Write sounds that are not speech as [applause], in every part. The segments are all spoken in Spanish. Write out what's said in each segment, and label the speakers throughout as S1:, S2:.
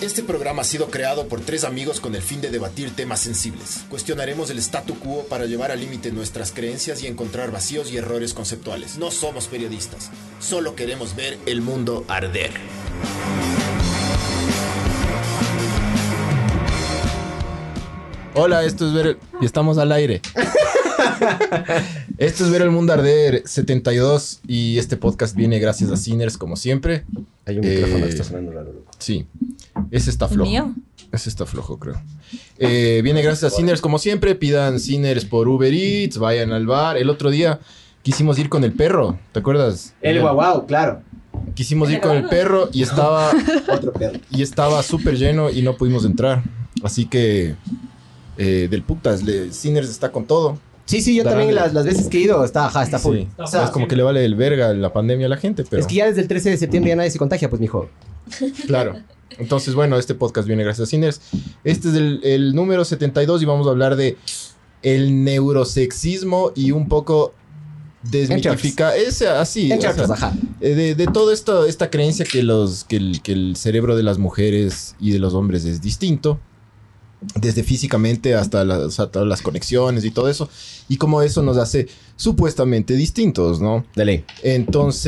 S1: Este programa ha sido creado por tres amigos con el fin de debatir temas sensibles. Cuestionaremos el statu quo para llevar al límite nuestras creencias y encontrar vacíos y errores conceptuales. No somos periodistas, solo queremos ver el mundo arder. Hola, esto es ver... el- Y estamos al aire. esto es ver el mundo arder 72 y este podcast viene gracias a Sinners como siempre.
S2: Hay un micrófono
S1: Eh,
S2: que está sonando raro. loco.
S1: Sí, ese está
S3: ¿El
S1: flojo.
S3: mío?
S1: Ese está flojo, creo. Eh, viene gracias a Sinners, como siempre. Pidan Sinners por Uber Eats, vayan al bar. El otro día quisimos ir con el perro, ¿te acuerdas?
S4: El guaguau, claro.
S1: Quisimos
S3: ¿El
S1: ir con el
S3: guau?
S1: perro y estaba
S4: Otro perro.
S1: y estaba súper lleno y no pudimos entrar. Así que, eh, del putas, le- Sinners está con todo.
S4: Sí, sí, yo
S1: Darán
S4: también
S1: de-
S4: las, las veces que he ido, está, ajá, está full.
S1: Sí.
S4: O sea,
S1: es como que le vale el verga la pandemia a la gente, pero
S4: es que ya desde el 13 de septiembre ya nadie se contagia, pues, mijo.
S1: claro. Entonces, bueno, este podcast viene gracias a Sinners. Este es el, el número 72 y vamos a hablar de el neurosexismo y un poco desmitifica ese así
S4: En
S1: o sea,
S4: charcos, ajá.
S1: eh, de, de todo esto esta creencia que los que el, que el cerebro de las mujeres y de los hombres es distinto desde físicamente hasta las, o sea, todas las conexiones y todo eso y cómo eso nos hace supuestamente distintos no
S2: Dale.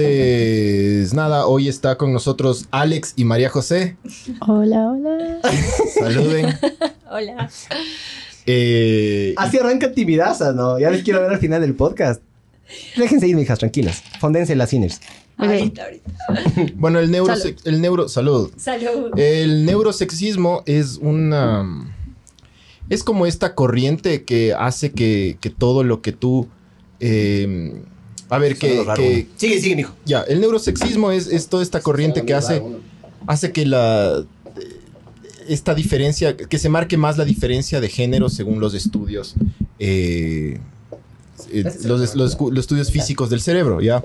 S1: entonces nada hoy está con nosotros Alex y María José
S5: Hola, hola.
S1: saluden
S3: Hola.
S1: [laughs] Eh,
S4: Así arranca timidazas, ¿no? Ya les quiero ver al final del podcast. Déjense ir, mijas, tranquilas. Fondense las cines.
S5: Ok.
S3: Ahorita, Ah, ahorita.
S1: bueno el neuro el neuro salud
S3: Salud.
S1: El neurosexismo es una... Es como esta corriente que hace que, que todo lo que tú... eh, a ver, que... que-
S4: Sigue, sigue, mijo.
S1: ya, el neurosexismo es, es toda esta corriente que hace, hace que la... eh, Esta diferencia, que se marque más la diferencia de género según los estudios, eh, eh, los, es- los escu- los estudios físicos del cerebro, ¿ya?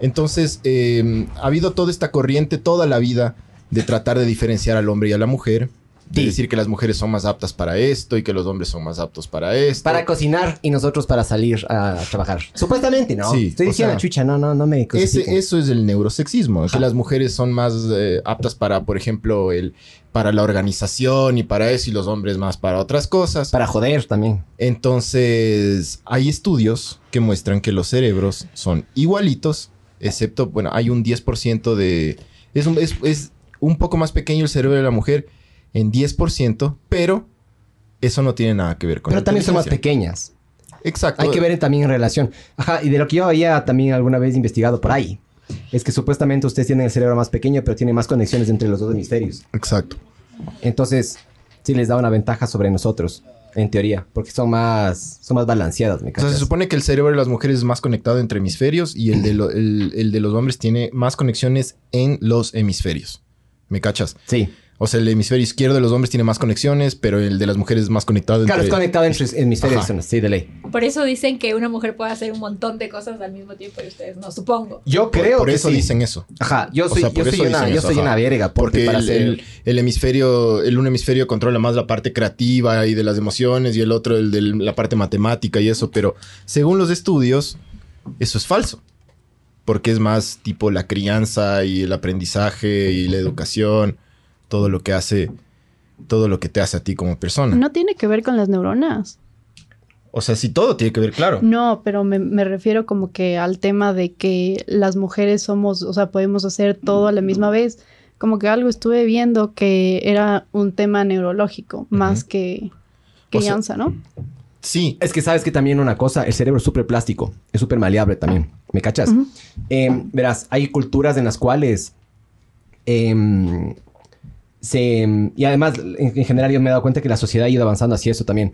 S1: Entonces, eh, ha habido toda esta corriente toda la vida de tratar de diferenciar al hombre y a la mujer. De
S4: Sí.
S1: decir que las mujeres son más aptas para esto y que los hombres son más aptos para esto.
S4: Para cocinar y nosotros para salir a trabajar. Supuestamente, ¿no?
S1: Sí,
S4: Estoy
S1: o
S4: diciendo
S1: sea,
S4: chucha, no, no, no me
S1: Ese-
S4: crucifiquen.
S1: eso es el neurosexismo, que
S4: Ajá.
S1: las mujeres son más eh, aptas para, por ejemplo, el, para la organización y para eso, y los hombres más para otras cosas.
S4: Para joder también.
S1: Entonces, hay estudios que muestran que los cerebros son igualitos, excepto, bueno, hay un 10% de... Es un, es, es un poco más pequeño el cerebro de la mujer en 10%, pero eso no tiene nada que ver con
S4: Pero
S1: la
S4: también son más
S1: inteligencia.
S4: pequeñas.
S1: Exacto.
S4: Hay que ver también en relación. Ajá, y de lo que yo había también alguna vez investigado por ahí, es que supuestamente ustedes tienen el cerebro más pequeño, pero tienen más conexiones entre los dos hemisferios.
S1: Exacto.
S4: Entonces, sí les da una ventaja sobre nosotros, en teoría, porque son más, son más balanceadas, me
S1: O sea, se
S4: cachas.
S1: supone que el cerebro de las mujeres es más conectado entre hemisferios y el de, lo- el- el de los hombres tiene más conexiones en los hemisferios. ¿Me cachas?
S4: Sí.
S1: O sea, el hemisferio izquierdo de los hombres tiene más conexiones, pero el de las mujeres es más conectado
S4: Claro,
S1: entre...
S4: es conectado entre hemisferios,
S1: Ajá.
S4: sí, de ley.
S3: Por eso dicen que una mujer puede hacer un montón de cosas al mismo tiempo y ustedes no, supongo.
S4: Yo
S1: Por-
S4: creo
S1: por
S4: que
S1: eso
S4: sí.
S1: dicen eso.
S4: Ajá, yo
S1: O
S4: soy,
S1: sea,
S4: yo
S1: por eso
S4: soy una,
S1: dicen
S4: yo
S1: eso,
S4: soy
S1: ajá.
S4: una verga,
S1: Porque
S4: porque, para
S1: el,
S4: ser-
S1: el- el hemisferio, el un hemisferio controla más la parte creativa y de las emociones y el otro el de la parte matemática y eso, pero según los estudios, eso es falso. Porque es más tipo la crianza y el aprendizaje y la educación, todo lo que hace, todo lo que te hace a ti como persona.
S5: No tiene que ver con las neuronas.
S1: O sea, si todo tiene que ver, claro.
S5: No, pero me, me refiero como que al tema de que las mujeres somos, o sea, podemos hacer todo a la misma vez. Como que algo estuve viendo que era un tema neurológico más que que
S1: O sea-
S5: crianza, ¿no?
S1: Sí,
S4: Es que sabes que también una cosa, el cerebro es súper plástico, es súper maleable también. ¿Me cachas?
S5: Ujú.
S4: Em, verás, hay culturas en las cuales em, se. em, Y además, en, en general, yo me he dado cuenta que la sociedad ha ido avanzando hacia eso también.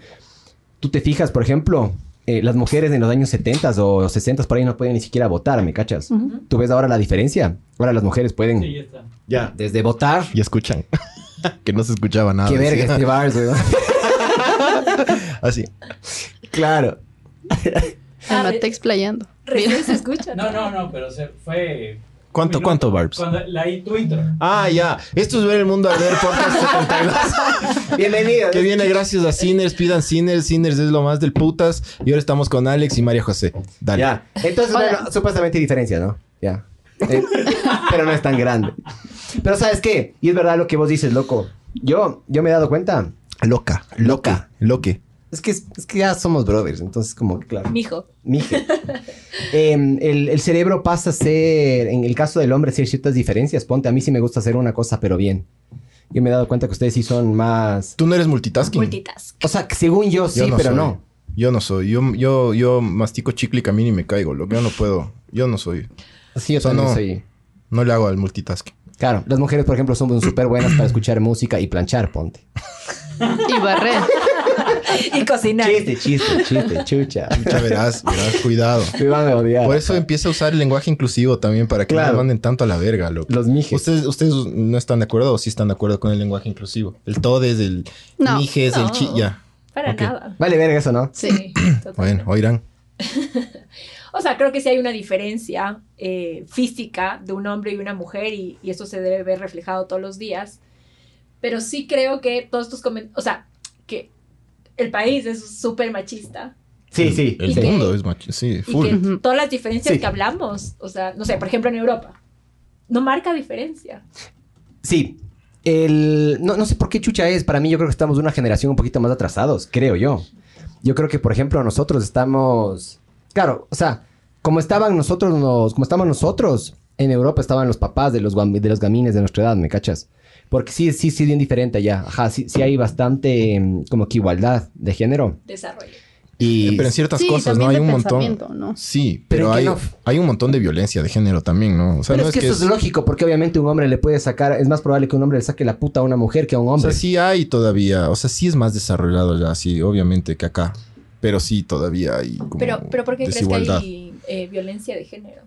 S4: Tú te fijas, por ejemplo, eh, las mujeres en los años 70 o 60 por ahí no pueden ni siquiera votar, ¿me cachas?
S5: Ujú.
S4: ¿Tú ves ahora la diferencia? Ahora las mujeres
S1: Mm.
S4: pueden
S6: Sí, ya está.
S1: ya.
S4: desde votar.
S1: Ya escuchan. [laughs] que no se escuchaba nada.
S4: ¡Qué verga este
S1: Así.
S4: bar, weón!
S1: Así.
S4: [laughs] Claro.
S5: Me
S3: Ah,
S5: está explayando.
S3: Recién se escucha.
S6: No, no, no, pero se fue
S1: ¿Cuánto, cuánto, Barbs?
S6: Cuando la intro, intro.
S1: Ah, ya. Esto es ver el mundo al ver [laughs] podcast 72. Bienvenido. Que viene gracias a Sinners. Pidan Sinners. Sinners es lo más del putas. Y ahora estamos con Alex y María José. Dale.
S4: Ya. Entonces,
S2: Hola.
S4: bueno, supuestamente hay diferencia, ¿no? Ya. Eh, pero no es tan grande. Pero ¿sabes qué? Y es verdad lo que vos dices, loco. Yo, yo me he dado cuenta.
S1: Loca.
S4: Loca.
S1: Loque.
S4: Es que, es que ya somos brothers, entonces como que claro.
S3: Mijo.
S4: Mije. Em, el, el cerebro pasa a ser, en el caso del hombre, sí hay ciertas diferencias. Ponte, a mí sí me gusta hacer una cosa, pero bien. Yo me he dado cuenta que ustedes sí son más...
S1: Tú no eres multitasking.
S3: Multitask.
S4: O sea, que según yo sí,
S1: Yo
S4: pero
S1: soy.
S4: no.
S1: Yo no soy. Yo, yo, yo mastico chicle y camino y me caigo. Lo que yo no puedo. Yo no soy.
S4: Sí, yo
S1: O sea,
S4: también
S1: no.
S4: soy...
S1: No le hago al multitasking.
S4: Claro, las mujeres, por ejemplo, son súper buenas para escuchar música y planchar, ponte.
S2: Y barrer.
S1: Ah,
S3: Y cocinar.
S4: Chiste, chiste, chiste, chucha.
S1: Ya
S4: [laughs]
S1: verás, verás, cuidado.
S4: Me van a odiar.
S1: Por eso empieza a usar el lenguaje inclusivo también para que no
S4: Claro.
S1: lo manden tanto a la verga, loco.
S4: Los mijes.
S1: ¿Ustedes, ¿Ustedes no están de acuerdo o sí están de acuerdo con el lenguaje inclusivo? El todes, el
S2: No.
S1: mijes, el
S3: No.
S1: chi... Ya.
S3: Para
S1: Ok.
S3: nada.
S4: Vale, verga eso, ¿no?
S3: Sí. totalmente.
S1: Bueno, oirán.
S3: O sea, creo que sí hay una diferencia eh, física de un hombre y una mujer y, y eso se debe ver reflejado todos los días. Pero sí creo que todos estos comentarios, o sea, que el país es súper machista
S4: Sí, sí.
S1: El
S3: sí.
S1: mundo es macho. Sí,
S3: y
S1: full.
S3: que
S2: Ujú.
S3: todas las diferencias
S4: Sí.
S3: que hablamos, o sea, no sé, por ejemplo en Europa, no marca diferencia.
S4: Sí. El, no, no sé por qué chucha es. Para mí, yo creo que estamos una generación un poquito más atrasados, creo yo. Yo creo que, por ejemplo, nosotros estamos. Claro, o sea, como estaban nosotros, nos- como estaban nosotros, en Europa estaban los papás de los, guam- de los gamines de nuestra edad, ¿me cachas? Porque sí, sí, sí, bien diferente allá. Ajá, sí, sí hay bastante mm, como que igualdad de género.
S3: Desarrollo.
S1: Eh,
S4: Y
S1: Pero en ciertas
S2: Sí,
S1: cosas, ¿no?
S2: también
S1: Hay
S2: de
S1: un montón.
S2: pensamiento, ¿no?
S1: Sí,
S4: Pero
S1: pero,
S4: ¿en
S1: hay,
S4: qué no?
S1: hay un montón de violencia de género también, ¿no? O sea,
S4: Pero
S1: no
S4: es que eso es,
S1: es-
S4: lógico, porque obviamente un hombre le puede sacar, es más probable que un hombre le saque la puta a una mujer que a un
S1: O
S4: hombre.
S1: sea, sí hay todavía. O sea, sí es más desarrollado ya, sí, obviamente que acá. Pero sí, todavía hay como
S3: Pero, pero ¿por qué crees que
S1: desigualdad.
S3: hay eh, violencia
S1: [clears throat]
S3: de género?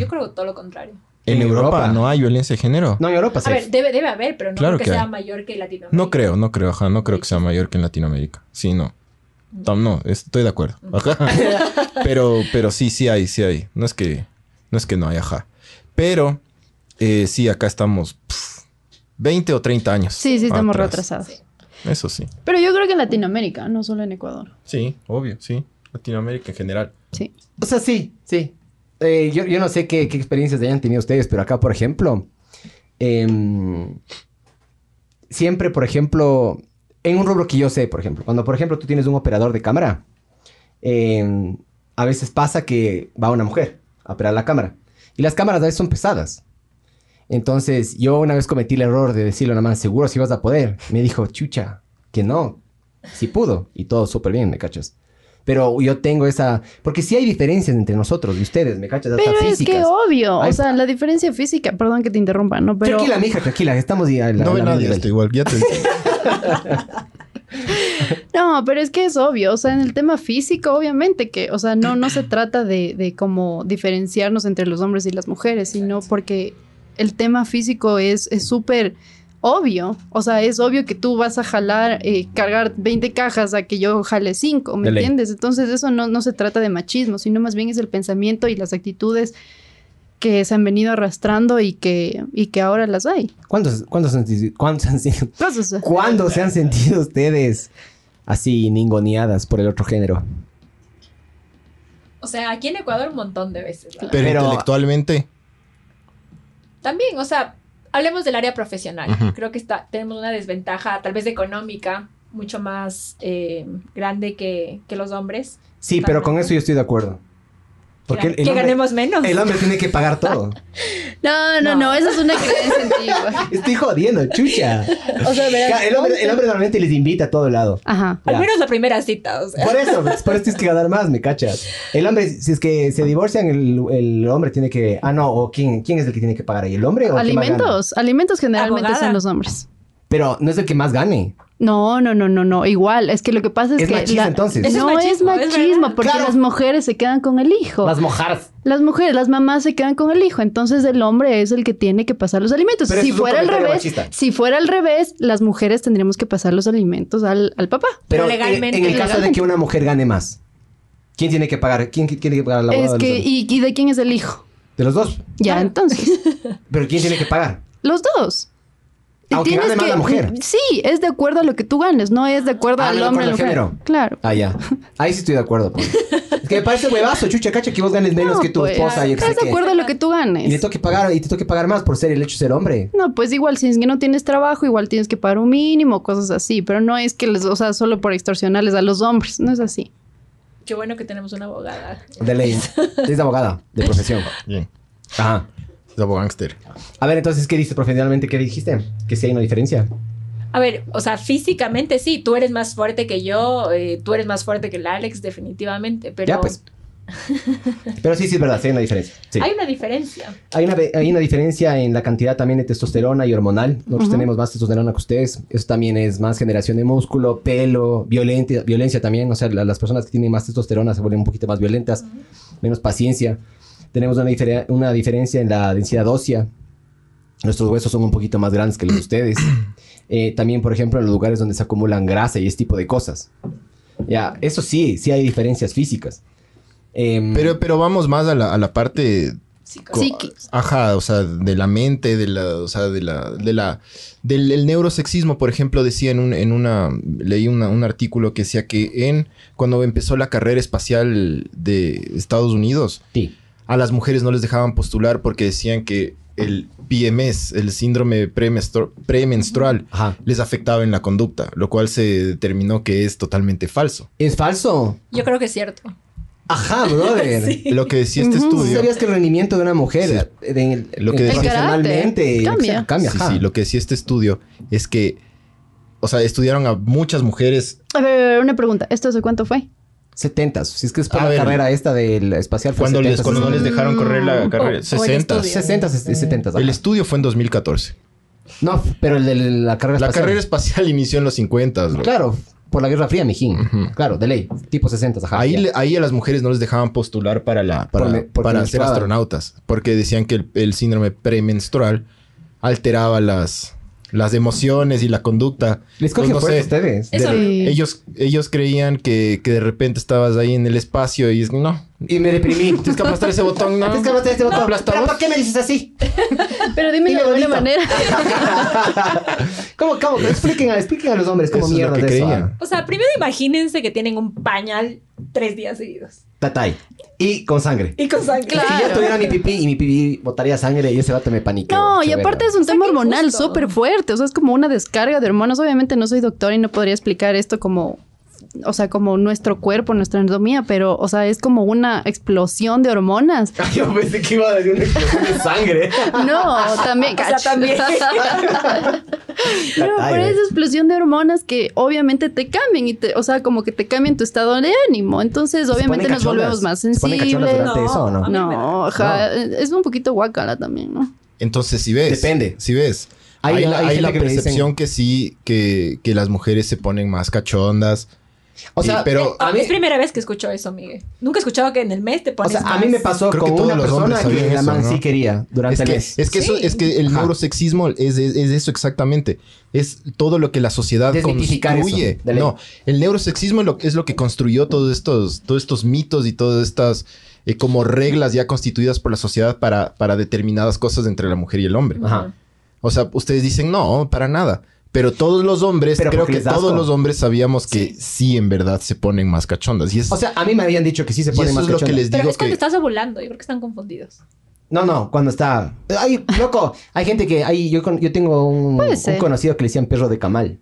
S3: Yo creo todo lo contrario.
S1: En
S4: En
S1: Europa,
S4: Europa.
S1: no hay violencia de género. No,
S4: No, en Europa sí.
S3: A ver, debe, debe haber, pero no
S1: Claro
S3: creo que,
S1: que hay.
S3: sea mayor que Latinoamérica.
S1: creo, no creo, ajá, no creo que sea mayor que en Latinoamérica. Sí, no. Tam- no, estoy de acuerdo.
S2: [laughs]
S1: Ajá. Pero, pero sí, sí hay, sí hay. No es que no, es que no hay, ajá. Pero eh, sí, acá estamos pf, 20 o 30 años.
S2: Sí, sí, estamos
S1: atrás.
S3: Sí.
S2: retrasados.
S1: Eso sí.
S2: Pero yo creo que en Latinoamérica, no solo en Ecuador.
S1: Sí, obvio, sí. Latinoamérica en general.
S2: Sí.
S4: O sea, sí, sí. Eh, yo, yo no sé qué, qué experiencias hayan tenido ustedes, pero acá, por ejemplo, em, siempre, por ejemplo, en un rubro que yo sé, por ejemplo, cuando, por ejemplo, tú tienes un operador de cámara, em, a veces pasa que va una mujer a operar la cámara. Y las cámaras a veces son pesadas. Entonces, yo una vez cometí el error de decirle a una man, seguro si vas a poder. Me dijo, chucha, que no. Si pudo. Y todo súper bien, ¿me cachas? Pero yo tengo esa... Porque sí hay diferencias entre nosotros y ustedes, ¿me cachas? Hasta
S2: Pero es
S4: físicas.
S2: que obvio,
S4: Ay,
S2: o sea, la diferencia física, perdón que te interrumpa, ¿no? Pero
S4: Tranquila, mija, tranquila. Estamos ya... en la-
S1: no
S4: en
S1: ve
S4: la
S1: nadie
S4: misma
S1: esto
S4: nivel.
S1: igual. Ya
S4: [laughs]
S1: te dije.
S2: No, pero es que es obvio, o sea, en el tema físico, obviamente que, o sea, no, no se trata de, de como diferenciarnos entre los hombres y las mujeres, sino porque el tema físico es es súper obvio, o sea, es obvio que tú vas a jalar, eh, cargar 20 cajas a que yo jale 5, ¿me
S4: De ley.
S2: entiendes? Entonces eso no, no se trata de machismo, sino más bien es el pensamiento y las actitudes que se han venido arrastrando y que, y que ahora las hay.
S4: ¿Cuántos, cuántos, han- cuántos han sido? [laughs]
S2: Cosas-
S4: ¿Cuándo se han sentido ustedes así ningoneadas por el otro género?
S3: O sea, aquí en Ecuador un montón de veces. la
S1: Pero,
S4: Pero-
S1: intelectualmente,
S3: También, o sea, hablemos del área profesional.
S1: Ujú.
S3: Creo que está, tenemos una desventaja, tal vez económica, mucho más eh, grande que, que los hombres.
S4: Sí, pero con eso yo estoy de acuerdo. Porque
S3: que
S4: el, el hombre,
S3: ganemos menos.
S4: el
S2: [laughs]
S4: hombre tiene que pagar todo.
S2: No, no,
S3: No.
S2: no, esa es una creencia antigua.
S4: Estoy jodiendo, chucha.
S2: [laughs] O sea, verás,
S4: El hombre, el hombre normalmente les invita a todo lado.
S2: Ajá.
S3: Al
S4: Ya.
S3: menos la primera cita, o sea.
S4: Por eso, pues, por eso tienes que ganar más, me cachas. El hombre, si es que se divorcian, el, el hombre tiene que. Ah, no, o quién, quién es el que tiene que pagar ahí, el hombre o el que más gana?
S2: Alimentos, alimentos generalmente
S3: Abogada.
S2: son los hombres.
S4: Pero no es el que más gane.
S2: No, no, no, no, no. Igual, es que lo que pasa es,
S4: Es
S2: que
S4: machista, entonces.
S3: Eso es
S2: no es
S3: machismo, es
S2: machismo,
S3: verdad.
S2: porque
S4: Claro.
S2: las mujeres se quedan con el hijo.
S4: Las
S2: Las...
S4: mojadas.
S2: mujeres, las mamás se quedan con el hijo, entonces el hombre es el que tiene que pasar los alimentos.
S4: Pero
S2: si
S4: eso es un
S2: fuera al
S4: comentario
S2: revés,
S4: machista.
S2: si fuera al revés, las mujeres tendríamos que pasar los alimentos al, al papá.
S4: Pero,
S3: Pero legalmente.
S4: En, en el caso de que una mujer gane más, ¿quién tiene que pagar? ¿Quién tiene que pagar la boda
S2: es
S4: de los
S2: que,
S4: hombres?
S2: y, y de quién es el hijo?
S4: De los dos.
S2: Ya,
S3: Claro. [laughs]
S2: entonces,
S4: Pero ¿quién tiene que pagar?
S2: los dos.
S4: Aunque gane más la mujer.
S2: Sí, es de acuerdo a lo que tú ganes, no es de acuerdo
S4: Ah, no
S2: al
S4: de
S2: hombre o la
S4: acuerdo
S2: mujer.
S4: al
S2: Claro.
S4: Ah, ya. Ahí sí estoy de acuerdo. pues. Es que me parece huevazo, chucha, cacha, que vos ganes menos
S2: No,
S4: que tu
S2: pues,
S4: esposa. Yo que sé
S2: es de
S4: qué.
S2: acuerdo a lo que tú
S4: Y le
S2: ganes.
S4: toque pagar, y te toque pagar más por ser el hecho de ser hombre.
S2: No, pues igual, si es que no tienes trabajo, igual tienes que pagar un mínimo, cosas así. Pero no es que les, o sea, solo por extorsionarles a los hombres, no es así.
S3: Qué bueno que tenemos una abogada.
S4: De
S2: [laughs]
S4: ley. Es abogada, de profesión.
S1: Bien.
S4: Ajá.
S1: Dabo Gangster.
S4: A ver, entonces, ¿qué dices profesionalmente? ¿Qué dijiste? Que sí hay una diferencia.
S3: A ver, o sea, físicamente sí, tú eres más fuerte que yo, eh, tú eres más fuerte que el Alex, definitivamente, pero
S4: Ya, pues. Pero sí, sí, es verdad, sí hay una diferencia. Sí.
S3: hay una diferencia.
S4: Hay una, hay una diferencia en la cantidad también de testosterona y hormonal. Nosotros
S2: Ujú.
S4: tenemos más testosterona que ustedes. Eso también es más generación de músculo, pelo, violenta, violencia también. O sea, la- las personas que tienen más testosterona se vuelven un poquito más violentas, menos paciencia. Tenemos una, difere- una diferencia en la densidad ósea. Nuestros huesos son un poquito más grandes que los de ustedes. Eh, también, por ejemplo, en los lugares donde se acumulan grasa y ese tipo de cosas. Ya, eso sí, sí hay diferencias físicas. Em,
S1: Pero, pero vamos más a la, a la parte
S3: Sí,
S1: Co-
S2: Sí, que-
S1: Ajá, o sea, de la mente, de la, o sea, de la, de la, del el neurosexismo, por ejemplo, decía en, un, en una, leí una- un artículo que decía que en, cuando empezó la carrera espacial de Estados Unidos,
S4: sí.
S1: a las mujeres no les dejaban postular porque decían que el PMS, el síndrome premenstru- premenstrual,
S4: Ajá.
S1: les afectaba en la conducta, lo cual se determinó que es totalmente falso.
S4: ¿Es falso?
S3: Yo creo que es cierto.
S4: [laughs] Ajá, brother.
S3: Sí.
S1: Lo que decía este
S2: Ujú.
S4: ¿Tú
S1: estudio...
S4: sabías que el rendimiento de una mujer en- en-
S1: Lo que decía-
S4: profesionalmente
S2: El carácter.
S4: lo que sea,
S2: Cambia.
S4: cambia?
S1: Sí,
S4: ajá.
S1: sí, lo que decía este estudio es que, o sea, estudiaron a muchas mujeres.
S2: A ver, a ver, una pregunta. ¿Esto hace cuánto fue?
S4: 70, si es que es por
S1: A
S4: la
S1: ver.
S4: carrera esta del espacial fue
S1: Cuando, les,
S4: 70,
S1: cuando no les
S4: 60.
S1: dejaron correr la carrera,
S3: O- o el
S1: 60.
S3: Mm, oh, estudio.
S4: 60, 70. ajá.
S1: El estudio fue en 2014.
S4: No, pero el de la carrera
S1: La
S4: espacial.
S1: carrera espacial [laughs] inició en los 50. bro.
S4: Claro, por la Guerra Fría, mijín.
S1: Ujú.
S4: Claro, de ley, tipo 60, ajá.
S1: Ahí,
S4: ya.
S1: le- ahí a las mujeres no les dejaban postular para, la, para,
S4: Por me- porque
S1: para ser
S4: menstruaban.
S1: astronautas, porque decían que el, el síndrome premenstrual alteraba las, las emociones y la conducta.
S4: Les coge
S1: Pues no
S4: fuerte a
S1: sé,
S4: ustedes.
S3: Eso-
S1: de- ellos, ellos creían que, que de repente estabas ahí en el espacio y es, no,
S4: Y me [laughs] deprimí.
S1: tienes que aplastar ese botón,
S4: [laughs]
S1: no.
S4: Antes que aplastaste este botón. ¿Pero por qué me dices así?
S3: Ah,
S2: Pero dime
S4: Dime
S2: de
S4: bonito.
S2: buena manera.
S4: ¿Cómo,
S1: [laughs]
S4: cómo? Expliquen, a- expliquen a los hombres cómo
S1: Eso es lo
S4: mierda
S1: que
S4: de eso.
S1: creían.
S4: ah.
S3: O sea, primero imagínense que tienen un pañal tres días seguidos
S4: Tatay. Y con sangre.
S3: y con sangre.
S2: Claro.
S4: Si yo tuviera mi pipí y mi pipí botaría sangre y ese vato me paniqueó.
S2: No, y
S4: Chévere. [laughs]
S2: aparte es un
S3: O sea,
S2: tema
S3: qué
S2: hormonal
S3: injusto.
S2: súper fuerte. O sea, es como una descarga de hormonas. Obviamente no soy doctora y no podría explicar esto como, o sea, como nuestro cuerpo, nuestra anatomía, pero, o sea, es como una explosión de
S3: [laughs]
S2: hormonas.
S4: Ah, Yo pensé que iba a decir una explosión de sangre.
S2: [laughs] No, también,
S3: O sea,
S2: cacho.
S3: también.
S2: [laughs] No,
S4: Ay,
S2: pero
S4: güey.
S2: es explosión de hormonas que obviamente te cambian y te, o sea, como que te cambian tu estado de ánimo. Entonces,
S4: Se
S2: obviamente
S4: ponen
S2: nos volvemos más
S4: cachondas. Se ponen cachondas
S2: sensibles.
S4: durante eso o no?
S3: No.
S2: No, ajá, es un poquito guacala también, ¿no?
S1: Entonces, si ves.
S4: Depende.
S1: Si ves.
S4: Hay-
S1: Hay, la,
S4: hay
S1: hay la
S4: gente que le dicen-
S1: percepción que sí, que, que las mujeres se ponen más cachondas.
S4: O sea, eh,
S1: Y- pero
S4: a mí,
S3: Es primera vez que escucho eso, Miguel. Nunca he escuchado que en el mes te
S4: o
S3: pones
S4: sea, a
S3: más.
S4: mí me pasó
S1: Creo que
S4: con
S1: todos
S4: una
S1: los hombres
S4: persona que
S1: sabían
S4: la
S1: eso,
S4: man
S1: ¿no?
S4: sí quería
S1: Es
S4: durante
S1: que,
S4: el mes.
S1: es que eso,
S3: Sí.
S1: es que el
S4: Ajá.
S1: neurosexismo es, es- es eso exactamente. Es todo lo que la sociedad
S4: Desmitificar eso,
S1: construye.
S4: de ley.
S1: no, el neurosexismo es lo, es lo que construyó todos estos, todos estos mitos y todas estas eh, como reglas ya constituidas por la sociedad para, para determinadas cosas entre la mujer y el hombre.
S4: Ajá.
S1: O sea, ustedes dicen no, para nada. Pero todos los hombres,
S4: Pero
S1: creo
S4: porque
S1: que
S4: les da
S1: todos
S4: asco.
S1: los hombres sabíamos que sí. en verdad se ponen más cachondas. Y es,
S4: O sea, a mí me habían dicho que sí se
S1: y
S4: pone
S1: eso
S4: más
S1: es lo que
S4: cachonda.
S1: les
S3: Pero
S1: digo
S3: es cuando
S1: que
S3: estás ovulando, yo creo que están confundidos.
S4: No, no, cuando está... Ay, loco, hay gente que... Hay, yo, con- yo tengo un,
S2: Puede
S4: un
S2: ser.
S4: conocido que le decían perro de camal.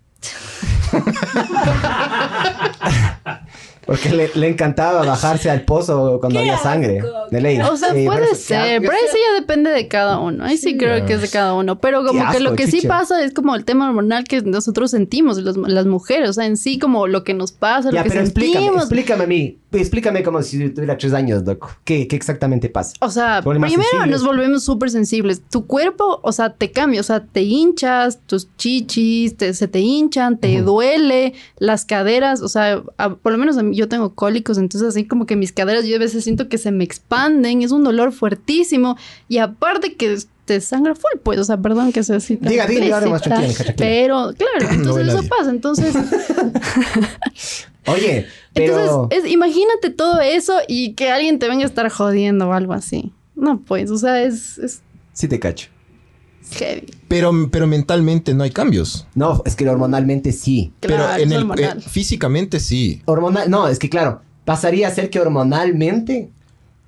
S4: Porque le, le encantaba bajarse al pozo cuando
S3: ¡Qué
S4: había sangre.
S3: asco!
S4: De ley.
S2: O sea,
S4: Sí, pero
S2: puede
S4: eso-
S2: ser, pero eso ya depende de cada uno. Ahí sí creo que es de cada uno. Pero como que
S4: asco,
S2: lo que sí
S4: chucha.
S2: pasa es como el tema hormonal que nosotros sentimos, los- las mujeres, o sea, en sí como lo que nos pasa,
S4: Ya,
S2: lo que
S4: pero explícame,
S2: sentimos.
S4: explícame a mí. Explícame como si tuviera tres años, loco. ¿Qué, qué exactamente pasa?
S2: O sea,
S4: Se vuelven más
S2: primero
S4: sensibles.
S2: nos volvemos súper sensibles. Tu cuerpo, o sea, te cambia, o sea, te hinchas, tus chichis te- se te hinchan, te
S4: Ujú.
S2: duele, las caderas, o sea, a- por lo menos a mí- yo tengo cólicos, entonces así como que mis caderas yo a veces siento que se me expanden, es un dolor fuertísimo y aparte que te sangra full, pues, o sea, perdón que sea así. tan
S4: Diga, diga, diga, ahora más
S2: explícita,
S4: tranquila, hija, tranquila.
S2: Pero,
S4: [clears throat]
S2: claro,
S1: No ve
S2: entonces eso
S1: nadie.
S4: [laughs]
S2: pasa, entonces...
S4: Oye, pero.
S2: Entonces, es- imagínate todo eso y que alguien te venga a estar jodiendo o algo así.
S5: No, pues, o sea, es, es
S4: Sí te cacho.
S5: heavy.
S1: Pero, pero mentalmente no hay cambios.
S4: No, es que hormonalmente sí.
S5: Claro,
S1: pero en
S5: es
S1: el,
S5: hormonal.
S1: eh, físicamente sí.
S4: Hormonal, no, es que claro, pasaría a ser que hormonalmente...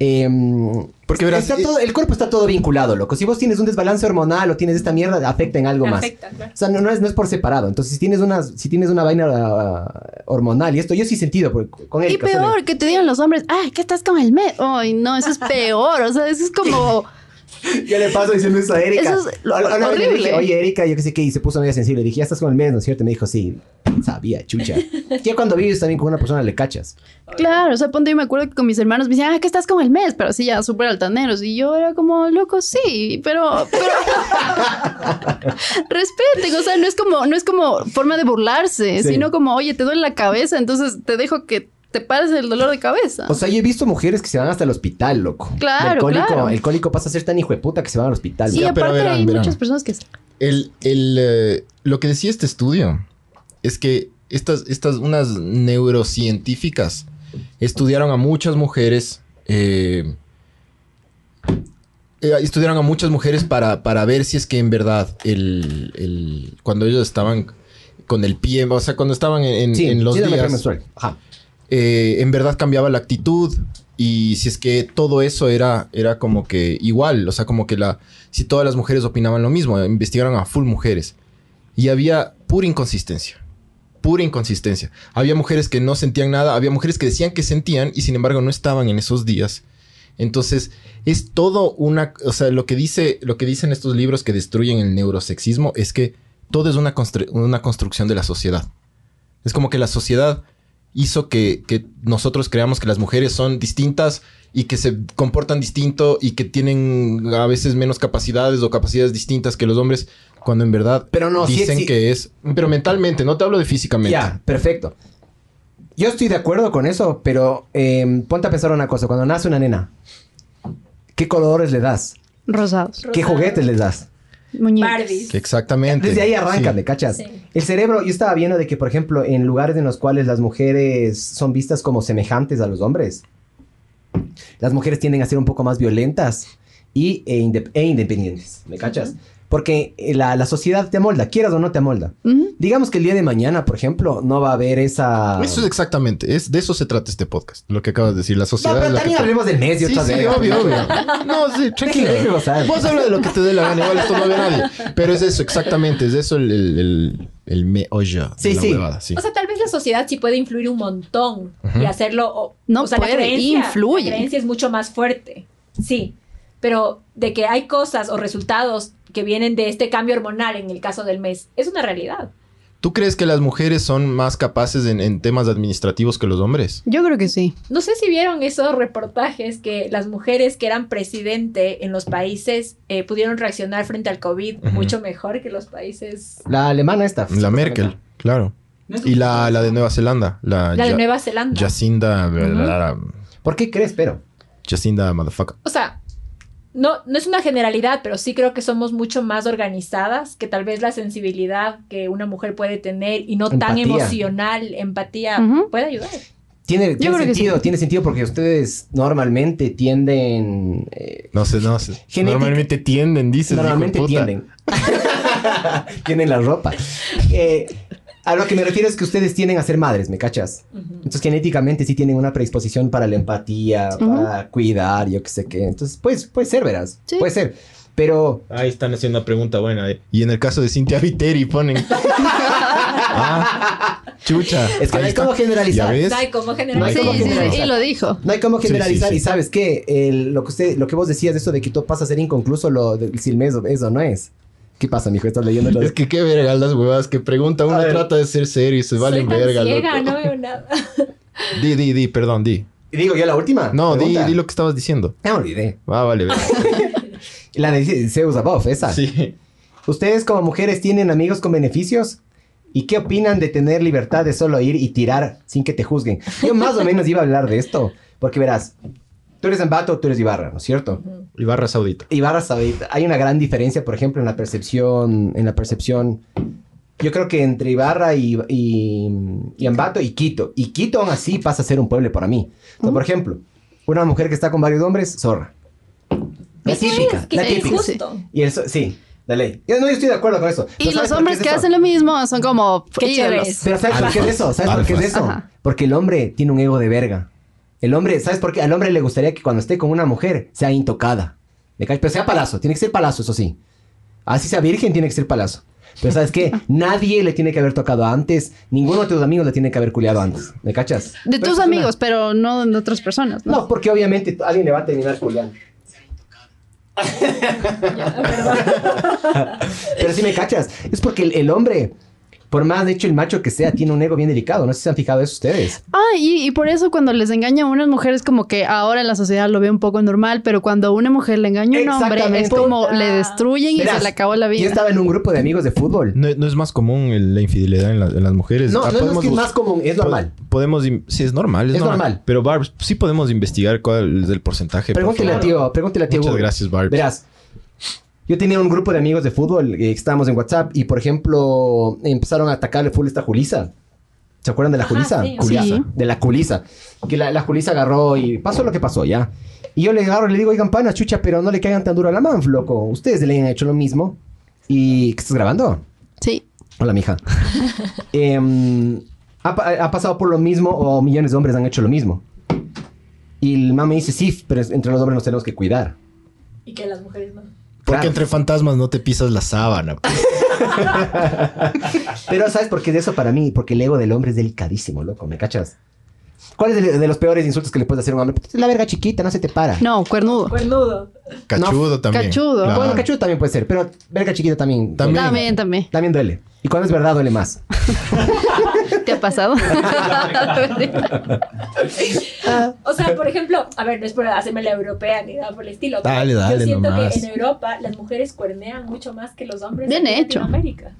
S4: em,
S1: Porque verás,
S4: está
S1: eh,
S4: todo- el cuerpo está todo vinculado, loco. Si vos tienes un desbalance hormonal o tienes esta mierda, afecta en algo más.
S3: Afecta, claro.
S4: O sea, no, no es, no es por separado. Entonces, si tienes una, si tienes una vaina ah, hormonal y esto, yo sí he sentido porque con
S5: Y
S4: Erika, o sea,
S5: peor, que te digan los hombres, ay, ¿qué estás con el mes? Ay, no, [laughs] eso es peor. O sea, eso es como.
S4: Yo le paso diciendo eso a Erika.
S5: Eso es
S4: Lo- lo- lo- le dije,
S5: horrible.
S4: Oye, Erika, yo qué sé qué, y se puso media sensible. Le dije, ya estás con el mes, ¿no es cierto? Y Me dijo, sí, sabía,
S5: [laughs]
S4: chucha. Ya cuando vives también con una persona le cachas.
S5: Claro, o sea, ponte, yo me acuerdo que con mis hermanos me decían, ah, ¿qué estás con el mes? Pero así ya súper altaneros. Y yo era como, loco, sí, pero. pero- [laughs] Respeten, o sea, no es, como, no es como forma de burlarse,
S4: Sí.
S5: sino como, oye, te duele la cabeza, entonces te dejo que te pares el dolor de cabeza.
S4: O sea, yo he visto mujeres que se van hasta el hospital, loco.
S5: Claro,
S4: el cólico,
S5: claro.
S4: El cólico pasa a ser tan hijo de puta que se van al hospital.
S5: sí,
S1: Ya, pero
S5: aparte
S1: verán,
S5: hay
S1: verán.
S5: muchas personas que.
S1: el, el, eh, lo que decía este estudio es que estas, estas unas neurocientíficas estudiaron a muchas mujeres. eh, eh, estudiaron a muchas mujeres para, para ver si es que en verdad el, el- cuando ellos estaban con el pie, o sea, cuando estaban en, en-
S4: Sí,
S1: en los
S4: sí, dame
S1: días,
S4: premenstrual. Ajá.
S1: eh, en verdad cambiaba la actitud y si es que todo eso era, era como que igual, o sea, como que la, si todas las mujeres opinaban lo mismo, investigaron a full mujeres y había pura inconsistencia, pura inconsistencia. Había mujeres que no sentían nada, había mujeres que decían que sentían y sin embargo no estaban en esos días. Entonces, es todo una, o sea, lo que dice, lo que dicen estos libros que destruyen el neurosexismo es que todo es una, constru- una construcción de la sociedad. Es como que la sociedad hizo que, que nosotros creamos que las mujeres son distintas y que se comportan distinto y que tienen a veces menos capacidades o capacidades distintas que los hombres, cuando en verdad
S4: Pero no, sí
S1: dicen
S4: exi-
S1: que es... Pero mentalmente, no te hablo de
S4: Ya,
S1: físicamente.
S4: perfecto. Yo estoy de acuerdo con eso, pero eh, ponte a pensar una cosa. Cuando nace una nena, ¿qué colores le das?
S5: Rosados,
S4: ¿Qué juguetes les das?
S5: muñecas.
S3: Barbies.
S1: Que exactamente.
S4: Desde ahí arrancan, ¿me
S1: Sí.
S4: cachas?
S3: Sí.
S4: El cerebro, yo estaba viendo de que, por ejemplo, en lugares en los cuales las mujeres son vistas como semejantes a los hombres, las mujeres tienden a ser un poco más violentas y, e, inde- e independientes, ¿me cachas? Porque eh, la, la sociedad te amolda, quieras o no te amolda.
S5: Ujú.
S4: Digamos que el día de mañana, por ejemplo, no va a haber esa...
S1: Eso es exactamente, es, de eso se trata este podcast, lo que acabas de decir, la
S4: No,
S1: sociedad. es
S4: pero
S1: la
S4: también
S1: que te-
S4: hablemos del mes y
S1: Sí,
S4: otras
S1: sí,
S4: vergas,
S1: obvio,
S4: [laughs] ¿no?
S1: obvio. No, sí, tranquilo.
S4: Deje gozar.
S1: Vos habla de lo que te dé la gana, igual esto no ve nadie. Pero es eso, exactamente, es eso el, el, el, el meollo de
S4: Sí,
S1: la
S4: sí.
S1: huevada, sí.
S3: O sea, tal vez la sociedad sí puede influir un montón y hacerlo. o-
S5: No
S3: o sea, la
S5: puede,
S3: creencia-
S5: influye.
S3: La creencia es mucho más fuerte. Sí. Pero de que hay cosas o resultados que vienen de este cambio hormonal en el caso del mes, es una realidad.
S1: ¿Tú crees que las mujeres son más capaces en, en temas administrativos que los hombres?
S5: Yo creo que sí.
S3: No sé si vieron esos reportajes que las mujeres que eran presidente en los países eh, pudieron reaccionar frente al COVID
S1: Ujú.
S3: mucho mejor que los países.
S4: La alemana esta.
S1: La Merkel, claro. Y la, la de Nueva Zelanda, la,
S3: La de
S1: Ja-
S3: Nueva Zelanda.
S1: Jacinda, bla, bla, bla,
S4: ¿Por qué crees, pero?
S1: Jacinda motherfucker.
S3: O sea, no, no es una generalidad, pero sí creo que somos mucho más organizadas, que tal vez la sensibilidad que una mujer puede tener y no tan
S4: Empatía.
S3: emocional, empatía,
S5: Ujú.
S3: puede ayudar.
S4: Tiene, tiene
S5: creo que
S4: sentido, tiene sentido porque ustedes normalmente tienden... eh,
S1: No sé, no sé.
S4: Genética.
S1: Normalmente tienden, dices. hijo de
S4: normalmente
S1: puta.
S4: tienden. [laughs] tienen la ropa. Eh, a lo que me refiero es que ustedes tienden a ser madres, ¿me cachas?
S3: Ujú.
S4: Entonces genéticamente sí tienen una predisposición para la empatía, para cuidar, yo qué sé qué. Entonces pues, puede ser, verás.
S5: Sí.
S4: Puede ser. Pero...
S1: Ahí están haciendo una pregunta buena. eh. Y en el caso de Cintia Viteri ponen.
S4: [laughs]
S1: Ah, chucha.
S4: Es que
S1: Ahí
S4: no hay
S1: está.
S4: cómo
S1: ¿Ya
S4: generalizar.
S1: ves?
S3: No hay como
S1: No
S5: Sí,
S1: hay
S3: generalizar.
S5: sí,
S1: como
S5: sí,
S1: generalizar.
S5: y lo dijo.
S4: No hay cómo
S1: Sí,
S4: generalizar
S1: sí, sí.
S4: y sabes que lo que usted, lo que vos decías de eso de que todo pasa a ser inconcluso, lo de, si el mes o- eso no es. ¿Qué pasa, mijo? Estás leyendo lo de-
S1: Es que qué verga las huevadas que pregunta. Uno
S4: A ver.
S1: trata de ser serio y se
S3: Soy
S1: valen
S3: tan
S1: verga,
S3: ciega,
S1: loco.
S3: no veo nada.
S1: Di, di, di, perdón, di.
S4: Digo yo la última.
S1: No, di,
S4: pregunta.
S1: di lo que estabas diciendo.
S4: Ya me olvidé.
S1: Ah, vale, verga.
S4: La de Zeus Above, esa.
S1: Sí.
S4: ¿Ustedes como mujeres tienen amigos con beneficios? ¿Y qué opinan de tener libertad de solo ir y tirar sin que te juzguen? Yo más o menos iba a hablar de esto. Porque verás, tú eres Ambato, tú eres Ibarra, ¿no es cierto?
S1: Ibarra Saudita.
S4: Ibarra sabe, hay una gran diferencia, por ejemplo, en la percepción, en la percepción, yo creo que entre Ibarra y, y, y Ambato y Quito. Y Quito aún así pasa a ser un pueblo para mí. O sea, por ejemplo, una mujer que está con varios hombres, zorra. La
S3: Eso [laughs] es,
S4: típica,
S3: que
S4: la
S3: es
S4: típica.
S3: injusto.
S4: Y eso, sí, la ley. Yo, no, yo estoy de acuerdo con eso.
S2: Y
S4: Pero ¿sabes
S2: los
S4: por qué
S2: hombres
S4: es
S2: que
S4: eso?
S2: hacen lo mismo son como
S3: Qué
S2: ídolos.
S3: chéveres.
S4: Pero ¿sabes por qué es
S1: Alfas.
S4: eso? ¿Sabes por qué es
S1: Alfas.
S4: eso?
S2: Ajá.
S4: Porque el hombre tiene un ego de verga. El hombre, ¿sabes por qué? Al hombre le gustaría que cuando esté con una mujer sea intocada. ¿Me cachas? Pero sea palazo, tiene que ser palazo, eso sí. Así sea virgen, tiene que ser palazo. Pero ¿sabes
S2: [laughs]
S4: qué? Nadie le tiene que haber tocado antes, ninguno de tus amigos le tiene que haber culeado antes. ¿Me cachas?
S2: De
S4: Pero
S2: tus
S4: es una-
S2: amigos, pero no de otras personas, ¿no?
S4: No, porque obviamente alguien le va a terminar culeando.
S3: Ya, perdón.
S4: Pero si me cachas, es porque el, el hombre, por más de hecho el macho que sea, tiene un ego bien delicado. No sé si se han fijado eso ustedes.
S2: Ah, y, y por eso cuando les engaña a unas mujeres, como que ahora en la sociedad lo ve un poco normal, pero cuando a una mujer le engaña a un hombre, es
S4: Exactamente.
S2: como le destruyen y
S4: Verás,
S2: se le acabó la
S4: Yo
S2: vida.
S4: estaba en un grupo de amigos de fútbol.
S1: No, no es más común el- la infidelidad en, la- en las mujeres.
S4: No,
S1: Ah,
S4: no, no es
S1: podemos
S4: que es
S1: bus-
S4: más común, es normal.
S1: po- Podemos, im- sí, es normal. Es,
S4: Es
S1: normal.
S4: normal.
S1: Pero Barb, sí podemos investigar cuál es el porcentaje. por
S4: Pregúntele a
S1: favor.
S4: tío, pregúntele a tío.
S1: Muchas
S4: Hugo.
S1: gracias, Barb.
S4: Verás, yo tenía un grupo de amigos de fútbol eh, que estábamos en WhatsApp y, por ejemplo, empezaron a atacarle full esta Julisa. ¿Se acuerdan de la
S3: Ajá,
S4: Julisa?
S3: sí.
S4: Julisa.
S2: Sí.
S4: De la Julisa. Que la, la Julisa agarró y pasó lo que pasó, ya. Y yo le agarro y le digo, oigan, pana, chucha, pero no le caigan tan duro a la man, loco. Ustedes le han hecho lo mismo. ¿Y qué estás grabando?
S2: Sí.
S4: Hola, mija. Em, ha, pa- ha pasado por lo mismo o millones de hombres han hecho lo mismo. Y el mami dice, sí, pero es- entre los hombres nos tenemos que cuidar.
S3: Y que las mujeres no.
S1: Porque
S4: Claro.
S1: entre fantasmas no te pisas la sábana. pues.
S4: Pero ¿sabes por qué de eso para mí? Porque el ego del hombre es delicadísimo, loco, ¿me cachas? ¿Cuál es de, de los peores insultos que le puedes hacer a un hombre? Pues, La verga chiquita, no se te para.
S2: No, cuernudo.
S3: Cuernudo.
S1: Cachudo también.
S2: cachudo.
S1: Claro.
S4: Bueno, cachudo también puede ser, pero verga chiquita también.
S1: También.
S2: También, también.
S4: También duele. Y cuando es verdad duele más.
S2: ¿Te
S4: [laughs]
S2: ha pasado?
S3: O sea, por ejemplo, a ver, no es por hacerme la europea ni nada por el estilo. pero
S1: Dale, dale
S3: Yo siento
S1: nomás.
S3: que en Europa las mujeres cuernean mucho más que los hombres
S2: Bien
S3: aquí
S2: hecho.
S3: en América.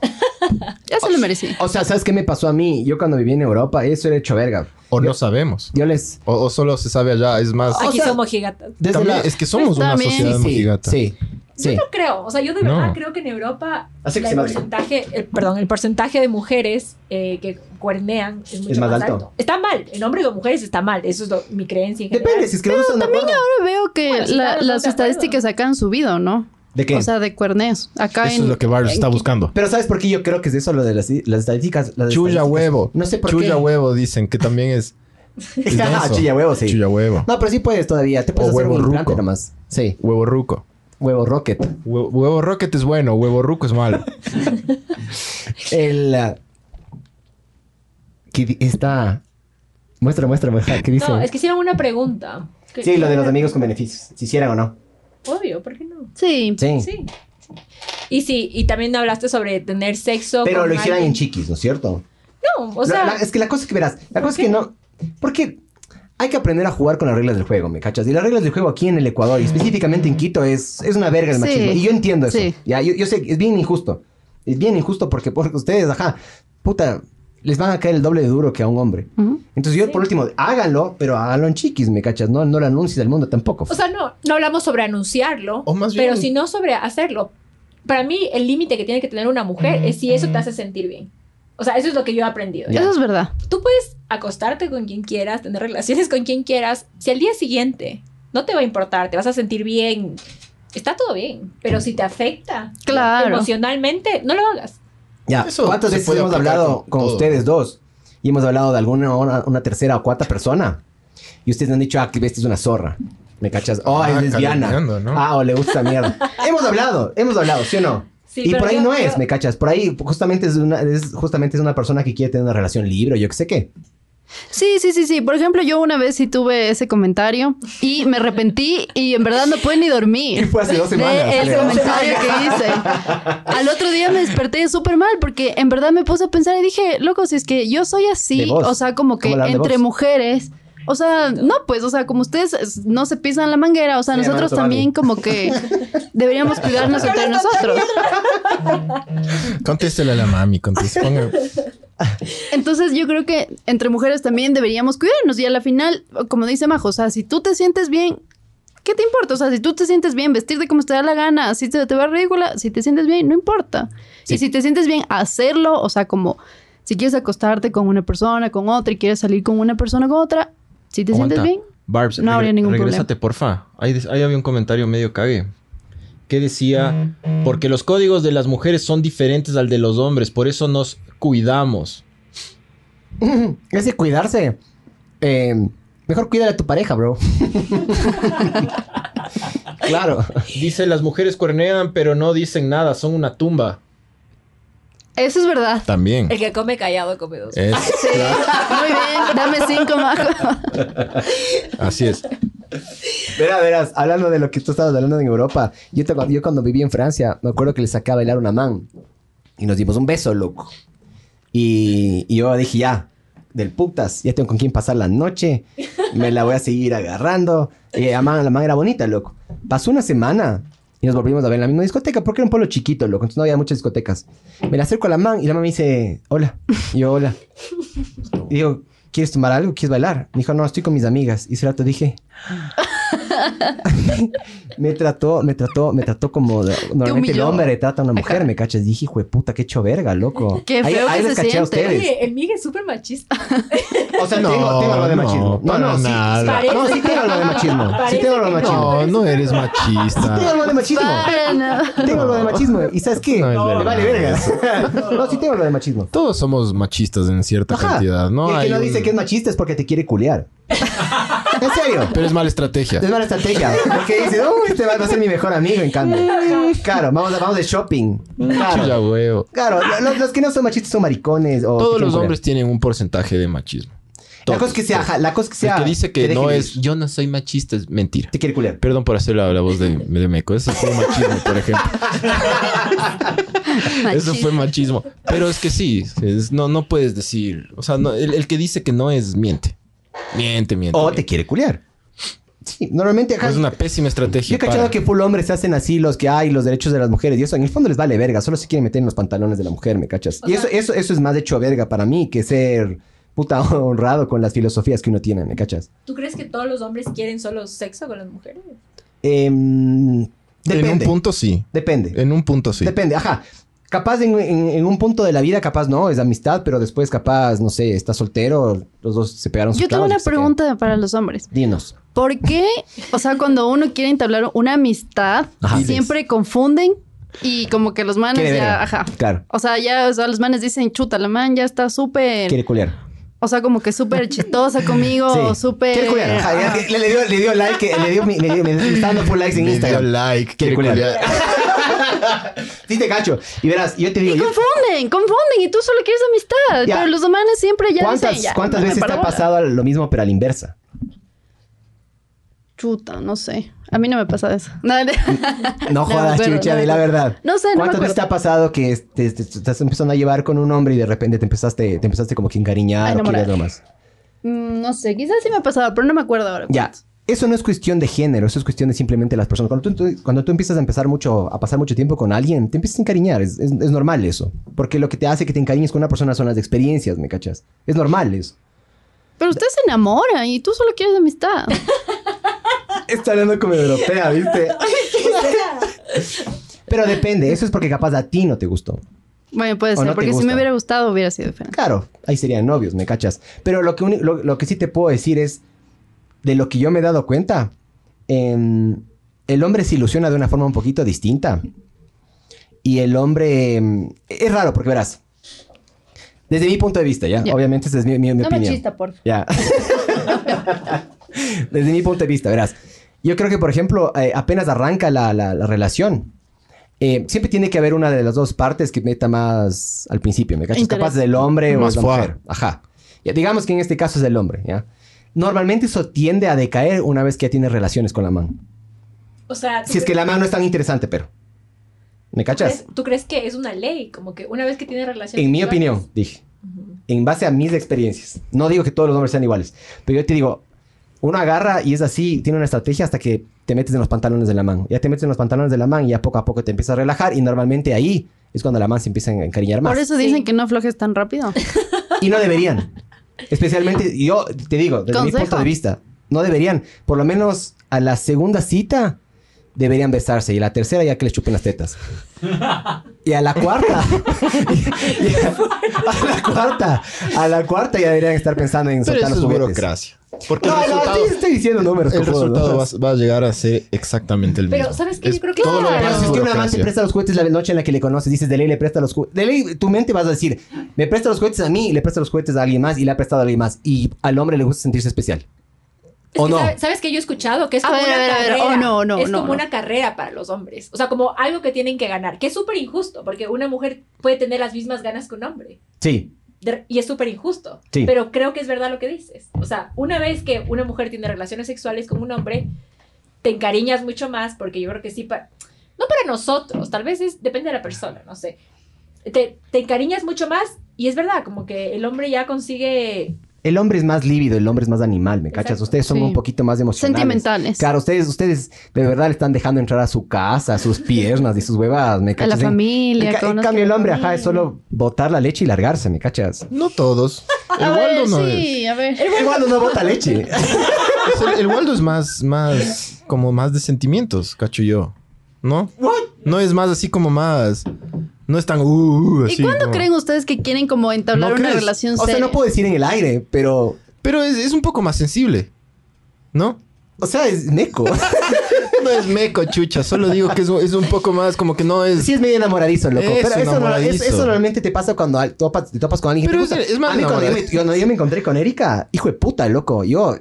S2: ya se lo merecí.
S4: O sea, ¿sabes qué me pasó a mí? Yo cuando viví en Europa, eso era hecho verga.
S1: O no sabemos.
S4: Yo les...
S1: O, o solo se sabe allá. Es más.
S3: Aquí
S4: sea,
S3: somos gigantes.
S4: desde
S1: también
S4: la-
S1: es que somos
S2: Pues
S1: una
S2: también.
S1: sociedad
S4: sí, sí,
S1: mojigata.
S4: sí, sí.
S3: Yo no creo, o sea, yo de
S1: No.
S3: verdad creo que en Europa
S4: Así que
S3: la-
S4: se
S3: el
S4: marca.
S3: porcentaje, el, perdón, el porcentaje de mujeres eh, que cuernean es mucho
S4: más
S3: más,
S4: alto.
S3: alto. Está mal, en hombres o mujeres está mal, eso es lo- mi creencia en general.
S4: Depende, si es que no están de acuerdo.
S2: Ahora veo que
S3: Bueno, si
S2: la-
S3: están los dos
S2: las
S3: de acuerdo.
S2: estadísticas acá han subido, ¿no?
S4: ¿De qué?
S2: O sea, de cuerneos. Acá
S1: Eso
S2: en-
S1: es lo que Barb está buscando.
S4: pero ¿sabes por qué yo creo que es eso lo de las, las estadísticas? las
S1: Chulla
S4: estadísticas?
S1: huevo.
S4: No sé por
S1: Chulla
S4: qué.
S1: huevo dicen que también es. es
S4: [laughs] Ah,
S1: denso.
S4: chulla huevo, sí.
S1: Chulla huevo.
S4: No, pero sí puedes todavía. Te puedes
S1: O
S4: hacer
S1: huevo
S4: un implante
S1: ruco.
S4: nomás. Sí.
S1: Huevo ruco.
S4: Huevo rocket.
S1: Hue- Huevo rocket es bueno, huevo ruco es malo.
S4: El... ah, que di- está... Muestra, muestra, muestra. ¿Qué dice?
S3: No, es que hicieron una pregunta. Que-
S4: Sí, lo de los amigos con beneficios. Si hicieran o no.
S3: Obvio, ¿por qué no?
S2: Sí.
S4: Sí.
S3: Sí. Y sí, y también hablaste sobre tener sexo.
S4: Pero
S3: con
S4: lo hicieran
S3: alguien.
S4: en chiquis, ¿no es cierto?
S3: No, o
S4: La-
S3: sea,
S4: la- es que la cosa es que verás, la cosa
S3: ¿Por
S4: es que
S3: qué?
S4: no. Porque hay que aprender a jugar con las reglas del juego, ¿me cachas? Y las reglas del juego aquí en el Ecuador, y específicamente en Quito, es, es una verga el
S2: Sí.
S4: machismo. Y yo entiendo eso.
S2: Sí.
S4: Ya, yo, yo sé, que es bien injusto. Es bien injusto porque, porque ustedes, ajá, puta, les van a caer el doble de duro que a un hombre.
S2: Ujú.
S4: Entonces yo, por último, háganlo, pero háganlo en chiquis, ¿me cachas? No, no lo anuncies al mundo tampoco.
S3: o sea, no, no hablamos sobre anunciarlo,
S1: O más
S3: pero
S1: bien-
S3: sino sobre hacerlo. Para mí, el límite que tiene que tener una
S1: Mm,
S3: mujer es si eso te hace sentir bien. O sea, eso es lo que yo he aprendido.
S4: Ya.
S2: Eso es verdad.
S3: Tú puedes acostarte con quien quieras, tener relaciones con quien quieras. Si al día siguiente no te va a importar, te vas a sentir bien, está todo bien. Pero si te afecta
S2: Claro.
S3: emocionalmente, no lo hagas.
S4: Ya,
S1: Eso
S4: ¿cuántas
S1: se
S4: veces
S1: puede
S4: hemos
S1: aplicar
S4: hablado
S1: con
S4: con,
S1: todo.
S4: ustedes dos? Y hemos hablado de alguna una, una tercera o cuarta persona. Y ustedes han dicho, ah, que esta es una zorra. ¿Me cachas? Oh,
S1: Ah,
S4: es lesbiana.
S1: calumniando, ¿no?
S4: Ah, o le gusta esa
S1: [laughs]
S4: mierda. hemos hablado, hemos hablado, ¿sí o no?
S3: Sí,
S4: y
S3: pero
S4: por ahí
S3: yo-
S4: no es,
S3: yo-
S4: ¿me cachas? Por ahí justamente es, una, es justamente es una persona que quiere tener una relación libre, o yo qué sé qué.
S2: Sí, sí, sí, sí. Por ejemplo, yo una vez sí tuve ese comentario y me arrepentí y en verdad no pude ni dormir.
S4: fue hace [laughs] dos
S2: De el comentario que hice. Al otro día me desperté súper mal porque en verdad me puse a pensar y dije, loco, si es que yo soy
S4: De
S2: así,
S4: vos.
S2: o sea, como que
S4: Como la de
S2: entre
S4: vos.
S2: mujeres, o sea, no, pues, o sea, como ustedes es- no se pisan la manguera, o sea,
S4: Sí,
S2: nosotros
S4: hermano,
S2: también como que deberíamos
S4: [laughs]
S2: cuidarnos entre nosotros.
S1: Contéstele a la mami,
S4: [laughs]
S1: contéstele. Ponga-
S2: Entonces yo creo que entre mujeres también deberíamos cuidarnos y a la final, como dice Majo, o sea, si tú te sientes bien, ¿qué te importa? O sea, si tú te sientes bien, vestirte como te da la gana, si te, te ves ridícula, si te sientes bien, no importa.
S4: Sí.
S2: Y si te sientes bien, hacerlo, o sea, como si quieres acostarte con una persona, con otra y quieres salir con una persona, con otra, si te
S1: Aguanta.
S2: sientes bien,
S1: Barbs,
S5: No habría
S1: regre-
S5: ningún
S1: regrésate, porfa. Ahí, des- ahí había un comentario medio cague. Que decía, porque los códigos de las mujeres son diferentes al de los hombres, por eso nos cuidamos.
S4: Ese cuidarse. eh, mejor cuídale a tu pareja,
S3: [laughs]
S4: bro. [laughs] claro.
S1: Dice, las mujeres cuernean, pero no dicen nada, son una tumba.
S5: Eso es verdad.
S1: También.
S3: El que come callado come dos.
S4: Eh,
S1: Es, claro,
S5: Muy bien, dame cinco
S1: [laughs]
S5: más.
S1: así es.
S4: Verá, verás, hablando de lo que tú estabas hablando en Europa, yo, te- yo cuando viví en Francia, me acuerdo que le sacaba a bailar una man y nos dimos un beso, loco. Y, y yo dije, ya, del putas, ya tengo con quién pasar la noche, me la voy a seguir agarrando. Y la man, la man era bonita, loco. Pasó una semana y nos volvimos a ver en la misma discoteca, porque era un pueblo chiquito, loco, entonces no había muchas discotecas. Me la acerco a la man y la man me dice, hola. Y yo, hola. Y digo, ¿quieres tomar algo? ¿Quieres bailar? Me dijo, no, estoy con mis amigas. Y ese rato dije, [laughs] me trató, me trató, me trató como de- normalmente el
S5: humilló.
S4: hombre trata a una mujer, me cachas. Dije, hijo de puta, qué hecho verga, loco.
S5: Qué
S4: Ahí-
S5: feo
S4: ahí
S5: que
S4: les
S5: se
S4: caché a
S5: siente.
S4: ustedes.
S3: Oye, el Miguel es súper machista.
S4: O sea, tengo, tengo algo de machismo. No, no, sí.
S1: nada.
S3: Parece
S4: No, sí tengo algo de machismo. Sí
S3: Parece
S4: tengo algo de
S3: que
S4: machismo.
S1: No, no eres
S4: Tengo
S1: machista.
S4: algo de machismo.
S5: Para nada.
S4: Tengo algo de machismo. ¿Y sabes qué?
S1: No, es
S4: No, me
S1: verdad.
S4: vale verga. No, sí tengo algo de machismo.
S1: Todos somos machistas en cierta
S4: Ajá.
S1: cantidad, ¿no?
S4: Y el que
S1: Hay
S4: no
S1: un-
S4: dice que es machista es porque te quiere culear. En serio.
S1: Pero es mala estrategia.
S4: Es mala estrategia. Porque dice, uy, este va va a ser mi mejor amigo, en cambio. Claro, vamos, a- vamos de shopping.
S1: Chulla
S4: [laughs] Claro.
S1: huevo.
S4: Claro, los, los que no son machistas son maricones. O
S1: Todos
S4: te quieren
S1: los
S4: culear.
S1: hombres tienen un porcentaje de machismo.
S4: La cosa
S1: Todos.
S4: es que sea, ajá, la cosa es que sea.
S1: El que dice
S4: te
S1: que
S4: deje
S1: no
S4: vivir.
S1: es yo no soy machista es mentira.
S4: Te quiere culear.
S1: Perdón por hacer la, la voz de, de Meco. Eso fue machismo, por
S4: [laughs]
S1: ejemplo. Eso fue machismo. Pero es que sí, es- no, no puedes decir. O sea, no, el, el que dice que no es miente. Miente, miente.
S4: O Oh, te
S1: miente.
S4: quiere culear. Sí, normalmente ajá,
S1: Es una pésima
S4: Yo
S1: estrategia.
S4: he cachado
S1: para-
S4: que full hombres se hacen así los que hay los derechos de las mujeres y eso en el fondo les vale verga, solo se quieren meter en los pantalones de la mujer, ¿me cachas?
S3: O
S4: y
S3: sea-
S4: eso, eso, eso es más de hecho verga para mí que ser puta [laughs] honrado con las filosofías que uno tiene, ¿me cachas?
S3: ¿Tú crees que todos los hombres quieren solo sexo con las mujeres?
S4: Em,
S1: En un
S4: depende,
S1: punto sí.
S4: depende,
S1: En un punto sí.
S4: depende, ajá. Capaz en, en- en un punto de la vida, capaz no, es amistad, pero después capaz, no sé, estás soltero, los dos se pegaron sus
S5: Yo tengo
S4: clavos,
S5: una
S4: se quedan.
S5: pregunta para los hombres.
S4: Dinos.
S5: ¿Por qué, o sea, cuando uno quiere entablar una amistad,
S4: Ajá.
S5: siempre confunden y como que los manes
S4: Quiere verga.
S5: ya, ajá.
S4: Claro,
S5: O sea, ya, o sea, los manes dicen, chuta, la man ya está súper,
S4: quiere culear.
S5: o sea, como que
S4: [laughs]
S5: súper chistosa conmigo,
S4: Sí.
S5: súper...
S4: Quiere culiar. Ajá, ya que le, le dio, le dio like, le dio mi- me, me- me está dando full likes en
S1: Le dio
S4: Instagram.
S1: like,
S4: Quiere
S1: quiere
S4: culiar.
S1: culiar.
S4: Sí te cacho. Y verás, yo te
S5: Y
S4: digo, yo-
S5: confunden, confunden, y tú solo quieres amistad,
S4: Ya.
S5: pero los manes siempre ya
S4: ¿cuántas,
S5: dicen, ya,
S4: cuántas
S5: dame
S4: veces te
S5: para
S4: ha
S5: bola.
S4: pasado lo mismo pero a la inversa?
S5: Chuta, no sé. A mí no me pasa eso. [laughs] No, no.
S4: No
S5: me
S4: jodas,
S5: acuerdo,
S4: chucha,
S5: no me
S4: de la
S5: acuerdo.
S4: verdad.
S5: No sé, no me
S4: ¿Cuántas veces te
S5: acuerdo.
S4: ha pasado que te, te- te estás empezando a llevar con un hombre y de repente te empezaste, te empezaste como que a encariñar
S5: A
S4: o
S5: enamorar.
S4: quieres nomás?
S5: Mm, No sé, quizás sí me ha pasado, pero no me acuerdo ahora.
S4: Ya. Eso no es cuestión de género, eso es cuestión de simplemente las personas. Cuando tú, tú- cuando tú empiezas a empezar mucho, a pasar mucho tiempo con alguien, te empiezas a encariñar, es, es- es normal eso. Porque lo que te hace que te encariñes con una persona son las experiencias, ¿me cachas? Es normal eso.
S5: Pero usted se enamora y tú solo quieres amistad.
S4: Está hablando como europea, ¿viste? Pero depende, eso es porque capaz a ti no te gustó.
S5: Bueno, puede
S4: O
S5: ser,
S4: no te
S5: porque si
S4: gusta.
S5: me hubiera gustado hubiera sido diferente.
S4: Claro, ahí serían novios, ¿me cachas? Pero lo que, uni- lo, lo que sí te puedo decir es, de lo que yo me he dado cuenta, em, el hombre se ilusiona de una forma un poquito distinta. Y el hombre... em, es raro, porque verás. Desde mi punto de vista, ¿ya?
S5: Ya.
S4: Obviamente esa es mi, mi- mi
S5: no
S4: opinión.
S5: machista, por favor.
S4: Ya. Desde mi punto de vista, verás. Yo creo que, por ejemplo, eh, apenas arranca la, la- la relación. eh, siempre tiene que haber una de las dos partes que meta más al principio, ¿me cachas?
S5: Interés.
S4: Capaz del hombre
S1: Más
S4: o de la
S1: fuá.
S4: mujer. Ajá. Ya, digamos que en este caso es del hombre, ¿ya? Normalmente eso tiende a decaer una vez que ya tienes relaciones con la man.
S3: O sea, ¿tú
S4: Si es que
S3: crees-
S4: la man no es tan interesante, pero... ¿Me cachas?
S3: ¿tú crees que es una ley? Como que una vez que tienes relación.
S4: En mi opinión, dije. En base a mis experiencias. No digo que todos los hombres sean iguales. Pero yo te digo, uno agarra y es así, tiene una estrategia hasta que te metes en los pantalones de la man. Ya te metes en los pantalones de la man y ya poco a poco te empiezas a relajar. Y normalmente ahí es cuando la man se empieza a encariñar más.
S5: Por eso dicen
S3: Sí.
S5: que no aflojes tan rápido.
S4: Y no deberían. Especialmente, yo te digo, desde mi
S5: Consejo.
S4: punto de vista, no deberían. Por lo menos a la segunda cita deberían besarse. Y a la tercera ya que les chupen las tetas. Y a la cuarta. [laughs] y a, a la cuarta. A la cuarta ya deberían estar pensando en
S1: Pero
S4: soltar
S1: eso
S4: los
S1: es
S4: juguetes.
S1: burocracia. Porque
S4: No,
S1: el
S4: no,
S1: resultado,
S4: sí estoy diciendo números.
S1: el
S4: cojudo,
S1: resultado
S4: ¿no?
S1: va, va a llegar a ser exactamente el mismo.
S3: Pero, ¿sabes qué? Yo
S1: Es
S3: creo que-
S1: todo lo
S3: Claro.
S1: demás
S4: Pero
S1: es
S4: si es que un amante
S1: burocracia.
S4: presta los juguetes la noche en la que le conoces, dices de ley le presta los juguetes. De ley, tu mente vas a decir, me presta los juguetes a mí y le presta los juguetes a alguien más y le ha prestado a alguien más. Y al hombre le gusta sentirse especial.
S3: Es
S4: ¿O
S3: que
S4: no?
S3: sabe- ¿Sabes que yo he escuchado? Que es
S5: A
S3: como
S5: ver,
S3: una
S5: a ver, a ver.
S3: carrera.
S5: Oh, no, no,
S3: es
S5: no,
S3: como
S5: no.
S3: una carrera para los hombres. O sea, como algo que tienen que ganar. Que es súper injusto, porque una mujer puede tener las mismas ganas que un hombre.
S4: Sí.
S3: De- y es súper injusto.
S4: Sí.
S3: Pero creo que es verdad lo que dices. O sea, una vez que una mujer tiene relaciones sexuales con un hombre, te encariñas mucho más porque yo creo que sí, pa- no para nosotros, tal vez es, depende de la persona, no sé. Te, te encariñas mucho más y es verdad, como que el hombre ya consigue...
S4: El hombre es más lívido, el hombre es más animal, ¿me cachas?
S3: Exacto.
S4: Ustedes son
S5: Sí.
S4: un poquito más
S5: [laughs]
S4: emocionales.
S5: Sentimentales.
S4: Claro, ustedes, ustedes de verdad le están dejando entrar a su casa, a sus piernas y sus huevas, ¿me
S5: A
S4: cachas?
S5: la
S4: En-
S5: familia.
S4: En, ca- en
S5: conozco a
S4: cambio, el
S5: la
S4: hombre, ajá, es
S5: familia.
S4: solo botar la leche y largarse, ¿me cachas?
S1: No todos. El
S5: A ver,
S1: Waldo no es.
S5: sí, a ver.
S4: Igual no
S5: [laughs]
S4: bota leche.
S1: Es el, el Waldo es más, más, como más de sentimientos, cacho yo. ¿No? No es más así como más. No es tan. Uh, uh,
S4: Pues
S5: ¿Y
S1: así,
S5: cuándo
S1: no.
S5: creen ustedes que quieren como entablar
S1: ¿No
S5: una
S1: crees?
S5: relación
S4: O sea,
S5: seria?
S4: no puedo decir en el aire, pero.
S1: Pero es, es un poco más sensible. ¿No? [laughs]
S4: O sea, es meco.
S1: No es meco, chucha. Solo digo que es, es un poco más como que no es.
S4: Sí es medio enamoradizo, loco.
S1: Es
S4: pero eso, no-
S1: enamoradizo.
S4: eso- eso normalmente te pasa cuando al- topas, te topas con alguien. que
S1: Pero
S4: te
S1: es-
S4: gusta.
S1: es más
S4: A mí cuando yo, me,
S1: enamoradizo.
S4: cuando yo me encontré con Erika, hijo de puta, loco. Yo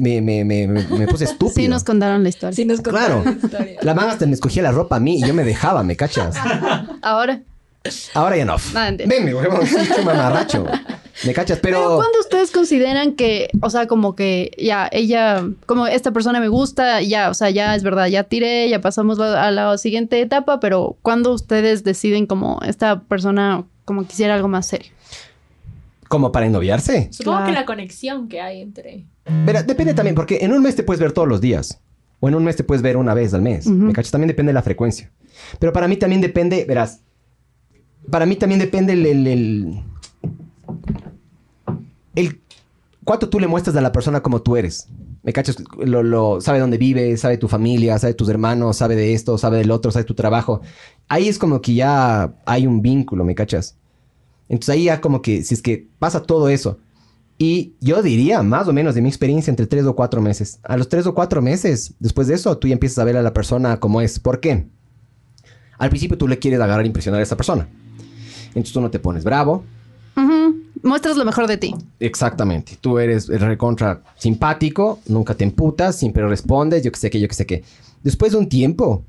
S4: me, me- me- me- me
S5: [laughs]
S4: puse estúpido.
S5: Sí, nos contaron la historia.
S3: Si nos
S4: Claro.
S3: contaron la historia.
S4: La man hasta me escogía la ropa a mí y yo me dejaba, ¿me cachas?
S5: Ahora. [laughs]
S4: Ahora ya no.
S5: Nada, entiendo.
S4: Ven, mi huevón, sí, qué mamarracho. ¿Me cachas?
S5: Pero,
S4: Pero...
S5: ¿cuándo ustedes consideran que, o sea, como que ya ella, como esta persona me gusta, ya, o sea, ya es verdad, ya tiré, ya pasamos la- a la siguiente etapa, pero ¿cuándo ustedes deciden como esta persona como quisiera algo más serio?
S4: ¿Como para ennoviarse?
S3: Supongo que
S5: Claro.
S3: la conexión que hay entre...
S4: Pero depende también, porque en un mes te puedes ver todos los días. O en un mes te puedes ver una vez al mes.
S5: Ujú.
S4: ¿Me cachas? También depende de la frecuencia. Pero para mí también depende, verás. Para mí también depende el. el, el- el- cuánto tú le muestras a la persona como tú eres. ¿Me cachas? Lo, lo- sabe dónde vive, sabe tu familia, sabe tus hermanos, sabe de esto, sabe del otro, sabe tu trabajo. Ahí es como que ya hay un vínculo, ¿me cachas? Entonces ahí ya como que, si es que pasa todo eso, y yo diría, más o menos de mi experiencia, entre tres o cuatro meses. A los tres o cuatro meses, después de eso, tú ya empiezas a ver a la persona como es. ¿Por qué? Al principio tú le quieres agarrar e impresionar a esa persona. Entonces tú no te pones bravo.
S5: Ujú, Muestras lo mejor de ti.
S4: Exactamente. Tú eres el recontra simpático, nunca te emputas, siempre respondes, yo que sé qué, yo que sé qué. Después de un tiempo,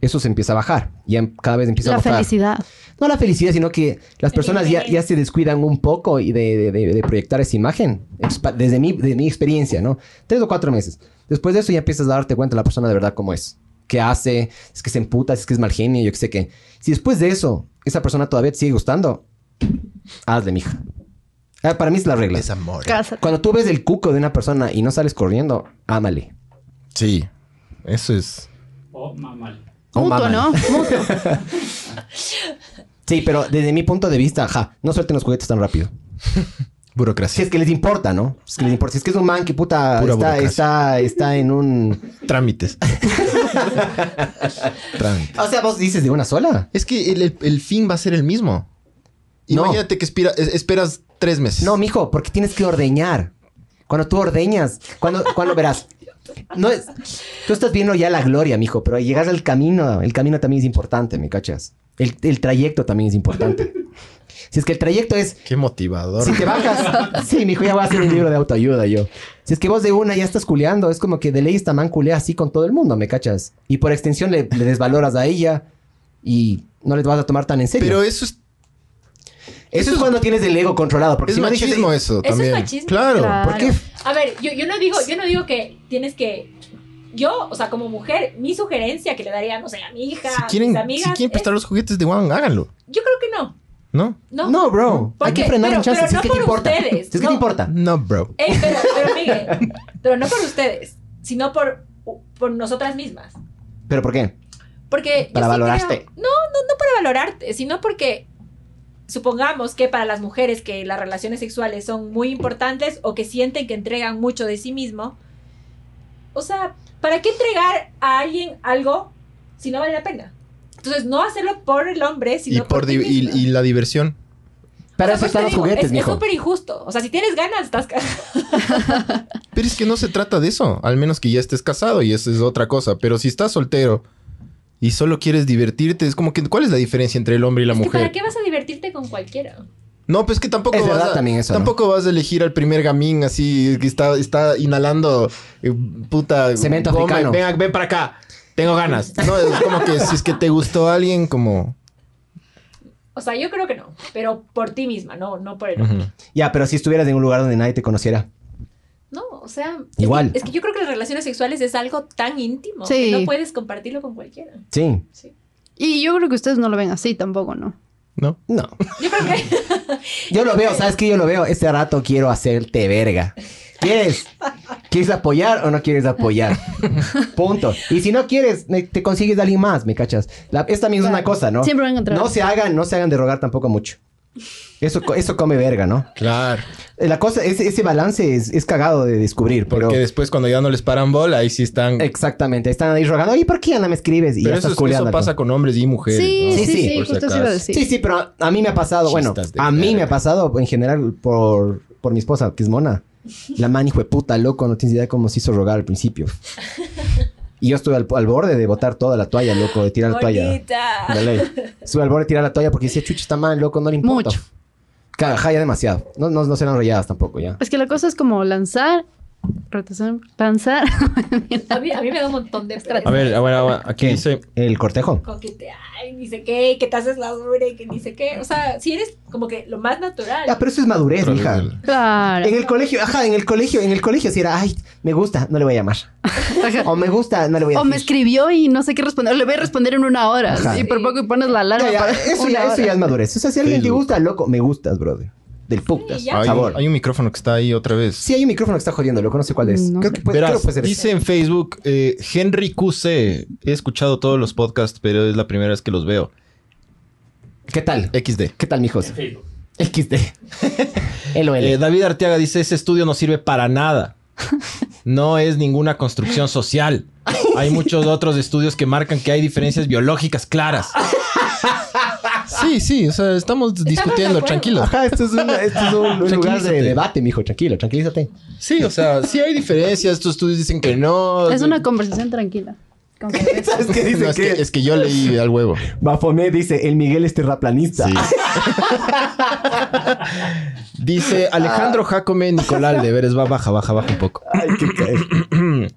S4: eso se empieza a bajar. Ya em- cada vez empieza
S5: La
S4: a bajar.
S5: felicidad.
S4: No la felicidad, sino que las personas ya, ya se descuidan un poco y de, de- de- de proyectar esa imagen. Expa- Desde mi, de mi experiencia, ¿no? Tres o cuatro meses. Después de eso ya empiezas a darte cuenta de la persona de verdad cómo es. ¿Qué hace? Es que se emputa, es que es mal genio, yo qué sé qué. Si después de eso esa persona todavía te sigue gustando, hazle, mija. Ah, Para mí es la regla.
S1: Es amor.
S5: Casa.
S4: Cuando tú ves el cuco de una persona y no sales corriendo, ámale.
S1: Sí. Eso es.
S2: O mamal.
S4: Oh,
S5: Mutuo,
S4: mamá.
S5: ¿no? Mutuo.
S4: Sí, pero desde mi punto de vista, ajá, no suelten los juguetes tan rápido. Si
S1: Burocracia.
S4: es que les importa, ¿no? Si es que les importa. Si es que es un man que puta
S1: Pura
S4: está,
S1: burocracia.
S4: está, está en un.
S1: Trámites. [laughs] Trámites.
S4: O sea, vos dices de una sola.
S1: Es que el, el- el fin va a ser el mismo.
S4: No.
S1: Imagínate que espira- es- esperas tres meses.
S4: No, mijo, porque tienes que ordeñar. Cuando tú ordeñas, cuando, cuando verás. No es. Tú estás viendo ya la gloria, mijo, pero llegar al camino, el camino también es importante, ¿me cachas? El, el trayecto también es importante. Si es que el trayecto es
S1: Qué motivador.
S4: Si te bajas,
S3: [laughs]
S4: sí, mijo, ya voy a hacer un libro de autoayuda yo. Si es que vos de una ya estás culeando, es como que de ley esta man culea así con todo el mundo, ¿me cachas? Y por extensión le, le desvaloras a ella y no les vas a tomar tan en serio.
S1: Pero eso es,
S4: eso
S1: eso
S4: es
S1: es-
S4: cuando tienes el ego controlado, porque
S1: es
S4: si no dices,
S1: machismo eso
S3: Eso es
S1: también.
S3: machismo.
S1: Claro.
S5: Claro.
S4: ¿por qué?
S3: A ver, yo, yo no digo, yo no digo que tienes que. Yo, o sea, como mujer, mi sugerencia que le daría, no sé, a mi hija,
S1: Si quieren,
S3: a mis amigas. eh.
S1: si quieren
S3: es-
S1: prestar los juguetes de Juan, háganlo.
S3: yo creo que no.
S1: ¿No?
S3: No.
S4: No, bro,
S3: ¿Por
S4: hay que
S3: qué?
S4: frenar
S3: Pero-
S4: en chances,
S3: pero
S4: si es
S3: no
S4: que te
S3: por
S4: importa.
S3: ustedes,
S4: si es que
S3: no.
S4: te importa.
S1: No, bro.
S3: Ey, Eh, pero,
S1: [laughs]
S3: pero Miguel, pero no por ustedes, sino por, por nosotras mismas.
S4: ¿Pero por qué?
S3: Porque. yo
S4: Para
S3: sí
S4: valorarte.
S3: creo- no, no, no para valorarte, sino porque. Supongamos que para las mujeres que las relaciones sexuales son muy importantes o que sienten que entregan mucho de sí mismo, o sea, ¿para qué entregar a alguien algo si no vale la pena? Entonces, no hacerlo por el hombre, sino
S1: Y, por
S3: ti
S1: di- y,
S3: misma.
S1: y la diversión.
S4: Para
S3: O
S4: eso
S3: sea, pues te
S4: están los
S3: digo,
S4: juguetes,
S3: es- Es
S4: mijo.
S3: súper injusto. O sea, si tienes ganas, estás... ca-
S1: Pero es que no se trata de eso, al menos que ya estés casado y eso es otra cosa. Pero si estás soltero y solo quieres divertirte, es como que ¿cuál es la diferencia entre el hombre y la
S3: Es que
S1: mujer?
S3: ¿Para qué vas a divertirte con cualquiera?
S1: No, pues que tampoco
S4: Es
S1: vas
S4: verdad
S1: a,
S4: también eso, ¿no?
S1: tampoco vas a elegir al primer gamín así que está, está inhalando eh, puta
S4: Cemento
S1: goma,
S4: africano.
S1: Ven, ven para acá. Tengo
S4: [laughs]
S1: ganas. No, es como que si es que te gustó alguien como
S3: O sea, yo creo que no. Pero por ti misma, no, no por el
S1: Ujú.
S4: Ya, pero si estuvieras en un lugar donde nadie te conociera.
S3: No, o sea, es
S4: Igual.
S3: que- Es que, yo creo que las relaciones sexuales es algo tan íntimo
S5: Sí.
S3: que no puedes compartirlo con cualquiera.
S4: Sí.
S3: Sí.
S5: Y yo creo que ustedes no lo ven así tampoco, ¿no?
S1: ¿no?
S4: No.
S3: Yo creo que
S4: Yo lo veo, ¿sabes qué? Yo lo veo. Este rato quiero hacerte verga. ¿Quieres? ¿Quieres apoyar o no quieres apoyar?
S5: [laughs]
S4: Punto. Y si no quieres, ne- te consigues de alguien más, ¿me cachas? La- esta también es una cosa, ¿no?
S5: Siempre van a encontrar.
S4: No se hagan, no se hagan de rogar tampoco mucho. Eso, co- eso come verga, ¿no?
S1: Claro.
S4: Eh, La cosa, ese, ese balance es, es cagado de descubrir,
S1: Porque
S4: pero...
S1: después cuando ya no les paran bola, ahí sí están.
S4: Exactamente, están ahí rogando, ¿y por qué ya no me escribes? Y ya
S1: Pero eso,
S4: estás
S1: es- eso
S4: culeando.
S1: pasa con hombres y mujeres.
S5: Sí,
S1: ¿no?
S5: sí,
S4: Sí,
S5: sí,
S4: sí,
S1: por si
S5: justo eso iba a
S1: acaso.
S5: decir.
S4: Sí, sí, pero a mí me ha pasado, bueno,
S1: Chistas de
S4: a mí me
S1: verga.
S4: ha pasado en general por, por mi esposa, que es mona. La man, hijo de puta, loco, no tienes idea cómo se hizo rogar al principio. Y yo estuve al, al borde de botar toda la toalla, loco, de tirar la toalla.
S3: bonita.
S4: De ley. Estuve al borde de tirar la toalla porque decía, chucha, está mal, loco, no le importa.
S5: Mucho.
S4: Claro, ajá, ya demasiado. No, no, no serán rolladas tampoco, ya.
S5: Es que la cosa es como lanzar, retrasar, lanzar. [laughs]
S3: A mí, a mí me da un montón de
S1: A ver, a ver, a ver, aquí
S4: ¿Qué?
S1: dice
S4: El cortejo.
S3: Con que te, ay, ni sé qué, y que te haces la dura y que ni sé qué. O sea, si eres como que lo más natural.
S4: Ah, pero eso es madurez, mija.
S5: Claro.
S4: En el colegio, ajá, en el colegio, en el colegio, si era, ay, me gusta, no le voy a llamar. O me gusta, no le voy a
S5: O me
S4: decir.
S5: escribió y no sé qué responder. Le voy a responder en una hora.
S4: Ajá.
S5: Y por poco y pones la alarma.
S4: Ya, ya,
S5: para
S4: eso,
S5: una
S4: ya, eso
S5: hora.
S4: ya es madurez. O sea, si alguien te
S1: Facebook.
S4: gusta, loco, me gustas, brother. Del putas.
S3: ya.
S1: hay,
S4: Sabor.
S1: hay un micrófono que está ahí otra vez.
S4: Sí, hay un micrófono que está jodiendo, loco, no sé cuál es.
S5: No
S4: creo
S5: sé.
S4: que puede, creo
S1: Verás,
S4: que puede ser este. ese.
S1: dice en Facebook eh, Henry QC. He escuchado todos los podcasts, pero es la primera vez que los veo.
S4: ¿Qué tal?
S1: XD.
S4: ¿Qué tal, mijos?
S2: Facebook.
S4: XD. [laughs] LOL.
S1: Eh, David Arteaga dice: Ese estudio no sirve para nada. No es ninguna construcción social. Hay muchos otros estudios que marcan que hay diferencias biológicas claras. Sí, sí, o sea, estamos discutiendo,
S3: acuerdo.
S1: tranquilo.
S4: Ajá, esto es, una- esto es un, un lugar de
S1: Tranquilízate.
S4: debate, mijo. Tranquilo, tranquilízate.
S1: Sí, o sea, sí hay diferencias. Estos estudios dicen que no.
S5: Es una conversación tranquila. Con
S4: [laughs]
S5: cerveza.
S4: [laughs] ¿Sabes qué
S1: No, es, que, es que yo leí al huevo.
S4: Bafomet dice, el Miguel es terraplanista.
S1: Dice Alejandro Jacome Nicolal de Veres, va, baja, baja, baja un poco.
S4: [laughs] Ay, qué ca-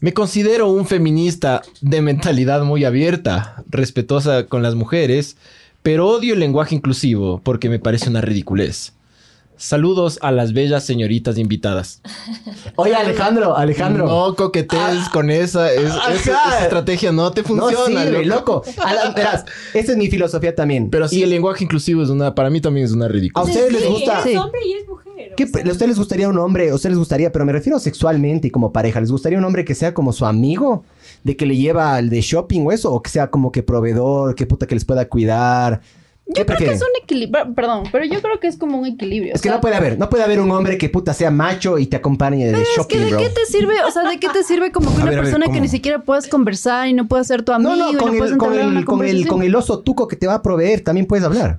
S1: Me considero un feminista de mentalidad muy abierta, respetuosa con las mujeres, pero odio el lenguaje inclusivo porque me parece una ridiculez. Saludos a las bellas señoritas invitadas.
S4: Oye, Alejandro, Alejandro.
S1: No coquetees con esa, es-
S4: Ajá.
S1: esa, esa estrategia Ah. no te
S4: No
S1: funciona.
S4: sirve,
S1: loco.
S4: loco. A la- verás, esa es mi filosofía también.
S1: Pero sí,
S4: Y-
S1: el lenguaje inclusivo es una, para mí también es una
S4: ¿A
S1: ridiculez.
S4: ustedes les
S3: Sí,
S4: gusta?
S3: Es
S5: Sí.
S3: hombre y es mujer. o
S4: ¿Qué,
S3: sea.
S4: ¿A ustedes les gustaría un hombre? ¿A ustedes les gustaría? Pero me refiero sexualmente y como pareja. ¿Les gustaría un hombre que sea como su amigo? ¿De que le lleva al de shopping o eso? ¿O que sea como que proveedor? ¿Qué puta que les pueda cuidar? ¿Qué
S5: Yo creo que
S4: prefieren?
S5: es un equilibrio. Perdón, pero yo creo que es como un equilibrio.
S4: Es que
S5: o sea,
S4: no puede haber. No puede haber un hombre que puta sea macho y te acompañe de
S5: Es que
S4: shopping,
S5: de
S4: bro.
S5: qué te sirve, o sea, de qué te sirve como que
S4: A
S5: una
S4: ver, a ver,
S5: persona que
S4: ¿cómo?
S5: ni siquiera puedas conversar y no puedas ser tu amigo
S4: No, no,
S5: y no
S4: con,
S5: puedas
S4: el, con,
S5: entablar una
S4: el, con, el,
S5: conversación.
S4: con el oso tuco que te va a proveer también puedes hablar.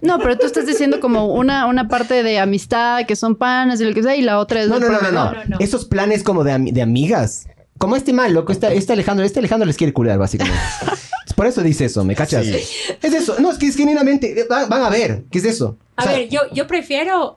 S5: No, pero tú estás diciendo como una, una parte de amistad, que son panas y lo que sea, y la otra es
S4: No,
S5: del
S4: no, no, no, no.
S5: proveedor.
S3: no, no.
S4: Esos planes como de, ami- de amigas. Como este mal, loco. Este, este Alejandro, este Alejandro les quiere curar, básicamente. Por eso dice eso, ¿me cachas?
S1: Sí.
S4: Es eso. No, es que es genuinamente. eh, va- Van a ver. ¿Qué es eso?
S3: A
S4: O sea,
S3: ver, yo, yo prefiero,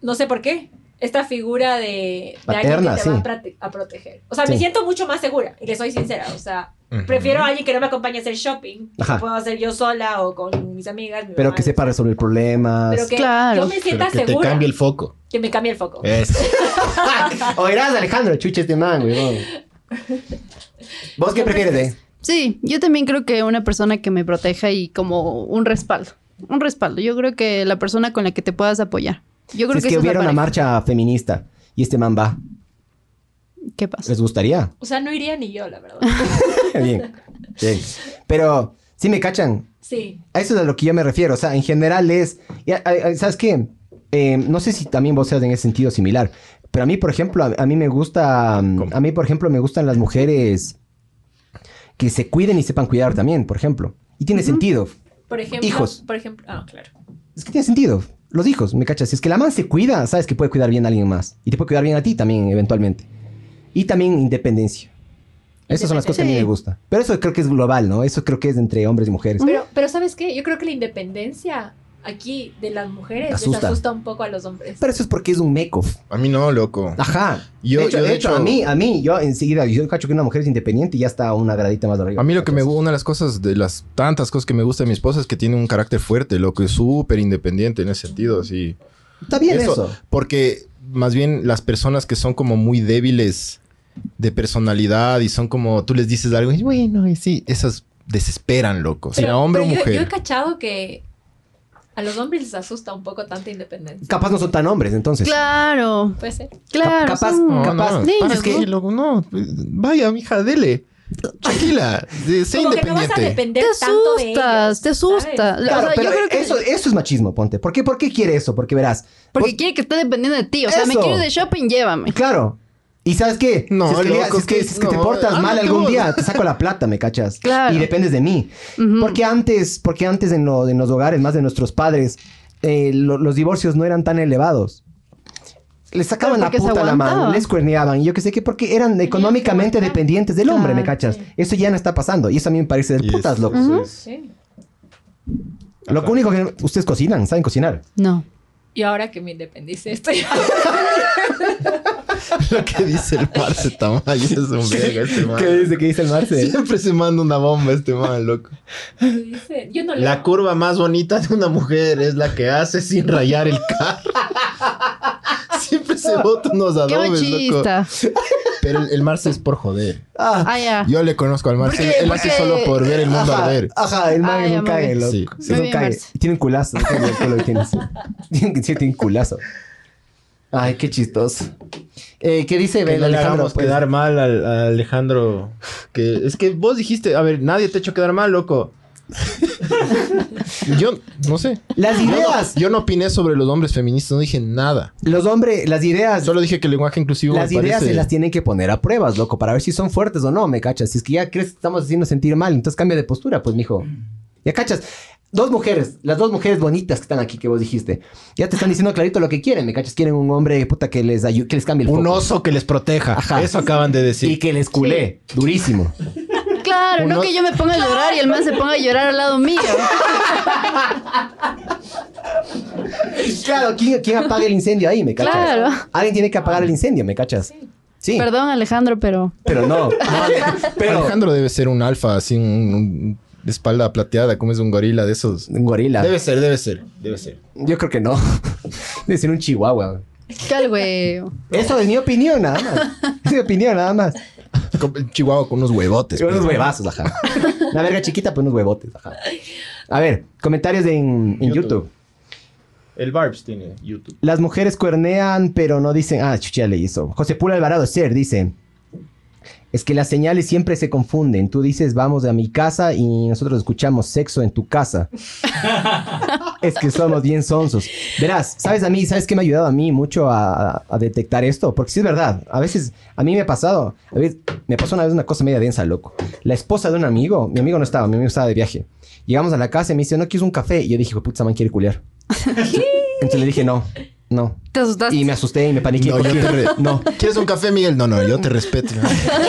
S3: no sé por qué, esta figura de, de
S4: Paterna,
S3: alguien que te va
S4: sí.
S3: a prote- a, proteger. O sea,
S4: Sí.
S3: me siento mucho más segura, y le soy sincera. O sea,
S1: Ujú.
S3: prefiero a alguien que no me acompañe a hacer shopping, que
S4: Ajá.
S3: puedo hacer yo sola o con mis amigas. mi
S4: Pero
S3: mamá,
S4: que sepa resolver problemas.
S3: Pero que
S5: Claro.
S3: yo me
S1: Pero
S3: sienta
S1: que te
S3: segura.
S1: cambie el Eh. foco.
S3: Que me cambie el foco.
S1: Eso.
S4: [laughs] Oirás, Alejandro, chuches de man, weón. ¿Vos qué prefieres, eh?
S5: Sí, yo también creo que una persona que me proteja y como un respaldo. Un respaldo. Yo creo que la persona con la que te puedas apoyar. Yo creo
S4: Si es
S5: que,
S4: que
S5: esa es
S4: hubiera
S5: la
S4: una
S5: pareja.
S4: marcha feminista y este man va,
S5: ¿Qué pasa?
S4: ¿les gustaría?
S3: O sea, no iría ni yo,
S4: [laughs]
S3: la verdad.
S4: Bien. Bien. Pero, si me cachan,
S3: Sí.
S4: A eso es a lo que yo me refiero. O sea, en general es. y a- a- a- ¿Sabes qué? Eh, no sé si también vos seas en ese sentido similar. Pero a mí, por ejemplo, a, a mí me gusta.
S1: ¿Cómo?
S4: A mí, por ejemplo, me gustan las mujeres que se cuiden y sepan cuidar también, por ejemplo. Y tiene sentido.
S3: Por ejemplo.
S4: Hijos.
S3: Por ejemplo. Ah, claro.
S4: Es que tiene sentido. Los hijos, ¿me cachas? Si es que la man se cuida, sabes que puede cuidar bien a alguien más. Y te puede cuidar bien a ti también, eventualmente. Y también independencia. Esas son las cosas que a mí me
S5: Independencia.
S4: gustan. Pero eso creo que es global, ¿no? Eso creo que es entre hombres y mujeres.
S3: Pero, pero ¿sabes qué? Yo creo que la independencia aquí de las mujeres les
S4: Asusta.
S3: asusta un poco a los hombres.
S4: Pero eso es porque es un make-off.
S1: A mí no, loco.
S4: Ajá.
S1: Yo-
S4: Ah, de hecho,
S1: yo, de
S4: de hecho,
S1: hecho-
S4: a mí, a mí, yo enseguida, yo cacho que una mujer es independiente y ya está una gradita más arriba.
S1: A mí lo que me gusta, una de las cosas, de las tantas cosas que me gusta de mi esposa es que tiene un carácter fuerte, loco, es súper independiente en ese sentido, así.
S4: Está bien eso.
S1: Eso- Porque más bien las personas que son como muy débiles de personalidad y son como, tú les dices algo y bueno, y sí, esas desesperan, loco. Si
S3: Pero-
S1: era hombre o
S3: pero yo-
S1: mujer.
S3: Yo, he cachado que a los hombres les asusta un poco tanta independencia.
S4: Capaz no son tan hombres, entonces.
S5: Claro,
S3: Puede ser.
S5: claro.
S4: capaz-
S5: son-
S1: No,
S4: capaz
S1: no,
S5: de
S1: para
S5: ellos,
S1: que,
S5: ¿no?
S1: loco, no, vaya, mija, dele. Tranquila, de- sé
S3: Como que no vas a
S1: independiente.
S3: depender
S5: Te
S3: tanto de
S5: asustas,
S3: ellos,
S5: te asustas.
S3: ¿sabes?
S4: Claro,
S5: o sea,
S4: pero
S5: yo creo que
S4: eso, eso es machismo, ponte. ¿Por qué, ¿Por qué quiere eso? Porque verás.
S5: porque quiere que esté dependiendo de ti. O sea, me
S4: Eso.
S5: quiero ir de shopping, llévame.
S4: Claro. ¿Y sabes qué?
S1: No,
S4: si es que,
S1: loco,
S4: si es que-
S1: que-
S4: si es que te
S1: no.
S4: portas
S1: Ah,
S4: mal
S1: no,
S4: algún
S1: qué
S4: día, te saco la plata, ¿me cachas?
S5: Claro.
S4: Y dependes de mí.
S5: Ujú.
S4: Porque antes, porque antes en, lo- en los hogares, más de nuestros padres, eh, lo- los divorcios no eran tan elevados. Les sacaban
S5: Claro,
S4: la
S5: porque se
S4: puta a la mano,
S5: aguantaban.
S4: les cuerneaban. Y yo qué sé qué, porque eran económicamente
S3: aguantar.
S4: dependientes del hombre, ¿me
S5: Claro,
S4: cachas?
S3: sí.
S4: Eso ya no está pasando. Y eso a mí me parece de
S1: Y es-
S4: putas, loco.
S5: Ujú.
S3: Sí.
S4: Lo único que ustedes cocinan, saben cocinar.
S5: No.
S3: Y ahora que me independicé,
S1: [laughs]
S3: estoy. [laughs]
S1: Lo que dice el Marce Tamayo es [laughs] un verga este man.
S4: que dice el Marce?
S1: Siempre se manda una bomba este man, loco.
S3: Dice, Yo no leo.
S1: La curva más bonita de una mujer es la que hace sin rayar el
S4: [laughs]
S1: carro. Siempre se bota unos
S5: Qué
S1: adobes, loco.
S5: machista.
S1: Pero el, el Marce es por joder.
S4: Ah,
S5: Ah, ya.
S1: Yo le conozco al Marce.
S5: Porque-
S1: él hace
S5: porque-
S1: solo por ver el mundo
S4: ajá,
S1: arder.
S4: Ajá, el man
S5: Ah,
S4: es
S5: ya
S4: un
S5: me
S4: cague,
S5: vi.
S4: loco.
S1: Sí,
S4: Es
S5: sí.
S4: un
S5: Muy bien,
S4: cague.
S5: Marce.
S4: Tiene un culazo. no tiene el culo
S5: [laughs]
S4: que tiene, sí. Tiene- sí, tiene un culazo. Ay, qué chistoso. Eh, ¿Qué dice
S1: Que
S4: Ben
S1: no le
S4: Alejandro?
S1: hagamos
S4: pues?
S1: quedar mal al, a Alejandro. Que es que vos dijiste, a ver, nadie te ha hecho quedar mal, loco. [laughs] yo no sé. [laughs]
S4: Las ideas.
S1: Yo no opiné sobre los hombres feministas, no dije nada.
S4: Los hombres, las ideas.
S1: Solo dije que el lenguaje inclusivo
S4: Las
S1: me
S4: ideas
S1: parece-
S4: se las tienen que poner a pruebas, loco, para ver si son fuertes o no, ¿me cachas? Si es que ya crees que estamos haciendo sentir mal, entonces cambia de postura, pues, mijo. ¿Ya cachas? Dos mujeres, las dos mujeres bonitas que están aquí que vos dijiste, ya te están diciendo clarito lo que quieren, ¿me cachas? Quieren un hombre, puta, que les ayude, que les cambie el
S1: Un
S4: foco.
S1: oso que les proteja.
S4: Ajá.
S1: Eso acaban de decir.
S4: Y que les culé, durísimo.
S5: Claro,
S1: Uno-
S5: no que yo me ponga a llorar y el man se ponga a llorar al lado mío.
S4: [laughs] Claro, ¿quién, quién apaga el incendio ahí, me cachas?
S5: Claro.
S4: Alguien tiene que apagar el incendio, ¿me cachas? Sí,
S5: Perdón, Alejandro, pero [laughs]
S4: pero no. pero
S1: Alejandro debe ser un alfa, así, un, un- de espalda plateada, como es un gorila de esos.
S4: un gorila.
S1: Debe ser, debe ser, debe ser.
S4: Yo creo que no. [laughs] Debe ser un chihuahua.
S5: cal güey.
S4: Eso es mi opinión,
S5: [laughs]
S4: nada más. Es mi opinión, nada más.
S1: Como Un chihuahua con unos huevotes.
S4: unos
S1: pues.
S4: huevazos, ajá. Una verga chiquita, pero unos huevotes, ajá. A ver, comentarios en, en YouTube.
S1: YouTube. El Barbs tiene YouTube.
S4: Las mujeres cuernean, pero no dicen. Ah, chucha, ya leí eso. José Pula Alvarado Ser dice: Es que las señales siempre se confunden. Tú dices, vamos a mi casa y nosotros escuchamos sexo en tu casa. [laughs] es que somos bien sonsos. Verás, ¿sabes a mí? ¿Sabes qué me ha ayudado a mí mucho a, a detectar esto? Porque sí es verdad. A veces, a mí me ha pasado. A ver, me pasó una vez una cosa media densa, loco. La esposa de un amigo, mi amigo no estaba, mi amigo estaba de viaje. Llegamos a la casa y me dice, no quieres un café. Y yo dije, "Hijo de puta, esa man quiere culiar. Entonces le dije, no, no.
S5: ¿Te asustaste?
S2: [laughs]
S4: Y me asusté y me paniqué.
S1: No, yo
S4: porque-
S1: te re- [laughs]
S4: no.
S1: ¿Quieres un café, Miguel? No, no, yo te respeto.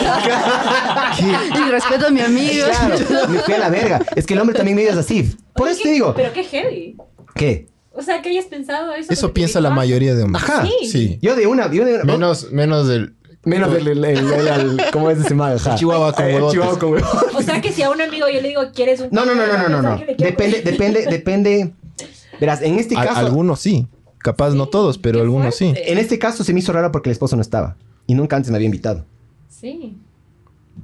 S4: [laughs]
S3: [laughs]
S5: Y respeto a mi amigo.
S4: Claro, me fui a la verga. Es que el hombre también medio es así. Por
S3: Oye,
S4: eso
S3: qué-
S4: te digo,
S3: Pero qué heavy.
S4: ¿qué?
S3: O sea, que hayas pensado eso.
S1: Eso
S3: porque
S1: piensa
S3: te ah,
S1: la
S3: dijo,
S1: mayoría de hombres.
S4: Ajá.
S1: Sí.
S4: Yo de una, yo de una.
S1: Menos, menos del...
S4: Menos el, el, el- el- el- ¿cómo es ese man? Ajá.
S1: El chihuahua con
S4: Eh, el
S1: huevotes.
S4: chihuahua con huevotes.
S3: ah, O sea, que si a un amigo yo le digo, ¿quieres un
S4: No, no, no, no, no, no,
S3: pensar
S4: no.
S3: que le quiero-
S4: Depende, depende, depende. Verás, en este
S1: Al-
S4: caso,
S1: algunos sí. Capaz no todos, pero
S3: Qué
S1: algunos sí.
S3: fuerte.
S4: en este caso se me hizo raro porque el esposo no estaba y nunca antes me había invitado.
S3: Sí.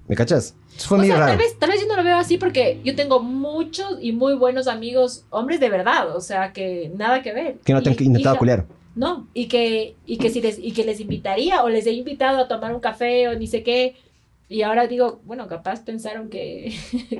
S4: ¿Me cachas? Eso fue
S3: o
S4: medio
S3: sea, tal
S4: raro.
S3: vez, tal vez yo no lo veo así porque yo tengo muchos y muy buenos amigos, hombres de verdad, o sea, que nada que ver.
S4: Que no te
S3: Y-
S4: han intentado
S3: y-
S4: culiar.
S3: No, y que, y que si les, y que les invitaría o les he invitado a tomar un café o ni sé qué. Y ahora digo, bueno, capaz pensaron que,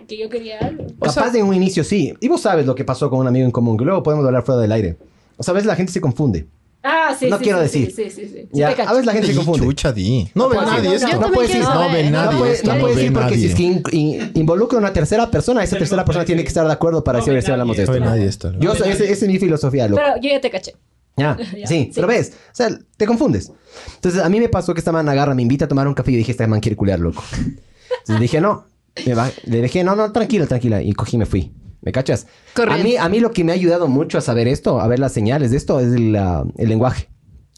S3: [laughs] que yo quería algo.
S1: O sea-
S4: Capaz de un inicio sí. Y vos sabes lo que pasó con un amigo en común, que luego podemos hablar fuera del aire. O sea, a veces la gente se confunde.
S3: Ah, sí.
S4: No
S3: sí,
S4: quiero
S3: sí,
S4: decir.
S3: Sí, sí, sí. sí.
S4: Ya,
S2: te cacho.
S4: a veces la gente se
S1: Di,
S4: confunde.
S1: chucha, di. No ve
S3: puedo
S1: nadie
S3: decir,
S1: esto.
S5: no, yo
S1: No,
S5: también
S1: puede decir,
S5: quiero
S1: no ve
S5: saber. No
S1: nadie
S4: puede-
S1: esto.
S4: no
S1: No
S4: puede
S1: ve
S4: decir porque si es que
S1: nadie.
S4: in- in- involucra una tercera persona, esa
S6: Pero
S4: tercera
S6: no
S4: persona
S6: puede
S4: tiene
S6: ser.
S4: que estar de acuerdo para
S6: No
S4: saber
S6: ve
S4: si hablamos de
S6: nadie.
S1: No
S4: esto.
S1: ve nadie esto.
S4: Yo, soy- ese- esa es mi filosofía, loco.
S3: Pero yo ya te caché.
S4: Ya, sí,
S3: Ya, sí.
S4: pero ves, o sea, te confundes. Entonces, a mí me pasó que esta man agarra, me invita a tomar un café y yo dije, esta man quiere culear, loco. Entonces dije, no, me ba- le dejé, no, no, tranquila, tranquila, y cogí y me fui. ¿Me cachas? A
S2: Corriendo.
S4: mí, a mí lo que me ha ayudado mucho a saber esto, a ver las señales de esto, es el, ah, el lenguaje.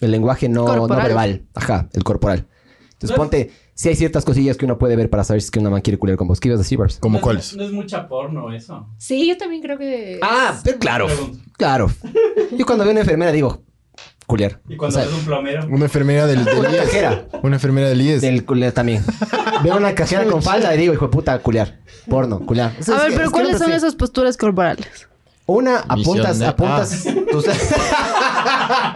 S4: El lenguaje no, no
S2: Corporal.
S4: verbal. Ajá, el corporal. Entonces,
S6: No es-
S4: ponte, si hay ciertas cosillas que uno puede ver para saber si es que una man quiere culear con vos. ¿Qué ibas a decir, Barbs?
S1: ¿Cómo
S6: No es-
S1: cuáles?
S6: No es mucha porno eso.
S3: Sí, yo también creo que.
S4: Ah, pero claro,
S6: Pregunto.
S4: claro. Yo cuando veo una enfermera digo, culear.
S6: Y
S4: O
S6: cuando
S4: sea,
S6: ves un
S1: [laughs]
S6: plomero. [laughs]
S1: Una enfermera del, del
S4: una
S1: IES.
S4: cajera.
S1: Una enfermera del IES.
S4: Del culear también. [laughs] Veo una cajera con falda y digo, hijo de puta, culear. Porno, culear. O sea,
S2: A
S4: es
S2: ver,
S4: que-
S2: pero
S4: es que
S2: ¿cuáles
S4: no
S2: son
S4: sé.
S2: esas posturas corporales?
S4: Una, apuntas,
S1: Misionero.
S4: apuntas. tus-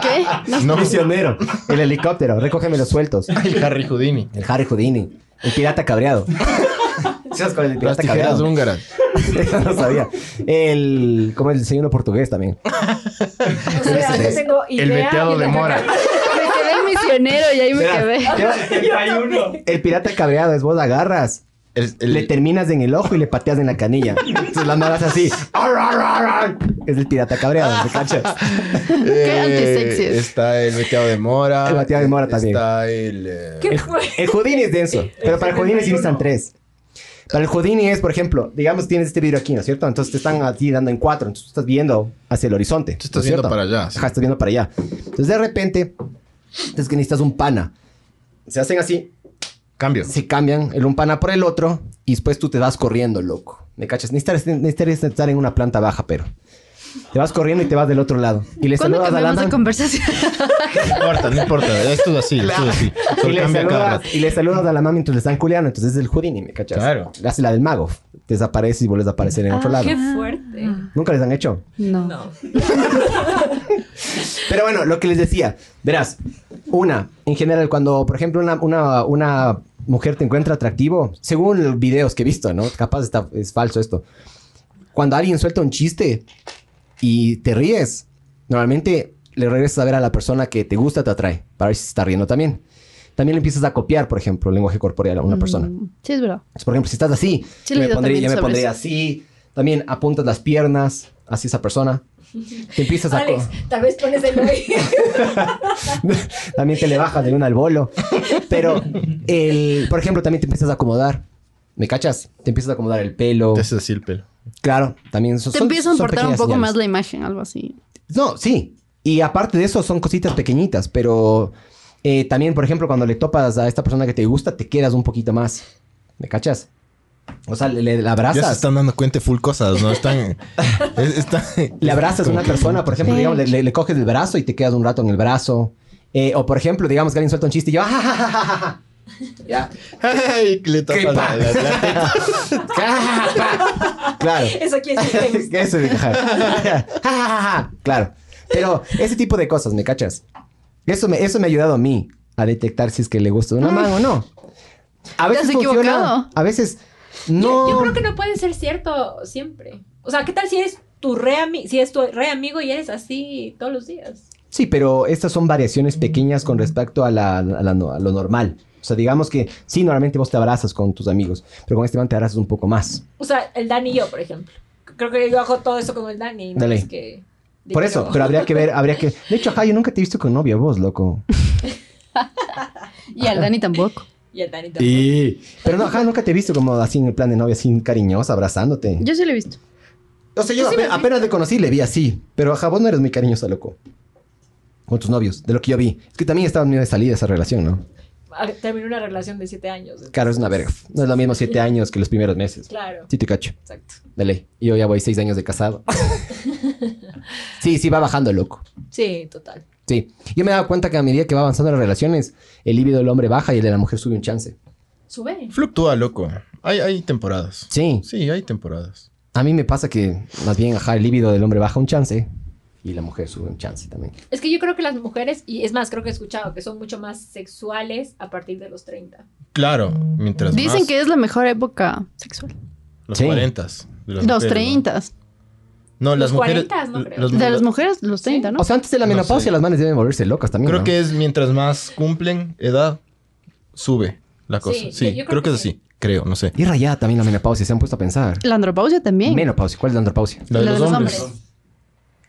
S2: ¿Qué?
S1: No,
S4: Misionero. El helicóptero, recógeme los sueltos.
S1: el Harry Houdini.
S4: El Harry Houdini. El pirata cabreado. [laughs] ¿Sabes cuál es el
S1: Las
S4: pirata
S1: tijeras
S4: cabreado?
S1: húngaras.
S4: [laughs] Eso no sabía. El... ¿Cómo el desayuno portugués también? Ah,
S3: o sea, yo
S4: este,
S3: tengo idea.
S1: El veteado
S3: y
S1: de
S3: la
S1: Mora.
S3: caca.
S2: Me quedé en misionero y ahí me
S4: Mira,
S2: quedé.
S4: yo-
S6: Hay uno.
S4: el pirata cabreado es vos agarras,
S1: El, el-
S4: le terminas en el ojo y le pateas en la canilla. Entonces la maras [laughs] así. Ar, ar, ar, ar. Es el pirata cabreado, ¿te cachas?
S2: Qué antisexy es.
S1: eh, Está el veteado de Mora. eh,
S4: El veteado de Mora también.
S1: Está el... eh,
S3: [laughs] ¿Qué fue?
S4: El Houdini es denso, pero para el Houdini sí
S6: 71.
S4: necesitan tres. Para el Houdini es, por ejemplo, digamos tienes este vidrio aquí, ¿no es cierto? Entonces te están a ti dando en cuatro, entonces tú estás viendo hacia el horizonte.
S1: Tú estás viendo para allá.
S4: Ajá, estás viendo para allá. Entonces de repente, entonces que necesitas un pana. Se hacen así,
S1: Cambio.
S4: se cambian el un pana por el otro y después tú te vas corriendo, loco. ¿Me cachas? Necesitas, necesitas estar en una planta baja, pero... Te vas corriendo y te vas del otro lado. Y le
S2: ¿Cuándo
S4: saludas al
S2: cambiamos de
S4: Adam.
S2: conversación?
S1: No importa, no importa. Esto es así, esto es así.
S4: [laughs] Y
S1: Solo
S4: le,
S1: cambia cada
S4: saludas,
S1: rato.
S4: y le saludas a la mami entonces le están culeando, entonces es el Houdini, ¿me cachas?
S1: Claro.
S4: Le hace la del mago. Desaparece y vuelves a aparecer en otro lado.
S3: Ah, Qué fuerte.
S4: Nunca les han hecho.
S2: No.
S3: No.
S4: Pero bueno, lo que les decía, verás, una, en general, cuando, por ejemplo, una, una, una mujer te encuentra atractivo, según los videos que he visto, ¿no? Capaz está, es falso esto. Cuando alguien suelta un chiste y te ríes, normalmente le regresas a ver a la persona que te gusta, te atrae, para ver si se está riendo también. También le empiezas a copiar, por ejemplo, el lenguaje corporal a una persona.
S2: Mm, Sí, es verdad.
S4: Entonces, por ejemplo, si estás así,
S2: Sí,
S4: yo me pondría,
S2: leído también
S4: yo me
S2: sobre
S4: pondría
S2: eso.
S4: así. También apuntas las piernas hacia esa persona. Te empiezas a... co-
S3: Alex, tal vez pones el hoy. [laughs]
S4: también te le bajas de una al bolo. Pero, el, por ejemplo, también te empiezas a acomodar. ¿Me cachas? Te empiezas a acomodar el pelo.
S1: Te haces así el pelo.
S4: Claro, también son...
S2: Te
S4: son-
S2: empieza
S4: son
S2: a importar un
S4: pequeñas
S2: poco
S4: señales.
S2: más la imagen, algo así.
S4: No, sí. Y aparte de eso, son cositas pequeñitas, pero eh, también, por ejemplo, cuando le topas a esta persona que te gusta, te quedas un poquito más. ¿Me cachas? O sea, le, le
S1: Ya se
S4: abrazas.
S1: están dando cuenta de full cosas, ¿no?
S4: [laughs]
S1: Están... es- están-
S4: Le abrazas a una persona, por ejemplo,
S2: Sí.
S4: digamos, le, le- le coges el brazo y te quedas un rato en el brazo. Eh, o por ejemplo, digamos que alguien suelta un chiste y yo, "Ah, ja, ja, ja, ja, ja". Ya.
S1: Ay, le tapas
S4: ¿Qué pa-
S1: la- la- la-
S3: [laughs]
S4: claro.
S3: Eso quiere decir que me gusta.
S4: Eso es- ja, ja, ja, ja. Claro. Pero ese tipo de cosas, ¿me cachas? Eso me, eso me ha ayudado a mí a detectar si es que le gusta una mano o no. A
S2: Te
S4: veces
S2: has
S4: funciona,
S2: equivocado.
S4: a veces
S3: Yo,
S4: no.
S3: yo creo que no puede ser cierto siempre. O sea, ¿qué tal si eres tu re, ami- si es tu re amigo y eres así todos los días?
S4: Sí, pero estas son variaciones pequeñas con respecto a, la- a la no- a lo normal. O sea, digamos que sí, normalmente vos te abrazas con tus amigos, pero con este man te abrazas un poco más.
S3: O sea, el Dani y yo, por ejemplo. Creo que yo hago todo eso con el Dani. No
S4: Dale.
S3: es que
S4: Por eso,
S3: digo-
S4: pero habría que ver, habría que... De hecho, ajá, yo nunca te he visto con novia vos, loco.
S2: Y al Dani tampoco.
S3: Y el Dani también.
S4: Y... Pero no, ajá, nunca te he visto como así en el plan de novia, así cariñosa, abrazándote.
S2: Yo sí lo he visto.
S4: o sea, yo ape- apenas te conocí, le vi así, pero ajá, vos no eres muy cariñosa, loco. Con tus novios, de lo que yo vi. Es que también estaba medio de salida esa relación, ¿no?
S3: Ah, Terminé una relación de siete años. entonces-
S4: Claro, es una verga. No es lo mismo siete años que los primeros meses.
S3: Claro,
S4: Sí te cacho.
S3: exacto.
S4: De ley. Y Yo ya voy seis años
S1: [laughs]
S4: de casado. sí, sí, va bajando, loco.
S3: Sí, total.
S4: Sí. Yo me he dado cuenta que a medida que va avanzando las relaciones, el líbido del hombre baja y el de la mujer sube un chance.
S3: Sube.
S1: Fluctúa, loco. Hay, hay temporadas.
S4: Sí.
S1: Sí, hay temporadas.
S4: A mí me pasa que, más bien, ajá, el líbido del hombre baja un chance y la mujer sube un chance también.
S3: Es que yo creo que las mujeres, y es más, creo que he escuchado que son mucho más sexuales a partir de los 30.
S1: Claro, mientras
S2: Dicen
S1: más
S2: que es la mejor época sexual.
S1: los
S4: Sí.
S1: 40 de las
S2: Los
S1: mujeres, ¿no?
S2: 30.
S1: No, las
S3: Los
S1: mujeres.
S3: 40, no creo.
S1: los-
S2: De las mujeres, los 30, ¿no?
S4: O sea, antes de la
S1: No
S4: menopausia
S1: sé.
S4: las manes deben volverse locas también.
S1: creo
S4: ¿no?
S1: que es mientras más cumplen edad, sube la cosa. Sí,
S3: Sí, yo- yo
S1: creo, que es así. Creo, no sé.
S4: Y rayada también la menopausia, se han puesto a pensar.
S2: La andropausia también.
S4: Menopausia, ¿cuál es la andropausia?
S1: La de, los, hombres.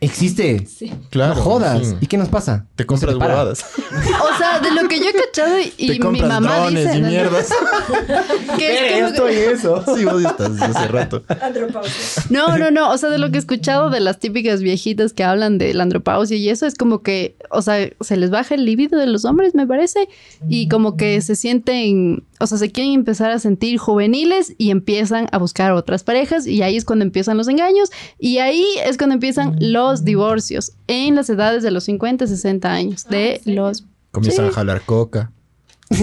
S4: Existe.
S3: Sí.
S1: Claro.
S4: no jodas.
S1: sí.
S4: ¿Y qué nos pasa?
S1: Te compras
S4: Se para.
S1: huevadas.
S2: O sea, de lo que yo he cachado y, y
S1: Te
S2: mi
S1: compras
S2: mamá
S1: drones
S2: dice
S1: y mierdas.
S2: que [laughs] es como que-
S4: y eso.
S1: sí, vos estás hace rato.
S3: Andropausia.
S2: No, no, no. O sea, de lo que he escuchado de las típicas viejitas que hablan de la andropausia y eso es como que, o sea, se les baja el libido de los hombres, me parece, y como que se sienten, o sea, se quieren empezar a sentir juveniles y empiezan a buscar otras parejas y ahí es cuando empiezan los engaños y ahí es cuando empiezan los divorcios en las edades de los 50, 60 años
S3: Ah,
S2: de
S3: ¿en serio?
S2: los,
S1: Comienzan a jalar coca.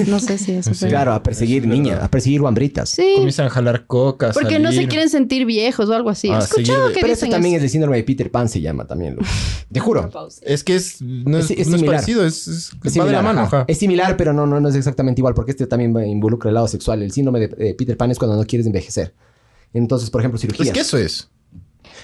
S2: no sé si eso.
S1: [laughs] Sí.
S2: pero-
S4: Claro, a perseguir
S1: Es
S4: niñas,
S1: verdad.
S4: a perseguir guambritas.
S2: Sí,
S1: Comienzan a jalar coca. a
S2: porque no se
S1: salir.
S2: quieren sentir viejos o algo así.
S1: Ah,
S2: He escuchado
S1: seguir-
S2: que
S4: Pero eso
S2: dicen
S4: también
S2: eso.
S4: es el síndrome de Peter Pan, se llama también. loco. [laughs] Te juro.
S3: Andropausia.
S1: Es que es, no es,
S4: Es- es
S1: no es
S4: similar.
S1: parecido, es, es- va
S4: Es
S1: de la
S4: similar,
S1: mano.
S4: ajá.
S1: ajá.
S4: Es similar, pero no, no, no es exactamente igual, porque este también va- involucra el lado sexual. El síndrome de, de Peter Pan es cuando no quieres envejecer. Entonces, por ejemplo, cirugías.
S1: Es Pues que eso es.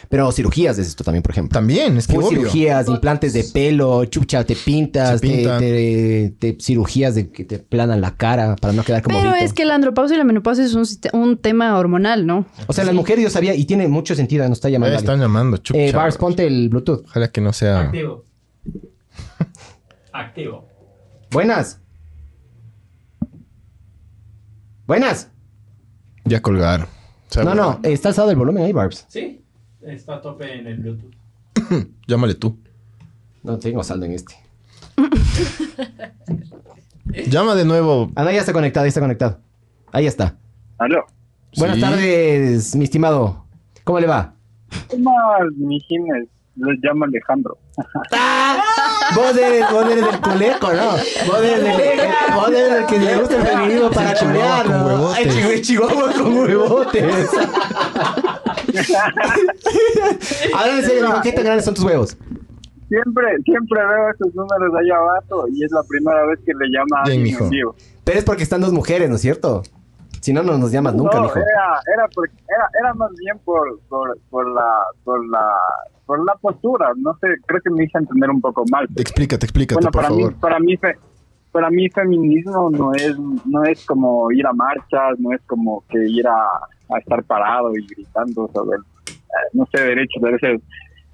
S4: Pero cirugías es esto también, por ejemplo.
S1: También, es que
S4: Full
S1: obvio.
S4: cirugías, implantes de pelo, chucha, te pintas,
S1: Se
S4: te-
S1: pintan.
S4: te, te- cirugías de que te planan la cara para no quedar como
S2: Pero
S4: Vito.
S2: es que la andropausia y la menopausia es un, siste- un tema hormonal, ¿no?
S4: O sea, las mujeres yo sabía, y tiene mucho sentido, nos está
S1: Ahí
S4: llamando.
S1: están llamando, chucha.
S4: Eh, Bars, ponte el Bluetooth.
S1: Ojalá que no sea.
S6: Activo. Activo.
S4: Buenas. Buenas.
S1: Ya colgaron. O sea,
S4: No, no, eh, está alzado el volumen ahí, Barbs.
S6: Sí, está a tope en el Bluetooth.
S1: Llámale tú.
S4: No tengo saldo en este.
S1: Llama de nuevo.
S4: Ah, no, ya está conectado, ya está conectado. Ahí está.
S7: Aló.
S4: Buenas
S1: Sí.
S4: tardes, mi estimado. ¿Cómo le va?
S7: ¿Cómo mi Jiménez? Lo llamo Alejandro. ¡Ah!
S4: Vos eres, vos eres del culeco, ¿no? Vos eres del, el- vos eres del que le gusta el feminismo para
S1: Es el chihuahua
S4: chulear,
S1: con
S4: ¿no?
S1: huevotes.
S4: Ay, chi- el Chihuahua con
S7: [laughs]
S4: huevotes. Ahora en serio, amigo, ¿qué tan grandes son tus huevos?
S7: Siempre, siempre veo esos números allá abajo y es la primera vez que le llama a
S1: Bien,
S7: alguien
S1: mijo.
S7: en vivo.
S4: Pero es porque están dos mujeres, ¿no es cierto? Si no, no nos llamas Ah, nunca,
S7: no, eh,
S4: mijo.
S7: Era, era, por- era, era más bien por, por, por la, por la, por la postura. No sé, creo que me hice entender un poco mal.
S1: Explícate, explícate,
S7: bueno,
S1: por
S7: para
S1: favor.
S7: mí, para mí, fe- para mí feminismo no es, no es como ir a marchas, no es como que ir a, a estar parado y gritando sobre, eh, no sé, derechos a veces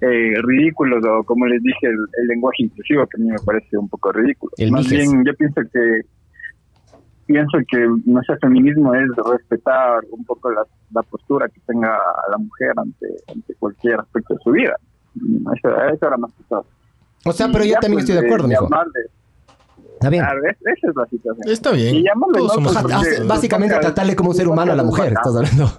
S7: eh, ridículos o como les dije, el, el lenguaje inclusivo que a mí me parece un poco ridículo.
S4: El
S7: Más
S4: mijes.
S7: bien, yo pienso que pienso que no sé, feminismo es respetar un poco la, la postura que tenga la mujer ante, ante cualquier aspecto de su vida. Eso, eso era más que todo.
S4: O sea, pero
S7: Y
S4: yo
S7: ya,
S4: también
S7: pues,
S4: estoy de acuerdo, mijo.
S7: llamarle-
S4: Está bien.
S7: Claro, es- esa es la situación.
S1: Está bien.
S7: Y llámale
S1: Todos
S7: loco,
S1: somos
S7: porque-
S4: Ah,
S1: adultos.
S4: sí, Básicamente tratarle como un ser humano a la mujer, estás hablando.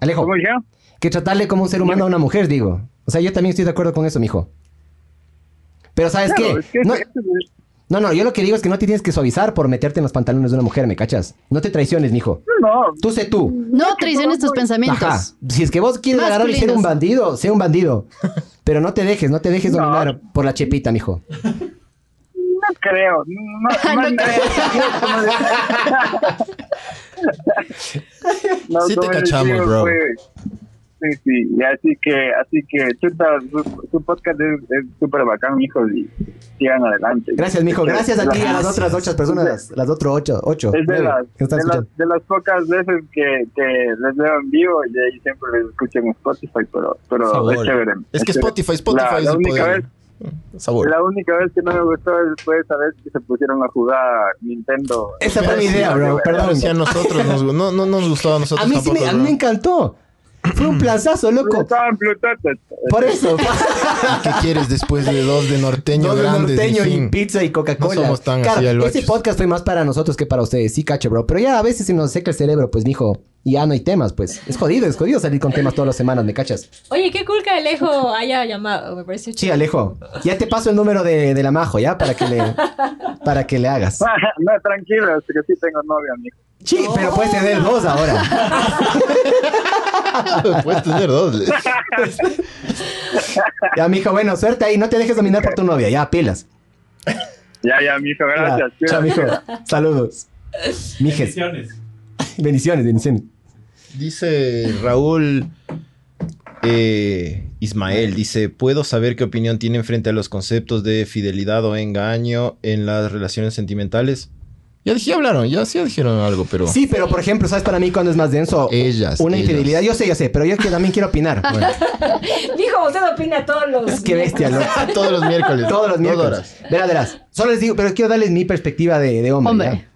S4: Alejo,
S7: ¿Cómo dijeron?
S4: que tratarle como un ser humano a una mujer, digo. O sea, yo también estoy de acuerdo con eso, mijo. Pero ¿sabes
S7: Claro,
S4: qué?
S7: es que
S4: No,
S7: ese- ese-
S4: no, no, yo lo que digo es que no te tienes que suavizar por meterte en los pantalones de una mujer, ¿me cachas? No te traiciones, mijo.
S7: no,
S4: Tú sé tú.
S2: No traiciones tus pensamientos.
S4: Ajá. Si es que vos quieres agarrar y ser
S2: Masculinos.
S4: un bandido, sé un bandido. Pero no te dejes, no te dejes
S7: No.
S4: dominar por la chepita, mijo.
S7: no creo.
S2: [laughs] No
S7: No,
S2: creo.
S7: [laughs] No,
S1: Sí te
S7: como les
S1: cachamos,
S7: digo,
S1: bro.
S7: fue- Sí, sí, y así que, así que, chuta, su, su podcast es es súper bacán, mijo, y sigan adelante.
S4: Gracias, mijo. Gracias a ti y a las
S7: Gracias.
S4: otras ocho personas. Las otras ocho, ocho.
S7: Es de
S4: nueve,
S7: las,
S4: que nos están
S7: de,
S4: escuchando.
S7: las, de las pocas veces que, que les veo en vivo y ahí siempre les escucho en Spotify, pero,
S1: Por
S7: pero
S1: favor.
S7: es chévere.
S1: Es que
S7: chévere.
S1: Spotify, Spotify
S7: La-
S1: es
S7: la
S1: el
S7: única
S1: poder. Sabor.
S7: La única vez que no me gustó fue esa vez que se pusieron a jugar Nintendo.
S4: Esa fue mi
S1: Pero sí,
S4: idea, bro. Perdón.
S1: Sí, a nosotros nos, no, no, no nos gustó a nosotros
S4: A mí sí
S1: tampoco.
S4: me, a mí
S1: bro.
S4: me encantó. Fue un plazazo, loco.
S7: Estaban Plutotes.
S4: Por
S1: ¿Y
S4: eso.
S1: ¿Qué quieres después de dos de norteño
S4: Todo
S1: grandes?
S4: norteño
S1: en
S4: y
S1: fin?
S4: pizza y Coca-Cola.
S1: No somos tan así
S4: claro,
S1: alvachos.
S4: Este podcast fue más para nosotros que para ustedes. Sí, cacho, bro. Pero ya a veces se nos seca el cerebro, pues, mijo. y Ya no hay temas, pues. Es jodido, es jodido salir con temas todas las semanas, ¿me cachas?
S3: Oye, qué cool que Alejo haya llamado. Me pareció
S4: Sí,
S3: chido.
S4: Alejo. Ya te paso el número de, de la Majo, ¿ya? Para que le, para que le
S7: [laughs]
S4: hagas.
S7: [laughs] no, tranquilo, es que sí tengo novia, mijo.
S4: Sí, pero puedes tener dos ahora.
S1: [laughs] Puedes tener dos.
S4: Ya, mijo, bueno, suerte ahí. No te dejes dominar por tu novia. Ya, pilas.
S7: Ya, ya, mijo, gracias.
S4: Ya, Chao,
S7: cuídate.
S4: mijo. Saludos. Mijes.
S6: Bendiciones.
S4: Bendiciones, bendiciones.
S1: Dice Raúl eh, Ismael, dice, ¿puedo saber qué opinión tienen frente a los conceptos de fidelidad o engaño en las relaciones sentimentales? Ya dije, hablaron, ya sí dijeron algo, pero...
S4: Sí, pero por ejemplo, ¿sabes para mí cuando es más denso?
S1: Ellas.
S4: Una
S1: ellas.
S4: infidelidad, yo sé, yo sé, pero yo que también quiero opinar.
S1: Bueno,
S3: Dijo, usted opina todos los.
S4: Qué bestia, [laughs] loco.
S1: todos los miércoles.
S4: Todos los
S1: dos
S4: miércoles.
S1: horas.
S4: Verás, verás. Solo les digo, pero quiero darles mi perspectiva de, de hombre.
S2: Hombre.
S4: ya.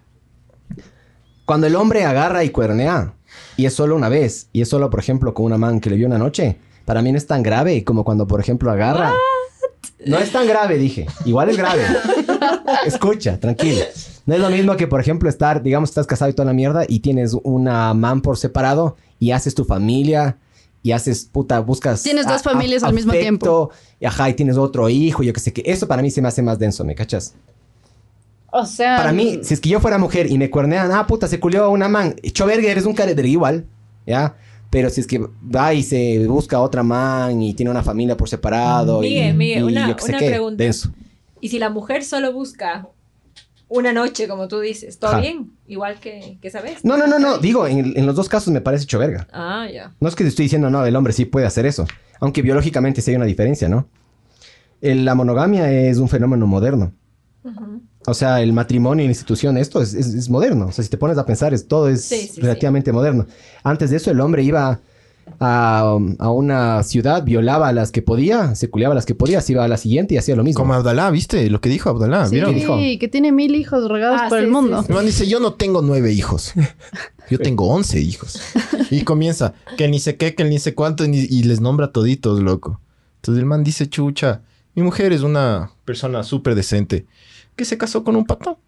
S4: Cuando el hombre agarra y cuernea, y es solo una vez, y es solo, por ejemplo, con una man que le vio una noche, para mí no es tan grave como cuando, por ejemplo, agarra. No es tan grave, dije. Igual es grave. Escucha, tranquilo. No es lo mismo que, por ejemplo, estar, digamos, estás casado y toda la mierda y tienes una man por separado y haces tu familia y haces, puta, buscas.
S2: Tienes dos familias al mismo tiempo.
S4: Y ajá, y tienes otro hijo, yo qué sé qué. Eso para mí se me hace más denso, ¿me cachas?
S2: O sea. mm,
S4: Para mí, si es que yo fuera mujer y me cuernean, ah, puta, se culió a una man. Hecho verga, eres un careter igual, ¿ya? Pero si es que va y se busca otra man y tiene una familia por separado. y-
S3: Miguel, Miguel,
S4: y
S3: una-
S4: yo qué sé
S3: una
S4: qué,
S3: pregunta.
S4: denso.
S3: Y si la mujer solo busca una noche, como tú dices, ¿todo
S4: Ajá.
S3: bien? Igual que, que sabes.
S4: No, no, no, no. Digo, en, en los dos casos me parece hecho verga.
S3: Ah, ya.
S4: No es que te estoy diciendo, no, el hombre sí puede hacer eso. Aunque biológicamente sí hay una diferencia, ¿no? El- la monogamia es un fenómeno moderno.
S3: Ujú.
S4: O sea, el matrimonio y la institución, esto es, es- es moderno. O sea, si te pones a pensar, es- todo es
S3: Sí, sí,
S4: relativamente moderno. Antes de eso, el hombre iba a, a una ciudad, violaba a las que podía, se culeaba a las que podía, se iba a la siguiente y hacía lo mismo.
S1: Como Abdalá, ¿viste? Lo que dijo Abdalá,
S2: Sí,
S1: ¿vieron?
S4: dijo?
S2: que tiene mil hijos regados
S3: Ah,
S2: por
S3: sí,
S2: el
S3: sí,
S2: mundo.
S3: sí.
S1: El man dice, yo no tengo nueve hijos. Yo tengo once hijos. Y comienza, que ni sé qué, que ni sé cuánto, ni- y les nombra toditos, loco. Entonces el man dice, chucha, mi mujer es una persona súper decente, que se casó con un pato.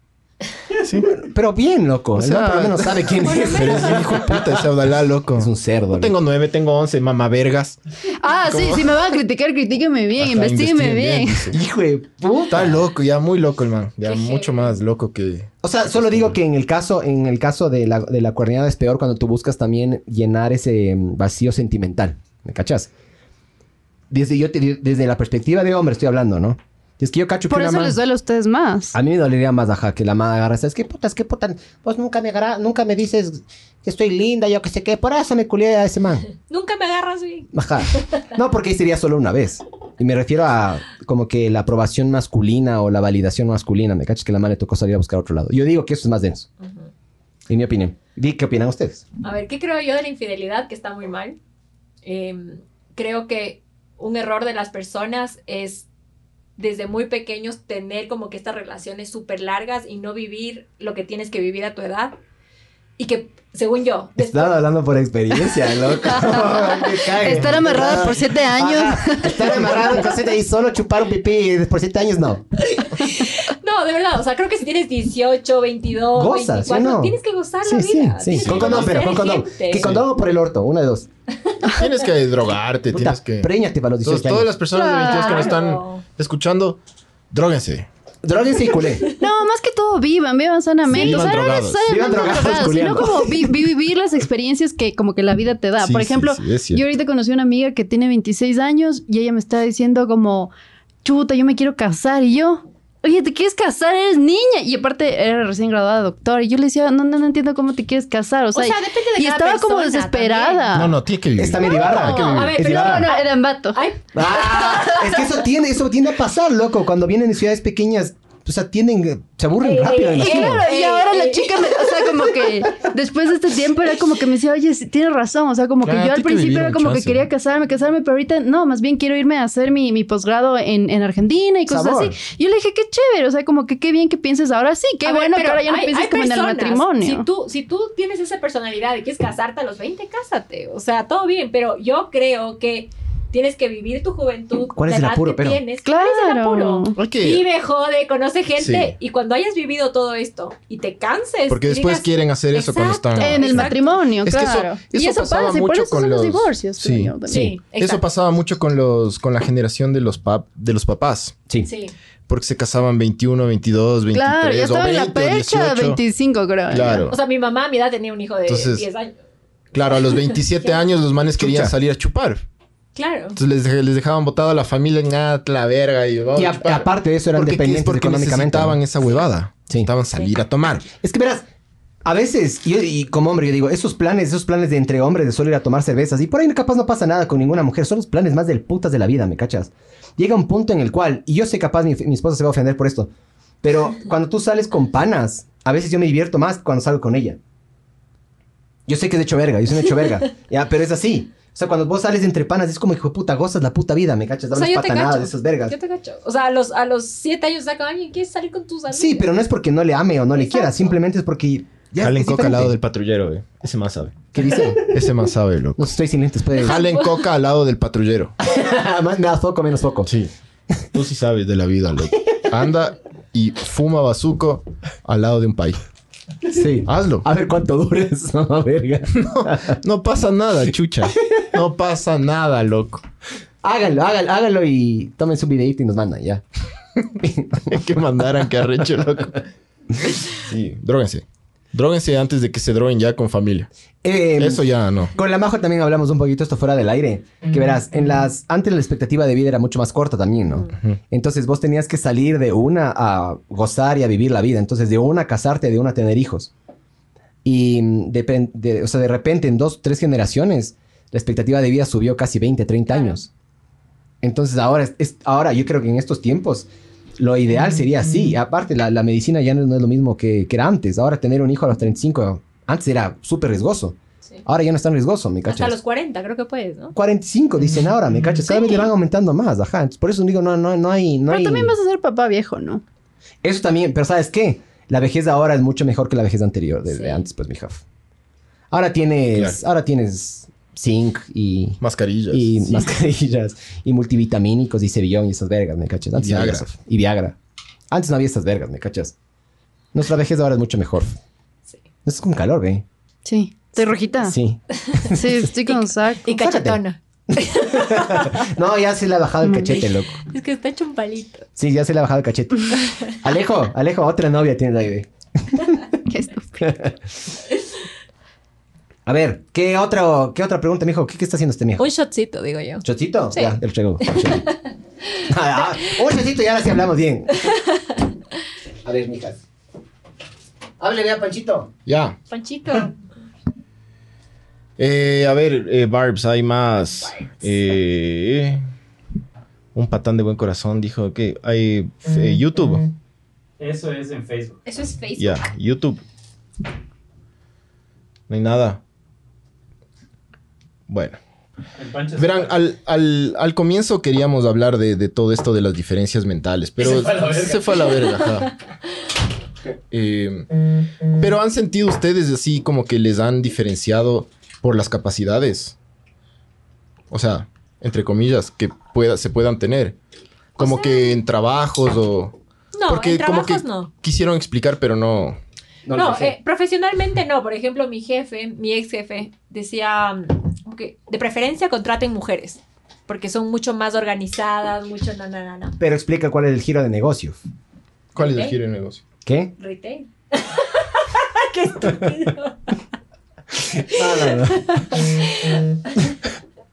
S1: Sí.
S4: Pero bien, loco.
S1: O
S4: El
S1: sea,
S4: man [laughs] por lo menos sabe quién es.
S1: [laughs] Pero es un hijo de puta ese Abdalá, loco.
S4: Es un cerdo.
S1: No
S4: loco.
S1: tengo nueve, tengo once, mamá vergas.
S2: Ah, sí, si me van a criticar, critíqueme bien,
S1: Ajá,
S2: investígueme
S1: investiguen
S2: bien.
S1: dice.
S4: Hijo de puta.
S1: Está loco, ya muy loco el man. Ya
S3: Qué
S1: mucho
S3: heavy.
S1: más loco que...
S4: O sea, solo digo que en el caso, en el caso de la, de la cuerneada es peor cuando tú buscas también llenar ese mm, vacío sentimental. ¿Me cachas? Desde, yo te- desde la perspectiva de hombre estoy hablando, ¿no? Es que yo cacho
S2: [laughs] Por
S4: que una
S2: eso
S4: man-
S2: les duele a ustedes más.
S4: A mí me dolería más, ajá, que la madre agarra. Es que putas, que putas. Vos nunca me, agra- nunca me dices que estoy linda, yo que sé qué. Por eso me culié a ese
S2: [laughs]
S4: man.
S3: Nunca me agarras bien.
S4: Ajá. No, porque ahí sería solo una vez. Y me refiero a como que la aprobación masculina o la validación masculina. ¿Me cachas? Que la madre tocó salir a buscar a otro lado. Yo digo que eso es más denso.
S3: Ujú.
S4: En mi opinión. Di, ¿Qué opinan ustedes?
S3: A ver, ¿qué creo yo de la infidelidad? Que está muy mal. Eh, creo que un error de las personas es desde muy pequeños tener como que estas relaciones súper largas y no vivir lo que tienes que vivir a tu edad. Y que, según yo, después-
S4: Estaba hablando por experiencia, loco. Ah,
S2: Estar amarrada por siete años.
S4: Estar amarrado en caseta y solo chupar un pipí por siete años, no.
S3: No, de verdad, o sea, creo que si tienes 18, 22,
S4: Gozas, ¿sí o
S3: 24,
S4: no?
S3: tienes que gozar
S4: Sí,
S3: la
S4: sí,
S3: vida.
S4: sí.
S3: tienes
S4: Con
S3: que
S4: condón, pero con
S3: conocer
S4: condón.
S3: gente.
S4: Que condón o por el orto, una de dos.
S1: Tienes que drogarte,
S4: Puta,
S1: tienes que...
S4: preñate para los
S1: Entonces,
S4: 18
S1: todas
S4: años.
S1: las personas de 22 que nos están
S3: Claro.
S1: escuchando, dróguense.
S4: Droguense y culé.
S2: No, más que todo vivan, vivan sanamente.
S1: Sí,
S2: o sea,
S1: vivan
S2: no
S1: drogados.
S4: Vivan
S2: necesariamente
S4: drogados,
S2: drogados, sino
S4: culiando.
S2: como vi- vi- vivir las experiencias que como que la vida te da.
S1: Sí,
S2: Por
S1: sí,
S2: ejemplo,
S1: sí, es cierto.
S2: yo ahorita conocí a una amiga que tiene 26 años y ella me está diciendo como, chuta, yo me quiero casar y yo... Oye, ¿te quieres casar? Eres niña. Y aparte, era recién graduada doctora. Y yo le decía, no, no, no entiendo cómo te quieres casar. O sea,
S3: sea, depende de
S2: Y
S3: cada
S2: estaba como
S3: persona
S2: desesperada.
S1: No, no, tiene que vivir.
S4: Está medio barra.
S3: No, a ver,
S4: Es
S3: pero
S4: divarra.
S2: No, no, era en vato.
S3: Ay,
S4: Ah, es que eso tiende, eso tiende a pasar, loco. Cuando vienen de ciudades pequeñas, o sea, tienden, se aburren
S3: Ey,
S4: rápido,
S3: ey,
S4: me imagino.
S2: Claro, y
S3: Eh,
S2: ahora
S3: eh.
S2: la chica, me- o sea, como que después de este tiempo era como que me decía, oye, sí, tienes razón, o sea, como
S1: Claro,
S2: que yo al
S1: tiene que vivir
S2: principio era
S1: un
S2: como que
S1: chance.
S2: quería casarme, casarme, pero ahorita no, más bien quiero irme a hacer mi, mi posgrado en, en Argentina y cosas
S4: Sabor.
S2: así. Y yo le dije, qué chévere, o sea, como que qué bien que pienses ahora sí, qué
S3: a ver,
S2: bueno que
S3: pero
S2: ahora ya no
S3: hay-
S2: pienses
S3: hay
S2: como en el
S3: personas,
S2: matrimonio.
S3: Si tú, si tú tienes esa personalidad y quieres casarte a los 20, cásate. O sea, todo bien, pero yo creo que tienes que vivir tu juventud.
S4: ¿Cuál es
S3: la
S4: el
S3: edad
S4: apuro,
S3: que
S4: pero?
S3: tienes.
S2: Claro.
S3: ¿Cuál es el apuro?
S1: Hay que-
S3: Vive, jode, conoce gente.
S1: Sí.
S3: Y cuando hayas vivido todo esto y te canses.
S1: Porque
S3: y
S1: después
S3: digas,
S1: quieren hacer eso cuando
S3: Exacto.
S1: están...
S2: en el
S3: Exacto.
S2: matrimonio,
S1: Es que eso-
S2: claro. y
S1: eso
S2: eso
S1: pasaba
S2: pasa, y por
S1: mucho
S2: eso
S1: con
S2: son los
S1: los-
S2: divorcios.
S1: Sí.
S2: creo, también.
S3: Sí,
S1: Eso
S3: exacto.
S1: pasaba mucho con los con la generación de los pap- de los papás,
S4: Sí.
S3: Sí.
S1: porque se casaban 21, 22, 23
S2: Claro, ya
S1: o
S2: estaba
S1: 20
S2: en la
S1: o
S2: percha
S1: 18.
S2: 25, creo.
S1: Claro,
S3: O sea, mi mamá a mi edad tenía un hijo de
S1: Entonces-
S3: 10 años.
S1: claro,
S2: [laughs]
S1: a los 27 años los manes querían
S4: Chucha.
S1: salir a chupar.
S3: Claro.
S1: Entonces les, dej- les dejaban botado a la familia en ah, la verga y, vamos
S4: Y
S1: a
S4: a-
S1: chupar.
S4: aparte de eso eran
S1: porque,
S4: dependientes
S1: porque
S4: económicamente.
S1: necesitaban
S4: ¿no?
S1: esa huevada.
S4: Sí.
S1: Necesitaban salir a tomar.
S4: Es que verás, A veces, y, y como hombre, yo digo, esos planes, esos planes de entre hombres, de solo ir a tomar cervezas, y por ahí capaz no pasa nada con ninguna mujer, son los planes más del putas de la vida, ¿me cachas? Llega un punto en el cual, y yo sé capaz mi, mi esposa se va a ofender por esto,
S3: [laughs]
S4: pero cuando tú sales con panas, a veces yo me divierto más cuando salgo con ella. Yo sé que es hecho verga, yo soy un hecho verga,
S3: [laughs]
S4: ya, pero es así. O sea, cuando vos sales entre panas, es como, hijo de puta, gozas la puta vida, ¿me cachas?
S3: O
S4: Da
S3: sea,
S4: unas
S3: yo te
S4: patanadas
S3: cacho.
S4: de esas vergas.
S3: Yo te cacho. O sea, a los, a los siete años saca alguien, ¿quieres salir con tus amigos?
S4: Sí, pero no es porque no le ame o no le quiera,
S3: Exacto.
S4: simplemente es porque... ya
S1: Jalen
S4: es
S1: coca al lado
S4: diferente.
S1: del patrullero, eh. Ese más sabe. [laughs]
S4: ¿Qué dice?
S1: Ese más sabe, loco.
S4: No estoy sin
S1: [laughs]
S4: lentes, puede...
S1: Jalen coca al lado del patrullero.
S4: Más- me da foco, menos foco.
S1: Sí. Tú sí sabes de la vida, loco. [laughs] Anda y fuma bazuco al lado de un país.
S4: Sí.
S1: Hazlo.
S4: A ver cuánto dura [laughs] esa verga.
S1: No pasa nada, chucha. No pasa nada, loco. [laughs]
S4: Háganlo, háganlo, háganlo y tómense un videito y nos mandan ya.
S1: que mandaran, que arrecho, loco. Sí, dróguense. Dróguense antes de que se droguen ya con familia.
S4: Eh,
S1: Eso ya no.
S4: Con la Majo también hablamos un poquito esto fuera del aire. Que verás, en las antes la expectativa de vida era mucho más corta también, ¿no? Entonces vos tenías que salir de una a gozar y a vivir la vida. Entonces de una a casarte, de una a tener hijos. Y mm, depen- de, o sea, de repente en dos, tres generaciones la expectativa de vida subió casi 20, 30
S3: Claro.
S4: años. Entonces ahora, es- es- ahora yo creo que en estos tiempos lo ideal sería así. Aparte, la, la medicina ya no, no es lo mismo que, que era antes. Ahora tener un hijo a los 35, antes era súper riesgoso.
S3: Sí.
S4: Ahora ya no es tan riesgoso, ¿me Ah, cachas?
S3: Hasta los 40, creo que puedes, ¿no?
S4: 45 dicen ahora, ¿me cachas? Cada vez le van aumentando más, ajá. Entonces, por eso digo, no, no, no hay... No
S5: Pero
S4: hay-
S5: también vas a ser papá viejo, ¿no?
S4: Eso también, pero ¿sabes qué? La vejez de ahora es mucho mejor que la vejez anterior, de, de
S3: Sí.
S4: antes, pues, mi hija. Ahora tienes... Ahora tienes zinc y...
S1: Mascarillas.
S4: Y
S1: Sí.
S4: mascarillas, y multivitamínicos, y cebillón, y esas vergas, ¿me cachas? Antes
S1: Y
S4: no había
S1: Viagra.
S4: eso. y Viagra. Antes no había estas vergas, ¿me cachas? Nuestra vejez de ahora es mucho mejor.
S3: Sí.
S4: Es con calor, ¿ve?
S5: Sí. ¿Estoy
S2: Ah.
S5: rojita? Sí.
S4: Sí. [laughs]
S5: estoy con saco. [laughs]
S3: Y
S4: Sácate.
S3: cachetona.
S4: No, ya se le ha bajado el cachete, loco.
S3: Es que está hecho un palito.
S4: Sí, ya se le ha bajado el cachete. Alejo, Alejo, otra novia tienes ahí, ve.
S5: Qué estúpido.
S4: A ver, ¿qué otra, qué otra pregunta, mijo? ¿Qué, qué está haciendo este mijo?
S3: Un shotcito, digo yo.
S4: ¿Chocito?
S3: Sí.
S4: Ya, el chego. Ah, ah, Un chocito y ahora sí hablamos bien. A ver, mijas. Hable, vea, Panchito.
S1: Ya.
S3: Panchito.
S1: Eh, a ver, eh, Barbs, hay más. Eh, un patán de buen corazón dijo que hay eh, YouTube.
S6: Eso es en Facebook.
S3: Eso es Facebook.
S1: Ya, YouTube. No hay nada. Bueno.
S6: El Pancho se
S1: Verán,
S6: fue.
S1: al, al- al comienzo queríamos hablar de, de todo esto de las diferencias mentales, pero
S6: Se fue a la verga.
S1: se fue a la verga,
S6: [laughs]
S1: ajá. Eh, pero han sentido ustedes así como que les han diferenciado por las capacidades. O sea, entre comillas, que pueda, se puedan tener. Como
S3: sea-
S1: que en trabajos o...
S3: No,
S1: porque
S3: en
S1: como
S3: trabajos
S1: que
S3: no.
S1: quisieron explicar, pero no...
S3: No, eh, profesionalmente no. Por ejemplo, mi jefe, mi ex jefe, decía mm, como que de preferencia contraten mujeres. Porque son mucho más organizadas, mucho na, na, na, na.
S4: Pero explica cuál es el giro de negocio.
S1: ¿Cuál es el
S3: Ok.
S1: giro de negocio?
S3: [laughs]
S4: ¿Qué?
S3: Retail. Qué estúpido.
S4: Ah, [laughs]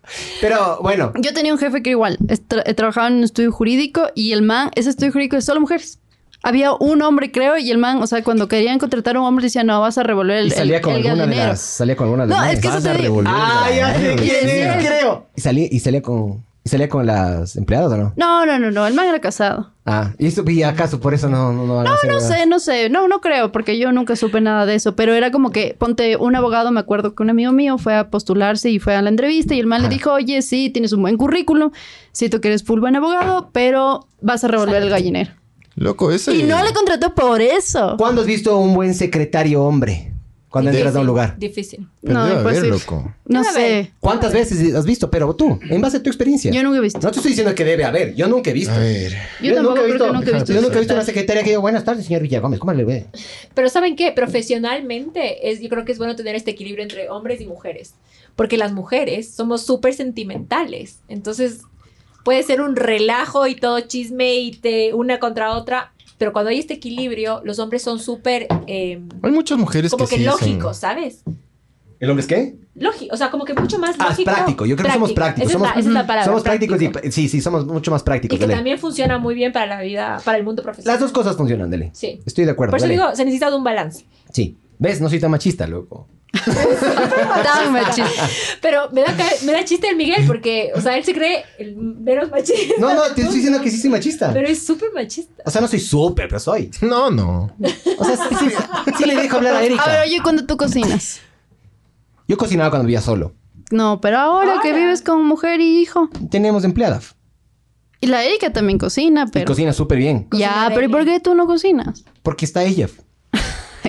S4: Pero bueno,
S5: Yo tenía un jefe que igual estra- trabajaba en un estudio jurídico y el man, ese estudio jurídico es solo mujeres. Había un hombre, creo, y el man, o sea, cuando querían contratar a un hombre, decía, no, vas a revolver el,
S4: y salía
S5: el-
S4: con
S5: el
S4: alguna de
S5: gallinero".
S4: las. Salía con alguna de
S5: No,
S4: las.
S5: es que
S4: manes.
S5: eso te digo.
S1: revolver.
S4: Ah, ya sé quién
S5: Sí,
S4: es,
S5: sí.
S4: creo. Y salía, y salía con. Y salía con las empleadas o no?
S5: No, no, no, no, el man era casado.
S4: Ah, y esto y acaso por eso no, no, no van a hacer
S5: No
S4: nada?
S5: sé, no sé, no, no creo, porque yo nunca supe nada de eso, pero era como que, ponte, un abogado, me acuerdo que un amigo mío fue a postularse y fue a la entrevista y el man le
S4: Ajá.
S5: dijo, oye, sí, tienes un buen currículum, si tú quieres full buen abogado, pero vas a revolver el gallinero.
S1: Loco, ese...
S5: Y no le contrató por eso.
S4: ¿Cuándo has visto un buen secretario hombre? Cuando entras a un lugar.
S3: Difícil.
S1: Pero
S5: No,
S1: debe haber,
S5: imposible.
S1: loco.
S5: No
S3: Debe haber.
S5: sé,
S4: ¿Cuántas veces has visto? Pero tú, en base a tu experiencia.
S5: yo nunca he visto.
S4: No te estoy diciendo que debe haber. Yo nunca he visto.
S1: A ver...
S5: Yo, tampoco creo que nunca he visto.
S4: yo nunca he
S5: eso.
S4: visto una secretaria que diga, buenas tardes, señor Villagómez, ¿cómo le ve?
S3: Pero ¿saben qué? Profesionalmente es, yo creo que es bueno tener este equilibrio entre hombres y mujeres. Porque las mujeres somos súper sentimentales. Entonces puede ser un relajo y todo chisme y te una contra otra. Pero cuando hay este equilibrio, los hombres son súper eh,
S1: Hay muchas mujeres
S3: como
S1: que,
S3: que,
S1: sí son-
S3: lógicos, ¿sabes?
S4: ¿El hombre es qué?
S3: Lógico, o sea, como que mucho más
S4: Ah, es
S3: lógico.
S4: práctico. Yo creo que somos prácticos.
S3: Esa, es la-
S4: Somos-
S3: esa es la palabra.
S4: Somos prácticos
S3: práctico.
S4: y... Sí, sí, somos mucho más prácticos.
S3: y que
S4: dale.
S3: también funciona muy bien para la vida, para el mundo profesional.
S4: Las dos cosas funcionan, Dele.
S3: Sí.
S4: Estoy de acuerdo.
S3: Por eso
S4: dale.
S3: digo, se necesita de un balance.
S4: Sí. ¿Ves? No soy tan machista, loco.
S2: Tan machista.
S3: Pero me da, ca- me da chiste el Miguel porque, o sea, él se cree el
S4: [laughs]
S3: menos machista.
S4: No, no,
S3: del
S4: te estoy
S3: mundo,
S4: diciendo que sí soy machista.
S3: Pero es súper machista.
S4: O sea, no soy súper, pero soy.
S1: No, no.
S4: O sea, sí, sí- sí le dejo hablar a Erika.
S2: [laughs] A ver, oye, ¿cuándo tú cocinas?
S4: Yo cocinaba cuando vivía solo.
S2: No, pero ahora, que
S3: Ahora.
S2: vives con mujer y hijo.
S4: Teníamos empleada.
S2: Y la Erika también cocina,
S4: Y
S2: pero.
S4: cocina súper bien.
S2: ya,
S3: Cocina
S2: pero ¿y por qué tú no cocinas?
S4: Porque está
S2: [laughs]
S4: ella.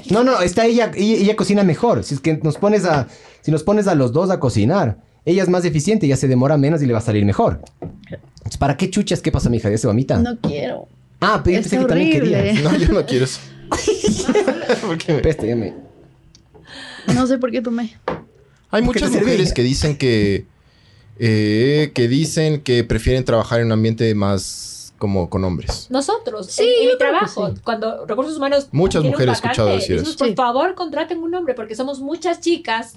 S4: No, no, está ella, ella, ella cocina mejor. Si es que nos pones a, si nos pones a los dos a cocinar, ella es más eficiente, ya se demora menos y le va a salir mejor. Entonces, ¿Para qué chuchas? ¿Qué pasa, mija? ¿Ya se vomita?
S2: No quiero.
S4: ah, pero yo
S2: es
S4: pensé que también
S2: horrible.
S4: quería.
S1: No, yo no [laughs] quiero eso. Porque me-
S4: Peste, ya me-
S2: No sé por qué tomé.
S1: Hay
S4: ¿Por qué
S1: muchas
S4: te sirve?
S1: mujeres que dicen que. eh, que dicen que prefieren trabajar en un ambiente más como con hombres.
S3: Nosotros,
S2: Sí,
S3: en, en
S2: yo
S3: mi
S2: creo que
S3: trabajo,
S2: sí.
S3: cuando Recursos Humanos.
S1: Muchas
S3: tiene un
S1: mujeres he escuchado
S3: vacante,
S1: decir
S3: decimos,
S2: eso. Sí.
S3: Por favor, contraten un hombre porque somos muchas chicas.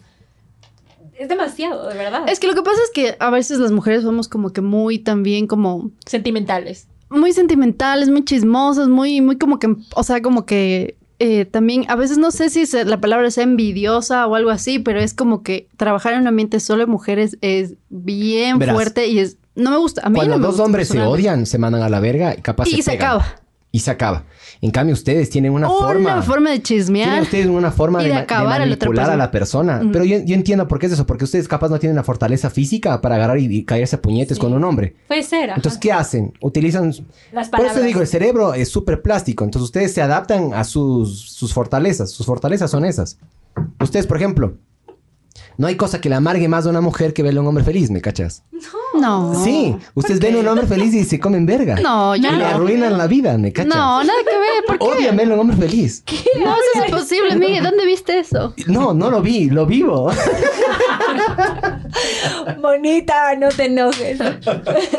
S3: Es demasiado, de verdad.
S2: Es que lo que pasa es que a veces las mujeres somos como que muy también como
S3: Sentimentales.
S2: muy sentimentales, muy chismosas, muy, muy como que, o sea, como que eh, también, a veces no sé si se- la palabra sea envidiosa o algo así, pero es como que trabajar en un ambiente solo de mujeres es bien
S4: Verás.
S2: fuerte y es, no me gusta. A mí
S4: Cuando
S2: no me
S4: dos
S2: gusta
S4: hombres se
S2: personalmente.
S4: odian, se mandan a la verga y capaz
S2: Y se
S4: pegan.
S2: acaba.
S4: Y se acaba. En cambio, ustedes tienen una,
S2: Oh, Una
S4: forma.
S2: forma, de
S4: Tienen
S2: chismear.
S4: ustedes una forma
S2: Y
S4: de,
S2: de
S4: ma- de
S2: acabar a la otra
S4: manipular a la persona.
S2: Ujú.
S4: Pero yo, yo entiendo por qué es eso. Porque ustedes capaz no tienen la fortaleza física para agarrar y, y caerse a puñetes
S3: Sí.
S4: con un hombre.
S3: Puede ser. ajá.
S4: Entonces, ¿qué hacen? Utilizan...
S3: Las
S4: Por
S3: palabras.
S4: eso digo, el cerebro es súper plástico. Entonces, ustedes se adaptan a sus, sus fortalezas. Sus fortalezas son esas. Ustedes, por ejemplo... No hay cosa que le amargue más a una mujer que verle a un hombre feliz, ¿me cachas?
S2: No.
S4: sí, ustedes ven a un hombre feliz y se comen verga.
S2: [laughs] No,
S4: Y
S2: yo
S4: le
S2: no.
S4: arruinan la vida, ¿me cachas?
S2: No, nada que ver. ¿Por qué?
S4: Odian verle a un hombre feliz.
S2: No, eso es imposible, Miguel. ¿Dónde viste eso?
S4: No, no lo vi, lo vivo. [laughs]
S3: Bonita, no te enojes.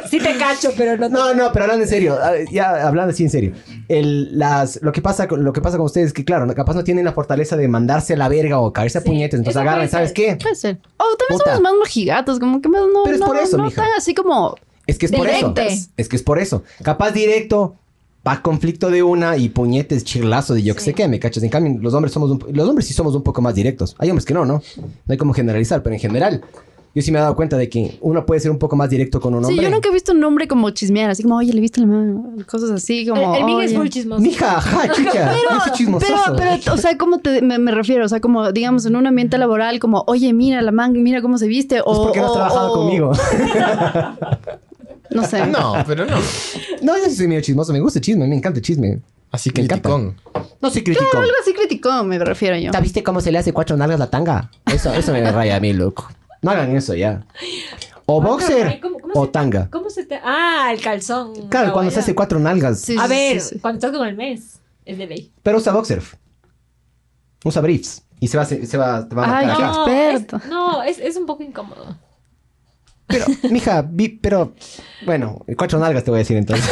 S3: sí te cacho, pero no te.
S4: No, no, pero hablando en serio, a ver, ya hablando así en serio. El, las, lo, que pasa, con- lo que pasa con ustedes es que, claro, no- capaz no tienen la fortaleza de mandarse a la verga o caerse a
S3: Sí,
S4: puñetes. Entonces
S3: eso
S4: agarran,
S3: puede
S4: ¿sabes
S3: ser.
S4: qué?
S2: Puede ser. Oh, también
S4: Puta.
S2: somos más mojigatos, como que más no.
S4: Pero es
S2: no-
S4: por eso,
S2: no
S4: mija.
S2: tan así como.
S4: Es que es por eso.
S2: Directas.
S4: Es que es por eso. Capaz directo, va conflicto de una y puñetes, chirlazo de yo que
S3: Sí.
S4: sé qué, ¿me cachas? En cambio, los hombres, somos un- los hombres sí somos un poco más directos. Hay hombres que no, ¿no? No hay como generalizar, pero en general, yo sí me he dado cuenta de que uno puede ser un poco más directo con un hombre.
S2: Sí, yo nunca he visto un hombre como chismear, así como, oye, le viste la mano, cosas así como.
S3: el, el Miguel es
S2: oye.
S3: muy chismoso.
S4: Mija, ajá, chicha. ese
S2: [laughs] pero,
S4: chismosazo.
S2: pero, o sea, ¿cómo te, me, me refiero? O sea, como, digamos, en un ambiente laboral, como, oye, mira la man, mira cómo se viste. O,
S4: Es porque no has
S2: o-
S4: trabajado
S2: o-
S4: conmigo.
S2: No sé.
S1: [laughs] No, pero no.
S4: [laughs] No, yo sí soy medio chismoso. Me gusta el chisme, me encanta el chisme.
S1: Así
S4: Me
S1: que
S4: encanta.
S1: criticón.
S4: No soy crítico.
S2: Algo así criticó, me refiero yo.
S4: ¿Viste cómo se le hace cuatro nalgas la tanga? Eso, eso me raya a mí, loco. No hagan eso ya. O
S3: Ah,
S4: boxer
S3: caray, ¿cómo- cómo
S4: o
S3: se-
S4: tanga.
S3: ¿Cómo se te.? Ah, el calzón.
S4: Claro, cuando se hace cuatro nalgas.
S2: Sí,
S3: A
S2: sí,
S3: ver,
S2: sí, sí.
S3: cuando estás con el mes, es de ley.
S4: Pero usa boxer. Usa briefs. Y se va, se, se va, te va a
S2: Ay,
S4: marcar acá.
S2: no. experto.
S3: Es, no, es, es un poco incómodo.
S4: Pero, mija, vi- pero... Bueno, cuatro nalgas te voy a decir entonces.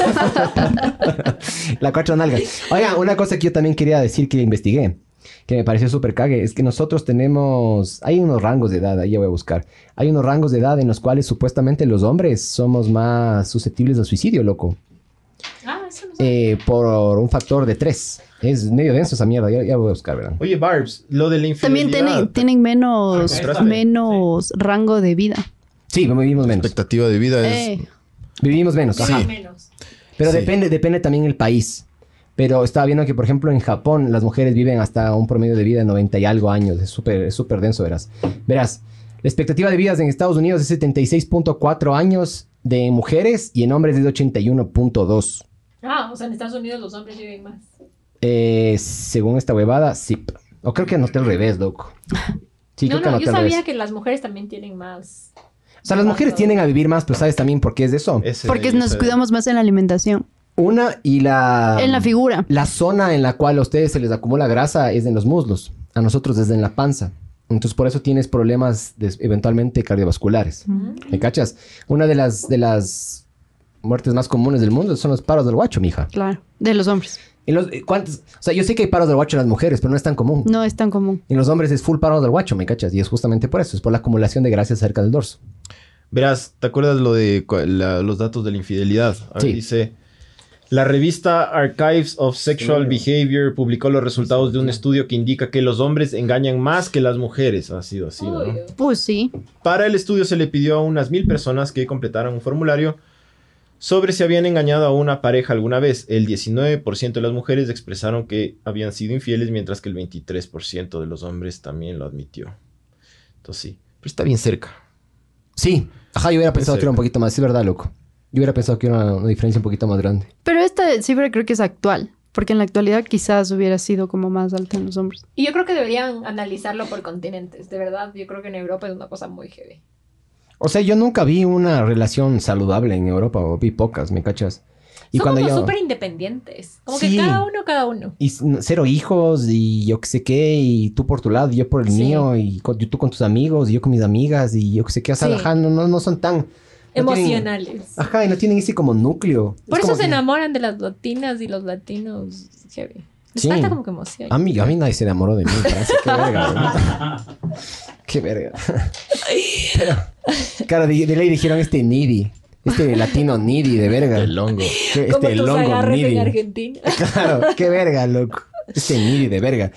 S4: la cuatro nalgas. Oiga, una cosa que yo también quería decir que investigué, que me pareció súper cague, es que nosotros tenemos, hay unos rangos de edad, ahí ya voy a buscar, hay unos rangos de edad en los cuales supuestamente los hombres somos más susceptibles al suicidio, loco,
S3: Ah, eso no sé.
S4: eh, por un factor de tres. Es medio denso esa mierda, ya, ya voy a buscar, ¿verdad?
S1: Oye, Barbs, lo de la
S2: También tienen, tienen menos,
S1: Acá está.
S2: menos rango de vida.
S4: Sí, vivimos menos.
S1: expectativa de vida es.
S2: Eh,
S4: Vivimos menos, ajá.
S1: Sí.
S3: menos.
S4: Pero
S1: Sí.
S4: depende, depende también el país. Pero estaba viendo que, por ejemplo, en Japón las mujeres viven hasta un promedio de vida de 90 y algo años. Es súper es súper denso, verás. Verás, la expectativa de vida en Estados Unidos es 76.4 años de mujeres y en hombres es de 81.2.
S3: Ah, o sea, en Estados Unidos los hombres viven más.
S4: Eh, según esta huevada, sí. O creo que anoté al revés, loco. Sí,
S3: no,
S4: creo que
S3: no,
S4: anoté
S3: yo
S4: al
S3: sabía
S4: revés.
S3: que las mujeres también tienen más.
S4: O sea, las mujeres tienden a vivir más, pero ¿sabes también por qué es eso?
S8: Eh,
S1: Ese
S2: porque
S1: de-
S2: nos
S1: ese-
S2: cuidamos más en la alimentación,
S4: Una y la...
S2: en la figura.
S4: La zona en la cual a ustedes se les acumula grasa es en los muslos, a nosotros es en la panza. Entonces por eso tienes problemas de- eventualmente cardiovasculares. ¿Me cachas? Una de las, de las muertes más comunes del mundo son los paros del guacho, mija.
S2: Claro, de los hombres.
S4: En los, eh, ¿cuántos? O sea, yo sé que hay paros del guacho en las mujeres, pero no es tan común.
S2: No es tan común.
S4: En los hombres es full paros del guacho, ¿me cachas? Y es justamente por eso, es por la acumulación de grasa cerca del dorso.
S1: Verás, ¿te acuerdas lo de cua- la- los datos de la infidelidad? A ver,
S4: Sí.
S1: dice La revista Archives of Sexual Behavior publicó los resultados de un estudio que indica que los hombres engañan más que las mujeres. Ha sido así, ¿no?
S3: Obvio.
S2: Pues sí.
S1: Para el estudio se le pidió a unas mil personas que completaran un formulario sobre si habían engañado a una pareja alguna vez. El 19% de las mujeres expresaron que habían sido infieles, mientras que el 23% de los hombres también lo admitió. Entonces sí, pero está bien cerca.
S4: Sí. Ajá, yo hubiera pensado
S1: Ese.
S4: que era un poquito más. Es verdad, loco. Yo hubiera pensado que era una, una diferencia un poquito más grande.
S5: Pero esta cifra creo que es actual, porque en la actualidad quizás hubiera sido como más alta en los hombres.
S3: Y yo creo que deberían analizarlo por continentes. De verdad, yo creo que en Europa es una cosa muy heavy.
S4: O sea, yo nunca vi una relación saludable en Europa. O vi pocas, ¿me cachas? Y
S3: Son
S4: cuando
S3: como
S4: yo...
S3: súper independientes. Como
S4: Sí.
S3: que cada uno, cada uno.
S4: Y s- n- cero hijos y yo qué sé qué. Y tú por tu lado, y yo por el
S3: Sí.
S4: mío. Y co- y tú con tus amigos y yo con mis amigas. Y yo qué sé qué. O sea,
S3: Sí.
S4: ajá, no, no, no son tan... no tienen-
S3: Emocionales.
S4: Ajá, y no tienen ese como núcleo.
S3: Por
S4: Es
S3: eso
S4: como
S3: se
S4: que-
S3: enamoran de las latinas y los latinos heavy. Les
S4: Sí.
S3: falta como que emoción.
S4: A mí, a mí nadie se enamoró de mí. gracias. Qué verga.
S3: [laughs]
S4: ¿no? Qué verga. Pero, claro, de, de ley dijeron este needy. Este latino needy de verga.
S3: [laughs]
S1: El hongo.
S4: Que-
S3: como
S4: Este
S3: tus
S4: longo
S3: agarres en
S4: needy.
S3: Argentina.
S4: Claro, qué verga, loco. Este needy de verga.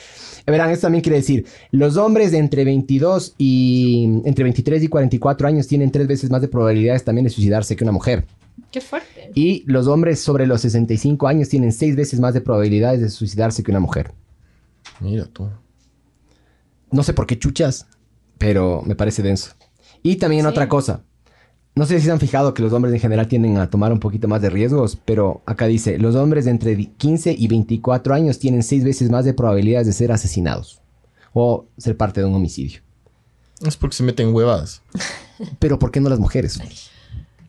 S4: Eh, Verán, esto también quiere decir, los hombres de entre 22 y entre 23 y 44 años tienen tres veces más de probabilidades también de suicidarse que una mujer.
S3: Qué fuerte.
S4: Y los hombres sobre los 65 años tienen seis veces más de probabilidades de suicidarse que una mujer.
S1: Mira tú.
S4: No sé por qué chuchas, pero me parece denso. Y también
S3: Sí.
S4: otra cosa. No sé si se han fijado que los hombres en general tienden a tomar un poquito más de riesgos, pero acá dice, los hombres de entre 15 y 24 años tienen seis veces más de probabilidades de ser asesinados o ser parte de un homicidio.
S1: Es porque se meten huevadas.
S4: Pero ¿por qué no las mujeres?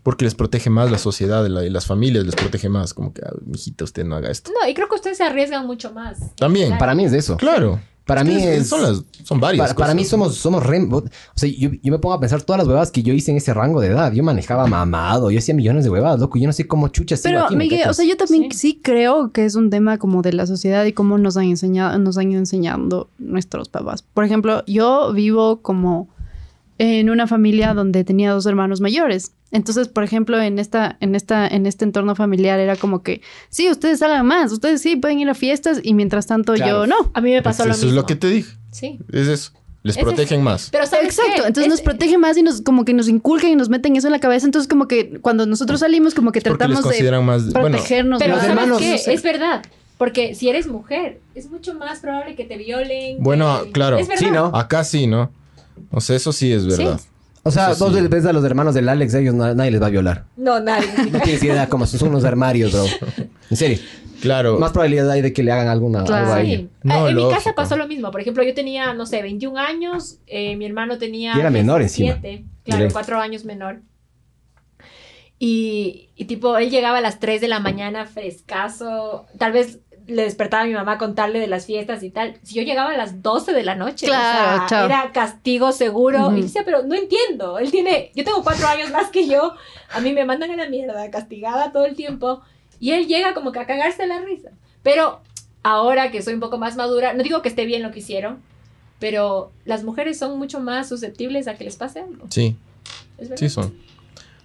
S1: Porque les protege más la sociedad la- y las familias, les protege más. Como que, "Ah, mijita, usted no haga esto.
S3: No, y creo que ustedes se arriesgan mucho más.
S1: También.
S4: Para mí es eso.
S1: Claro.
S4: Para mí
S1: Ustedes
S4: es...
S1: Son, las, son varias.
S4: Para, para
S1: cosas.
S4: mí somos, somos re- O sea, yo, yo me pongo a pensar todas las huevadas que yo hice en ese rango de edad. Yo manejaba mamado, yo hacía millones de huevadas, loco. Yo no sé cómo chuchas. iba
S5: Pero,
S4: aquí, ¿me
S5: Miguel, o
S4: cachas?
S5: sea, yo también
S3: Sí.
S5: sí. creo que es un tema como de la sociedad y cómo nos han enseñado, nos han ido enseñando nuestros papás. Por ejemplo, yo vivo como en una familia donde tenía dos hermanos mayores. Entonces, por ejemplo, en esta, en esta, en este entorno familiar era como que sí, ustedes salgan más, ustedes sí pueden ir a fiestas y mientras tanto
S4: Claro.
S5: yo no.
S3: A mí me pasó
S1: Eso
S3: lo
S1: es
S3: mismo.
S1: lo que te dije.
S3: Sí.
S1: Es eso. Les
S3: Es
S1: protegen más.
S3: Pero ¿sabes
S5: Exacto,
S3: qué?
S5: entonces
S3: Es-
S5: nos protegen más y nos como que nos inculcan y nos meten eso en la cabeza. Entonces, como que cuando nosotros salimos, como que
S1: Es porque les
S5: tratamos de
S1: consideran más. Bueno,
S5: protegernos.
S3: Pero
S5: más.
S3: ¿sabes
S4: hermanos,
S3: qué?
S4: no sé.
S3: Es verdad. Porque si eres mujer, es mucho más probable que te violen.
S1: Bueno,
S3: que-
S1: claro.
S3: Es verdad.
S4: Sí, ¿no?
S1: acá sí, ¿no? O sea, eso sí es verdad.
S4: O sea,
S1: Eso
S4: dos
S1: sí.
S4: veces a los hermanos del Alex, a ellos na- nadie les va a violar.
S3: No, nadie.
S1: [laughs]
S4: No tienes idea cómo son son unos armarios, bro. En serio.
S1: Claro.
S4: Más probabilidad hay de que le hagan alguna
S5: Claro.
S4: algo a ella.
S3: Sí. Ah,
S1: No,
S3: en mi casa
S1: lógico.
S3: pasó lo mismo. Por ejemplo, yo tenía, no sé, 21 años, eh, mi hermano tenía...
S4: Y era menor encima.
S3: 17, Claro,
S4: Direct.
S3: 4 años menor. Y, y tipo, él llegaba a las 3 de la mañana frescaso, tal vez le despertaba a mi mamá a contarle de las fiestas y tal. Si yo llegaba a las 12 de la noche, o
S2: Claro,
S3: sea,
S2: chao.
S3: era castigo seguro.
S2: Ujú.
S3: Y decía, pero no entiendo, él tiene, yo tengo 4 años más que yo, a mí me mandan a la mierda, castigada todo el tiempo. Y él llega como que a cagarse la risa. Pero ahora que soy un poco más madura, no digo que esté bien lo que hicieron, pero las mujeres son mucho más susceptibles a que les pase algo.
S1: Sí,
S3: ¿Es verdad?
S1: sí son.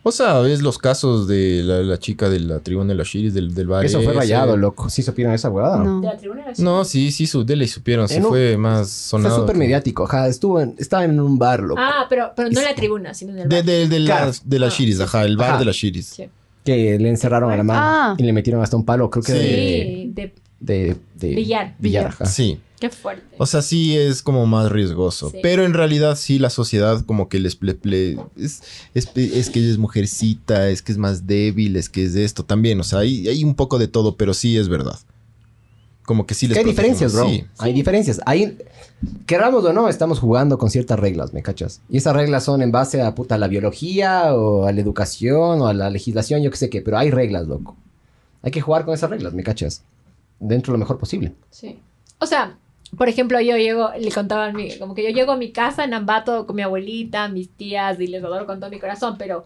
S1: O sea, ves los casos de la, la chica de la tribuna de los Shiris del, del bar.
S4: Eso fue
S1: ese.
S4: rayado, loco. Sí supieron esa huevada.
S5: No.
S3: De la tribuna de la
S1: No, sí, sí, su, de ley supieron. Sí,
S4: Eh, no.
S1: fue más
S4: Fue
S1: sonado.
S4: súper mediático. Ajá, estuvo en- estaba en un bar, loco.
S3: Ah, pero, pero no en la tribuna, sino en el
S1: De,
S3: bar.
S1: de, de,
S4: Claro.
S1: las- de las
S3: Ah.
S1: Shiris, ajá, el bar
S4: Ajá.
S1: de las Shiris.
S3: Sí.
S4: Que le encerraron a la mano
S5: Ah.
S4: y le metieron hasta un palo, creo que
S1: Sí.
S4: de,
S3: Sí, de
S4: de, de-
S3: billar.
S4: billar, ajá.
S1: Sí.
S3: Qué fuerte.
S1: O sea, sí es como más riesgoso.
S3: Sí.
S1: Pero en realidad sí la sociedad como que les... ple- ple- es, es- es que ella es mujercita, es que es más débil, es que es esto también. O sea, hay, hay un poco de todo, pero sí es verdad. Como que sí les...
S4: Que hay
S1: protegen
S4: diferencias,
S1: más.
S4: bro.
S1: Sí.
S4: Hay diferencias. Hay, querramos o no, estamos jugando con ciertas reglas, ¿me cachas? Y esas reglas son en base a puta la biología o a la educación o a la legislación, yo qué sé qué, pero hay reglas, loco. Hay que jugar con esas reglas, ¿me cachas? Dentro lo mejor posible.
S3: Sí. O sea, por ejemplo, yo llego, le contaba a mi, como que yo llego a mi casa en Ambato con mi abuelita, mis tías, y les adoro con todo mi corazón, pero,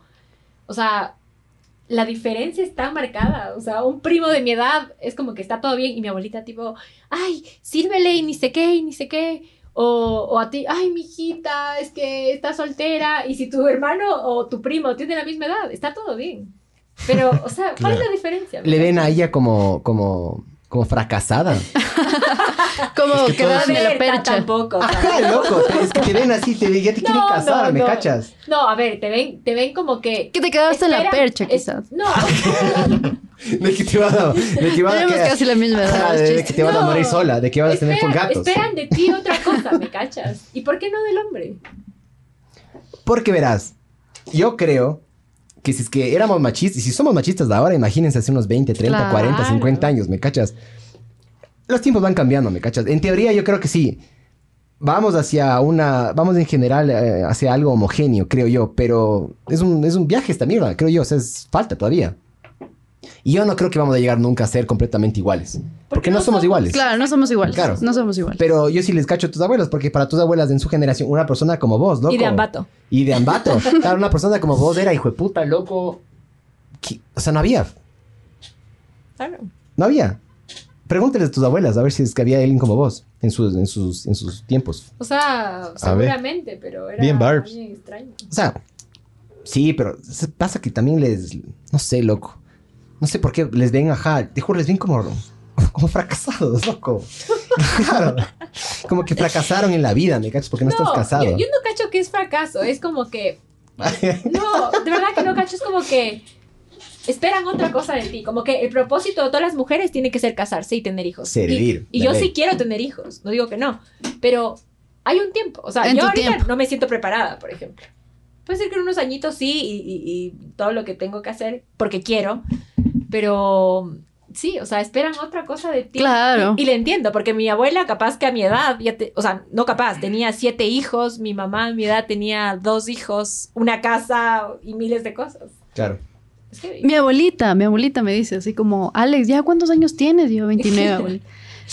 S3: o sea, la diferencia está marcada. O sea, un primo de mi edad es como que está todo bien, y mi abuelita, tipo, ay, sírvele, y ni sé qué, y ni sé qué. O, o a ti, ay, mijita, es que está soltera. Y si tu hermano o tu primo tiene la misma edad, está todo bien. Pero, o sea, ¿cuál es
S1: Claro.
S3: la diferencia?
S4: Le ven a ella como, como, como fracasada.
S2: Como
S1: Es que
S2: quedar
S1: todos-
S2: en la
S3: ver, ta-
S2: percha.
S3: tampoco. o sea,
S4: Ajá, loco. Es que te ven así, te, ya te quieren
S3: No,
S4: casar,
S3: no,
S4: ¿me
S3: no.
S4: cachas?
S3: No, a ver, te ven, te ven como que.
S2: Que te quedaste en la
S3: esperan-
S2: percha,
S3: es-
S2: quizás.
S4: [laughs]
S3: No,
S4: De que te vas a, de que vas a
S2: Tenemos
S4: quedar-
S2: casi la misma
S4: Ajá,
S2: edad. es
S4: de
S2: chiste.
S4: que te vas a
S3: No.
S4: morir sola, de que vas a tener con
S3: esperan-
S4: gatos.
S3: esperan de ti otra cosa, ¿me cachas? ¿Y por qué no del hombre?
S4: Porque verás, yo creo que si es que éramos machistas, y si somos machistas de ahora, imagínense hace unos 20, 30,
S2: Claro.
S4: 40, 50 años, ¿me cachas? Los tiempos van cambiando, ¿me cachas? En teoría yo creo que sí. Vamos hacia una, vamos en general eh, hacia algo homogéneo, creo yo, pero es un, es un viaje esta mierda, creo yo, o sea, es falta todavía. Y yo no creo que vamos a llegar nunca a ser completamente iguales, porque no, somos iguales.
S2: Claro, no somos iguales.
S4: Claro.
S2: No somos iguales.
S4: Pero yo sí les cacho a tus abuelos, porque para tus abuelas en su generación, una persona como vos, loco.
S3: Y de ambato.
S4: Y de ambato. Claro, una persona como vos era hijo de puta, loco. que- O sea, no había.
S3: Claro.
S4: No había. Pregúnteles a tus abuelas a ver si es que había alguien como vos en sus, en sus, en sus tiempos.
S3: O sea,
S1: ver.
S3: seguramente, pero era
S1: Bien, Barbs.
S3: alguien extraño.
S4: O sea, sí, pero se- pasa que también les. No sé, loco. No sé por qué les ven, ajá. Te juro, les ven como. Como fracasados, loco. Claro. Como que fracasaron en la vida, ¿me cachas? Porque no, estás casado.
S3: Yo, yo no cacho que es fracaso, es como que.
S4: [laughs]
S3: No, de verdad que no cacho, es como que. Esperan otra cosa de ti, como que el propósito de todas las mujeres tiene que ser casarse y tener hijos.
S4: Servir,
S3: Y, y yo
S4: la ley.
S3: sí quiero tener hijos, no digo que no, pero hay un tiempo. O sea,
S2: En
S3: yo
S2: tu
S3: ahorita
S2: tiempo.
S3: no me siento preparada, por ejemplo. Puede ser que en unos añitos sí y, y- y todo lo que tengo que hacer porque quiero, pero sí, o sea, esperan otra cosa de ti.
S2: Claro.
S3: Y le entiendo, porque mi abuela, capaz que a mi edad, ya te- o sea, no capaz, tenía siete hijos, mi mamá a mi edad tenía dos hijos, una casa y miles de cosas.
S4: Claro.
S3: Es que-
S2: Mi abuelita, mi abuelita me dice así como, Alex, ¿ya cuántos años tienes? Y Yo,
S3: [laughs]
S2: 29, abuelita.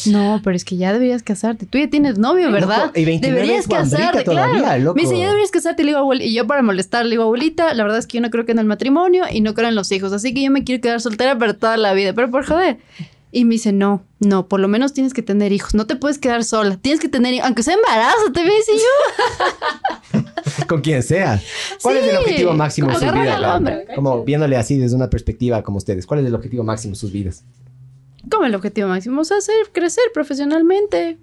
S2: No, pero es que ya deberías casarte. Tú ya tienes novio, ¿verdad?
S4: Loco, y 29
S2: deberías
S4: es guambrica
S2: casarte,
S4: todavía,
S2: claro.
S4: loco.
S2: Me dice, ya deberías casarte. Le digo, abuel- y yo para molestar, le digo, abuelita, la verdad es que yo no creo que en el matrimonio y no creo en los hijos. Así que yo me quiero quedar soltera para toda la vida, pero por joder. Y me dice, no, no, por lo menos tienes que tener hijos. No te puedes quedar sola. Tienes que tener, hij- aunque sea embarazo, te ves y yo.
S4: [laughs] Con quien sea. ¿Cuál es el
S2: Sí.
S4: objetivo máximo de
S2: Como
S4: sus
S2: agarrar
S4: vidas?
S2: al
S4: Laura?
S2: hombre.
S4: Como viéndole así desde una perspectiva como ustedes. ¿Cuál es el objetivo máximo de sus vidas?
S2: Como el objetivo máximo? O sea, hacer crecer profesionalmente,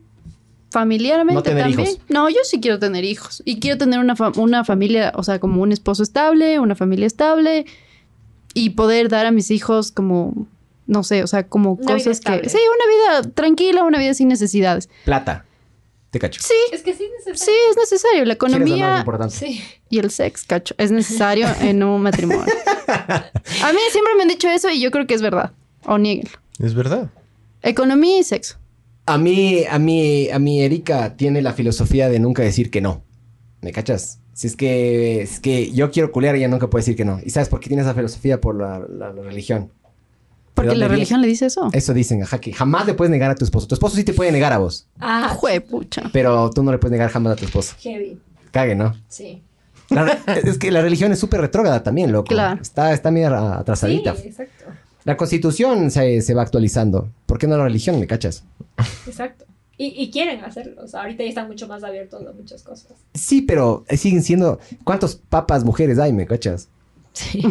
S2: familiarmente
S4: No tener
S2: también.
S4: hijos.
S2: No, yo sí quiero tener hijos. Y quiero tener una, fa- una familia, o sea, como un esposo estable, una familia estable. Y poder dar a mis hijos como, no sé, o sea, como
S3: Una vida
S2: cosas que...
S3: estable.
S2: Sí, una vida tranquila, una vida sin necesidades.
S4: Plata. Te cacho.
S2: Sí,
S3: Es que sí es
S2: sí,
S3: necesario.
S2: es necesario. La
S4: ¿Quieres o no es
S2: economía
S4: importante?
S3: Sí.
S2: y el sex, cacho,
S4: [laughs]
S2: es necesario en un matrimonio. A mí siempre me han dicho eso y yo creo que es verdad. O nieguenlo.
S1: Es verdad.
S2: Economía y sexo.
S4: A mí, a mí, a mí Erika tiene la filosofía de nunca decir que no. ¿Me cachas? Si es que, es que yo quiero culear, ella nunca puede decir que no. ¿Y sabes por qué tiene esa filosofía? Por la, la- la religión.
S2: Porque
S4: dónde
S2: la
S4: viene?
S2: religión le dice eso.
S4: Eso dicen, ajá, que jamás le puedes negar a tu esposo. Tu esposo sí te puede negar a vos,
S3: Ah,
S2: Juepucha.
S4: pero tú no le puedes negar jamás a tu esposo.
S3: heavy.
S4: Cague, ¿no?
S3: Sí.
S4: La re- [laughs] es que la religión es súper retrógrada también, loco.
S2: Claro.
S4: Está, está medio ra-
S3: Sí,
S4: atrasadita.
S3: exacto.
S4: La constitución se, se va actualizando. ¿Por qué no la religión, me cachas?
S3: Exacto. Y, y quieren hacerlo. O sea, ahorita ya están mucho más abiertos a muchas cosas.
S4: Sí, pero eh, siguen siendo... ¿Cuántos papas mujeres hay, me cachas?
S3: Sí.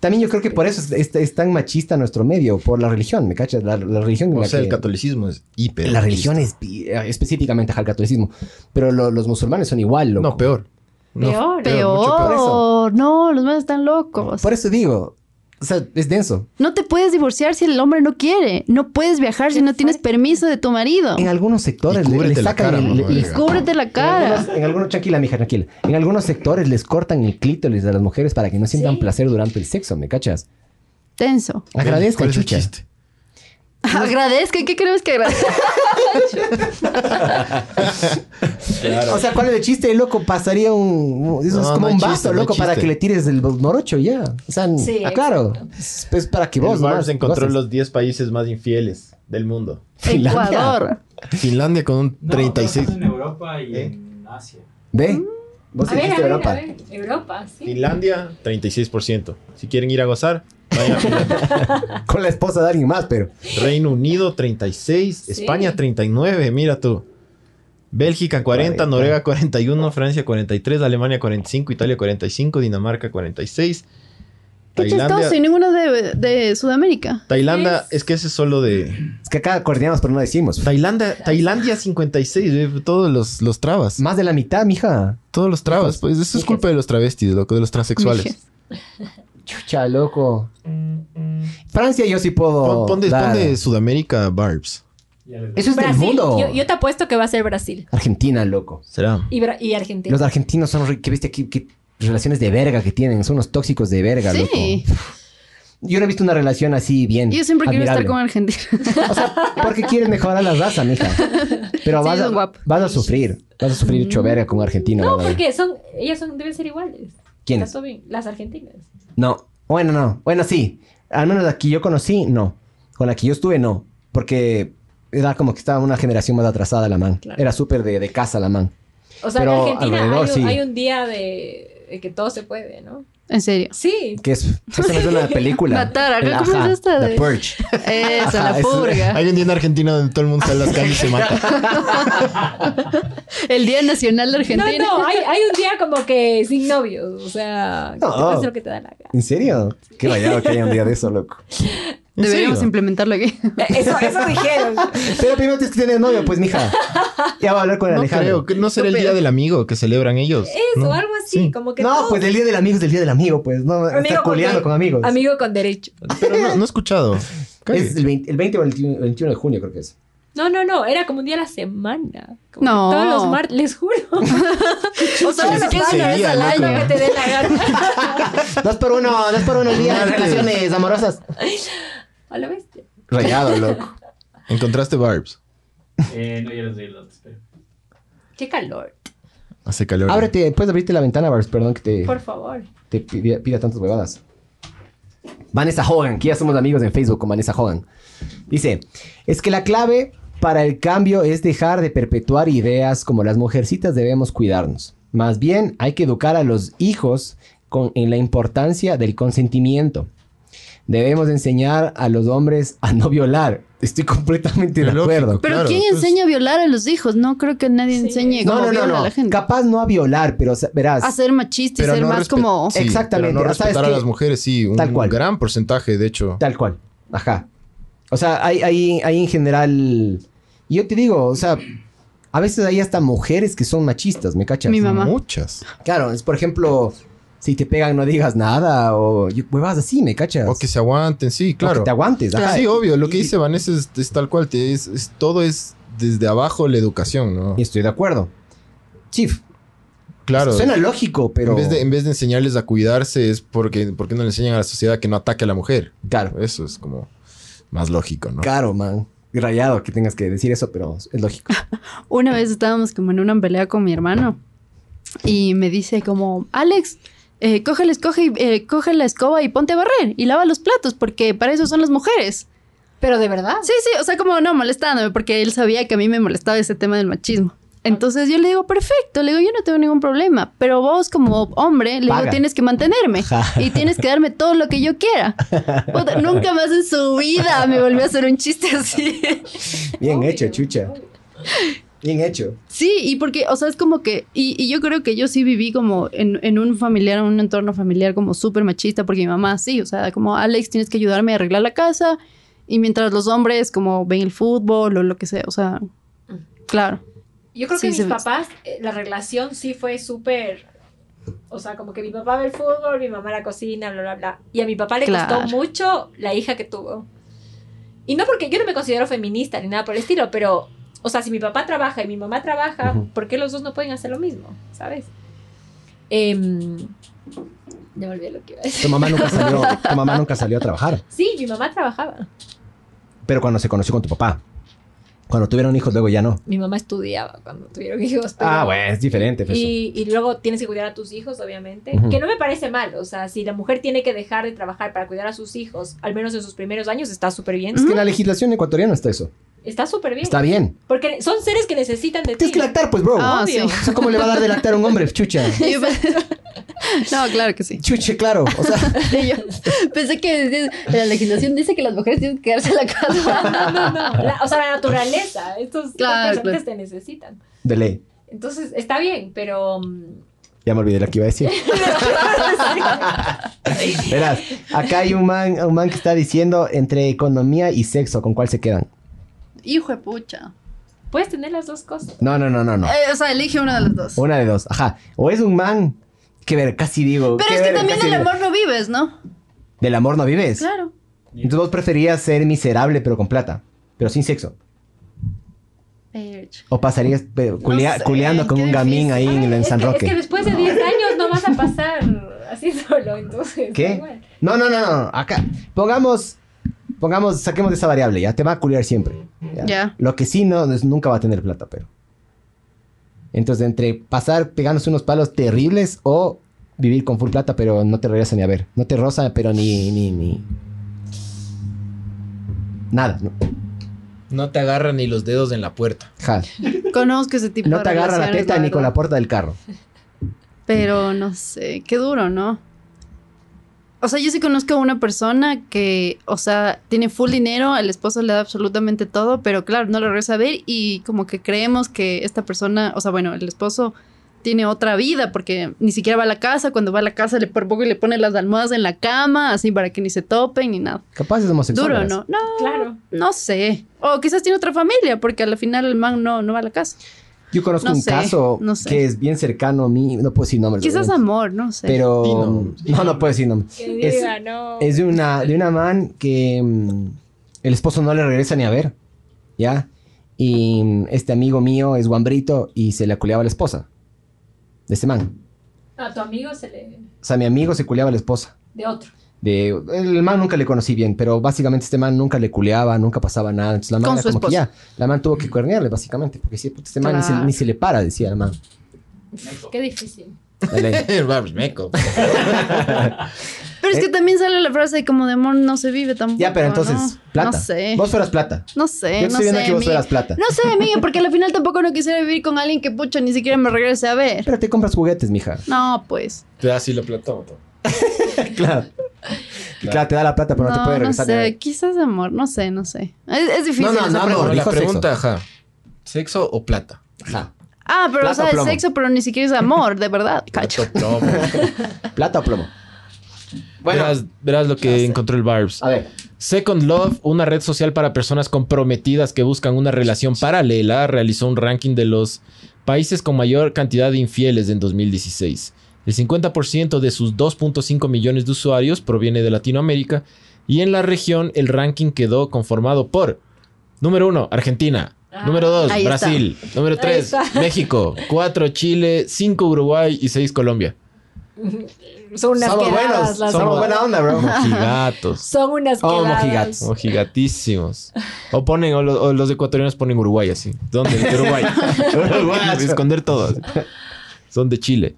S4: También yo creo que por eso es, es- es tan machista nuestro medio, por la religión, me cachas. La, la religión... en
S1: O
S4: la
S1: sea, el
S4: que-
S1: catolicismo es hiper.
S4: la religión es pi- eh, específicamente al catolicismo. Pero lo- los musulmanes son igual, loco.
S1: No, peor. No,
S2: Peor.
S1: mucho
S2: Peor. No, los más están locos.
S4: Por eso digo... O sea, es denso.
S2: No te puedes divorciar si el hombre no quiere. No puedes viajar si no tienes permiso de tu marido.
S4: En algunos sectores
S1: Y
S4: le- le,
S1: cúbrete la
S4: sacan
S1: cara,
S4: el-
S1: mamá,
S4: le-
S1: verga.
S2: Cúbrete la
S4: En
S2: cara.
S4: algunos- En algunos, tranquila, mija, tranquila. En algunos sectores les cortan el clítoris a las mujeres para que no sientan
S3: Sí.
S4: placer durante el sexo, ¿me cachas?
S2: Tenso.
S4: Agradezca,
S1: ¿Cuál es el
S4: chucha.
S1: chiste?
S2: Agradezca. ¿Qué crees que agradezca?
S4: O sea, ¿cuál es el chiste, loco? Pasaría un... Eso es
S1: No,
S4: como
S1: no hay
S4: un vaso,
S1: chiste, no hay
S4: loco, para
S1: chiste.
S4: que le tires del morocho ya. O sea,
S3: Sí,
S4: aclaro.
S3: exacto.
S4: Es, es para que
S8: El
S4: vos...
S8: Barbs
S4: nomás
S8: encontró
S4: goces.
S8: los 10 países más infieles del mundo.
S4: Finlandia.
S2: Ecuador.
S1: Finlandia con un
S6: No, pero
S1: 36.
S6: estás en Europa y
S1: ¿Eh?
S6: en Asia.
S4: ¿Ve? Vos
S3: Mm. A ver, a
S4: dijiste
S3: ver,
S4: Europa.
S3: a ver. Europa, sí.
S8: Finlandia, 36%. Si quieren ir a gozar, vayan a Finlandia.
S4: Con la esposa de alguien más, pero...
S8: Reino Unido, 36.
S3: Sí.
S8: España, 39. Mira tú. Bélgica, 40.
S4: Ahí está.
S8: Noruega, 41. Francia, 43. Alemania, 45. Italia, 45. Dinamarca, 46.
S2: Qué chistoso, y
S1: Tailandia,
S2: ninguno de, de Sudamérica.
S1: Tailandia, es que ese es solo de...
S4: Es que acá coordinamos, pero no decimos.
S1: Tailandia, Tailandia 56, eh, todos los, los trabas.
S4: Más de la mitad, mija.
S1: Todos los trabas. Pues eso es culpa de los travestis, loco, de los transexuales.
S4: Chucha, loco.
S3: Mm,
S4: Francia yo sí puedo
S1: Pon, pon de-
S4: dar.
S1: pon de Sudamérica Barbs.
S6: Ya les-
S4: Eso es del
S3: Brasil,
S4: mundo.
S3: yo, yo te apuesto que va a ser Brasil
S4: Argentina, loco. [laughs]
S1: ¿Será?
S3: y, Bra- y Argentina.
S4: Los argentinos son... ri- ¿Qué viste aquí? ¿Qué relaciones de verga que tienen? Son unos tóxicos de verga, loco.
S2: Sí.
S4: Yo no he visto una relación así bien
S2: Yo siempre quiero estar
S4: admirable.
S2: con Argentina. [laughs]
S4: O sea, porque quieres mejorar la raza, mija. Pero
S2: [laughs] Sí,
S4: vas,
S2: son
S4: a,
S2: guapos. Mm.
S4: vas a sufrir. Vas a sufrir hecho verga con Argentina.
S3: no,
S4: vas a ver.
S3: porque son, ellas son, deben ser iguales.
S4: ¿Quién?
S3: Está todo bien. Las argentinas.
S4: No. Bueno, no. Bueno, sí. Al menos la que yo conocí, no. Con la que yo estuve, no. Porque era como que estaba una generación más atrasada la man.
S3: Claro.
S4: Era súper de, de casa la man.
S3: O sea,
S4: Pero
S3: en Argentina hay
S4: alrededor,
S3: un,
S4: sí.
S3: hay un día de, de que todo se puede, ¿no?
S2: En serio.
S3: Sí.
S4: Que es... Eso no es
S2: [laughs]
S4: una película.
S2: Matar, ¿a qué-
S4: La-
S2: cómo es
S4: ajá,
S2: esta
S4: The
S2: de-
S4: Purge.
S2: Eso,
S4: Ajá,
S2: la
S4: eso-
S2: purga.
S1: Hay un día en Argentina donde todo el mundo
S4: [laughs]
S1: sale a las calles y se mata.
S2: El Día Nacional de Argentina.
S3: No, no, hay, hay un día como que sin novios. O sea, que te
S4: No.
S3: pase lo que te da la gana.
S4: ¿En serio? Qué rayado que haya un día de eso, loco.
S1: ¿En
S2: Deberíamos
S1: serio?
S2: implementarlo aquí.
S3: Eh, Eso, eso dijeron.
S4: Pero primero tienes que tener novio, pues, mija. Ya va a hablar con
S1: No
S4: Alejandro. Eh.
S1: creo, que no será el día del amigo que celebran ellos.
S3: Eso,
S1: ¿no?
S3: algo así.
S1: Sí.
S3: Como que
S4: No,
S3: todo-
S4: pues el día del amigo es el día del amigo, pues. No, está culeando
S3: qué?
S4: con amigos.
S3: Amigo con derecho.
S1: Pero no, no he escuchado. Cague.
S4: Es el 20, el 20 o el 21, de junio, creo que es.
S3: No, no, no. Era como un día a la semana. Como
S2: No.
S3: que Todos los martes, les [laughs] juro.
S2: O sea,
S1: es
S2: se
S1: que
S2: queda una vez
S1: sería,
S2: al
S1: ¿no?
S2: año.
S1: Como-
S3: que te dé la gana. [laughs]
S4: Dos por uno, dos por uno el día de relaciones amorosas.
S3: A la bestia.
S4: Rayado, loco.
S1: Encontraste Barbs.
S6: Eh, no, ya les doy el dato, espera.
S3: Qué calor.
S1: Hace calor.
S4: Ábrete, puedes abrirte la ventana, Barbs, perdón que te,
S3: Por favor.
S4: te pida, pida tantas huevadas. Vanessa Hogan, que ya somos amigos en Facebook con Vanessa Hogan. Dice, es que la clave para el cambio es dejar de perpetuar ideas como las mujercitas debemos cuidarnos. Más bien hay que educar a los hijos con- en la importancia del consentimiento. Debemos enseñar a los hombres a no violar. Estoy completamente de
S1: Lógico.
S4: acuerdo.
S2: Pero
S1: Claro,
S2: ¿quién
S1: pues-
S2: enseña a violar a los hijos? No creo que nadie
S3: Sí.
S2: enseñe cómo
S4: No, no, no,
S2: viola a la
S4: no.
S2: gente.
S4: Capaz no a violar, pero sa- verás.
S2: A ser machista y
S1: Pero
S2: ser
S1: no
S2: más
S1: respe-
S2: como...
S1: sí,
S4: Exactamente,
S1: Pero no
S4: ¿sabes
S1: respetar a
S4: qué?
S1: las mujeres, sí. Un
S4: Tal cual.
S1: gran porcentaje, de hecho.
S4: Tal cual. Ajá. O sea, hay, hay, hay en general. Yo te digo, o sea, a veces hay hasta mujeres que son machistas, ¿me cachas?
S2: Mi mamá.
S1: Muchas.
S4: Claro, es por ejemplo, si te pegan no digas nada o yo- huevas así, ¿me cachas?
S1: O que se aguanten, sí,
S4: O
S1: claro.
S4: que te aguantes, ajá.
S1: Sí, obvio. Lo que
S4: Y-
S1: dice Vanessa es, es tal cual. te- es, es- todo es desde abajo la educación, ¿no?
S4: Y estoy de acuerdo. Chief,
S1: Claro.
S4: suena lógico, pero.
S1: En, vez de, en vez de enseñarles a cuidarse, es porque, porque no le enseñan a la sociedad que no ataque a la mujer.
S4: Claro,
S1: Eso es como más lógico, ¿no?
S4: claro, man. Rayado que tengas que decir eso, pero es
S2: [laughs]
S4: lógico.
S2: Una vez estábamos como en una pelea con mi hermano y me dice como, Alex, eh, coge, la escoge y- eh, coge la escoba y ponte a barrer y lava los platos porque para eso son las mujeres.
S3: Pero de verdad.
S2: Sí, sí, o sea, como no molestándome porque él sabía que a mí me molestaba ese tema del machismo. Entonces yo le digo, perfecto, le digo, yo no tengo ningún problema, pero vos como hombre, le
S4: Paga.
S2: digo, tienes que mantenerme
S4: Ajá.
S2: y tienes que darme todo lo que yo quiera. Puta, nunca más en su vida me volvió a hacer un chiste así.
S4: Bien
S3: Obvio,
S4: hecho, chucha.
S3: obvio.
S4: Bien hecho.
S2: Sí, y porque, o sea, es como que, y, y yo creo que yo sí viví como en, en un familiar, en un entorno familiar como súper machista, porque mi mamá sí, o sea, como Alex, tienes que ayudarme a arreglar la casa, y mientras los hombres como ven el fútbol o lo que sea, o sea, claro.
S3: Yo creo
S2: Sí,
S3: que
S2: se
S3: mis
S2: ve.
S3: papás, eh, la relación sí fue súper. O sea, como que mi papá ve el fútbol, mi mamá la cocina, bla, bla, bla. Y a mi papá le
S2: Claro.
S3: costó mucho la hija que tuvo. Y no porque yo no me considero feminista ni nada por el estilo, pero, o sea, si mi papá trabaja y mi mamá trabaja,
S4: Ujú.
S3: ¿por qué los dos no pueden hacer lo mismo? ¿Sabes? Em, ya me olvidé lo que iba a decir.
S4: Tu mamá nunca salió, tu mamá nunca salió a trabajar.
S3: Sí, mi mamá trabajaba.
S4: Pero cuando se conoció con tu papá. Cuando tuvieron hijos, luego ya no.
S3: Mi mamá estudiaba cuando tuvieron hijos. pero-
S4: Ah, bueno, es diferente. pues.
S3: Y, y luego tienes que cuidar a tus hijos, obviamente.
S4: Ujú.
S3: Que no me parece mal. O sea, si la mujer tiene que dejar de trabajar para cuidar a sus hijos, al menos en sus primeros años, está súper bien.
S4: Es que en la legislación ecuatoriana está eso.
S3: Está súper bien.
S4: Está bien.
S3: Porque son seres que necesitan de ti.
S4: Tienes que lactar, pues, bro.
S2: Ah,
S3: obvio.
S2: [laughs] sí.
S4: O sea, ¿cómo le va a dar de lactar a un hombre? Chucha.
S2: Yo pe- [laughs] no, claro que sí.
S4: Chuche, claro. O sea,
S2: Yo pensé que la legislación dice que las mujeres tienen que quedarse en la
S3: [laughs] No,
S2: casa.
S3: no, no. La- o sea, la naturaleza. Estos,
S2: Claro,
S3: personas
S2: claro.
S3: te necesitan.
S4: de ley.
S3: Entonces, está bien, pero... mm, [laughs]
S4: Ya me olvidé lo que iba a decir. Verás, acá hay un man, un man que está diciendo entre economía y sexo, ¿con cuál se quedan?
S2: Hijo de pucha.
S3: Puedes tener las dos cosas.
S4: No, no, no, no, no.
S2: Eh, o sea, elige una de las dos.
S4: Una de dos, ajá. O es un man, que ver, casi digo.
S2: Pero
S4: qué
S2: es que
S4: ver,
S2: también
S4: casi
S2: del
S4: digo.
S2: amor no vives, ¿no?
S4: Del amor no vives.
S2: Claro.
S4: Entonces vos preferías ser miserable pero con plata, pero sin sexo. O pasarías eh, culea-
S2: sé,
S4: culeando con
S2: qué
S4: un gamín
S2: difícil.
S4: ahí en, en
S3: es,
S4: San
S3: que, es
S4: Roque.
S3: que después de 10 años no vas a pasar así [laughs] solo, entonces. da
S4: ¿Qué?
S3: igual.
S4: No, no, no, no, no. Acá. Pongamos. Pongamos, saquemos esa variable, ya. Te va a culiar siempre. Ya.
S2: Ya.
S4: Lo que sí no, es- nunca va a tener plata, pero. Entonces, entre pasar pegándose unos palos terribles o vivir con full plata, pero no te regresa ni a ver. No te rosa, pero ni. ni, ni... Nada. No,
S9: No te agarran ni los dedos en la
S1: [laughs]
S9: puerta.
S4: ja.
S2: Conozco ese tipo
S4: No
S2: de
S4: te agarra la
S2: relaciones,
S4: teta ni con la
S2: verdad.
S4: puerta del carro.
S2: Pero no sé, qué duro, ¿no? O sea, yo sí conozco a una persona que, o sea, tiene full dinero, el esposo le da absolutamente todo, pero claro, no lo regresa a ver y como que creemos que esta persona, o sea, bueno, el esposo tiene otra vida porque ni siquiera va a la casa, cuando va a la casa le por poco le pone las almohadas en la cama, así para que ni se topen ni nada.
S4: Capaz es homosexual.
S2: Duro,
S4: verás.
S2: ¿no? No,
S3: Claro.
S2: no sé. O quizás tiene otra familia porque al final el man no, no va a la casa.
S4: Yo conozco
S2: No
S4: un
S2: sé,
S4: caso
S2: no sé.
S4: que es bien cercano a mí. No puedo decir nombres.
S2: Quizás
S4: obviamente.
S2: amor, no sé.
S4: Pues Pero.
S1: Di
S4: No,
S1: nombres.
S4: no puedo decir nombres.
S3: Que
S4: Es-
S3: diga, no.
S4: Es de una, de una man que mm, el esposo no le regresa ni a ver. ¿Ya? Y mm, este amigo mío es guambrito y se le culeaba a la esposa. De este man.
S3: A tu amigo se le.
S4: O sea, mi amigo se culeaba a la esposa.
S3: de otro.
S4: De, el man nunca le conocí bien, pero básicamente este man nunca le culeaba, nunca pasaba nada. Entonces la man
S2: Con
S4: era
S2: su
S4: como que
S2: esposa.
S4: ya. La man tuvo que cuernearle, básicamente. Porque si puta, este man ni se-
S2: Claro.
S4: ni se le para, decía la
S2: [laughs]
S4: man.
S3: Qué difícil.
S4: Dale.
S9: Meco.
S2: Pero es que también sale la frase como de amor no se vive tampoco.
S4: Eh. Ya, pero entonces,
S2: ¿no?
S4: plata.
S2: No sé.
S4: Vos fueras plata.
S2: No
S4: Yo
S2: sé,
S4: te
S2: no
S4: estoy
S2: sé.
S4: viendo que vos
S2: Miguel.
S4: fueras plata.
S2: No sé, Miguel, porque al final tampoco no quisiera vivir con alguien que pucho ni siquiera me regrese a ver.
S4: Pero te compras juguetes, mija.
S2: No, pues.
S9: Te da así la plata, vato.
S4: Claro. Y claro, te da la plata, pero no, te puede
S2: no
S4: regresar.
S2: sé, quizás amor, no sé, no sé. Es, es difícil.
S4: No, no,
S2: esa
S4: no,
S2: pregunta.
S4: amor.
S9: Ahora, la
S4: dijo sexo.
S9: pregunta, ajá. ¿Sexo o plata?
S4: Ajá.
S2: Ah, pero
S4: Plata
S2: o sea,
S4: o
S2: es
S4: plomo.
S2: sexo, pero ni siquiera es amor, de verdad. Cacho.
S9: Plato, plomo.
S4: [laughs] ¿Plata o plomo?
S9: Bueno,
S1: verás, verás lo que encontró el Barbs.
S4: A ver.
S1: Second Love, una red social para personas comprometidas que buscan una relación paralela, realizó un ranking de los países con mayor cantidad de infieles en 2016. El 50% de sus 2.5 millones de usuarios proviene de Latinoamérica y en la región el ranking quedó conformado por número 1, Argentina.
S3: Ah,
S1: número 2,
S2: ahí está.
S1: Brasil. Número
S3: Ahí
S1: 3,
S3: está.
S1: México. 4, Chile. 5, Uruguay. Y 6, Colombia.
S3: Son unas
S4: Somos
S3: quedadas
S4: buenos.
S3: las
S4: somos
S3: dos.
S4: buena onda, bro.
S1: Mojigatos.
S3: Son unas
S4: Oh,
S3: quedadas.
S4: mojigatos.
S1: O gigatísimos. O ponen, o, lo- o los ecuatorianos ponen Uruguay así. ¿Dónde? De
S4: [laughs]
S1: Uruguay.
S4: Uruguayo.
S1: Esconder todo. Son de Chile.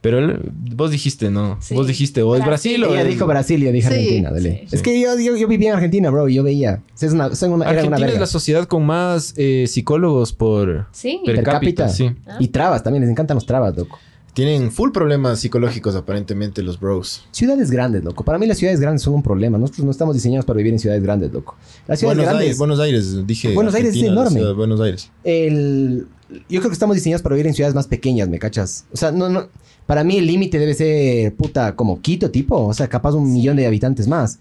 S1: Pero él- vos dijiste, ¿no?
S3: Sí.
S1: Vos dijiste, o es Brasil, o
S4: Ella
S1: es-
S4: dijo Brasil y yo dije
S2: Sí,
S4: Argentina, dale.
S1: sí.
S4: Es que yo, yo, yo vivía en Argentina, bro, y yo veía. Es una, soy una, era una
S1: Argentina es
S4: verga.
S1: la sociedad con más eh, psicólogos por
S3: Sí.
S1: per,
S4: Per cápita.
S1: cápita. Sí.
S4: Y trabas también, les encantan los trabas, loco.
S1: Tienen full problemas psicológicos aparentemente los bros.
S4: Ciudades grandes, loco. Para mí las ciudades grandes son un problema. Nosotros no estamos diseñados para vivir en ciudades grandes, loco. Las
S1: Buenos
S4: ciudades
S1: Aires,
S4: grandes,
S1: Buenos Aires, dije.
S4: Buenos Aires es
S1: Argentina, la
S4: enorme.
S1: ciudad de Buenos Aires.
S4: el- yo creo que estamos diseñados para vivir en ciudades más pequeñas, ¿me cachas? O sea, no, no. Para mí el límite debe ser, puta, como Quito, tipo. O sea, capaz un millón de habitantes más.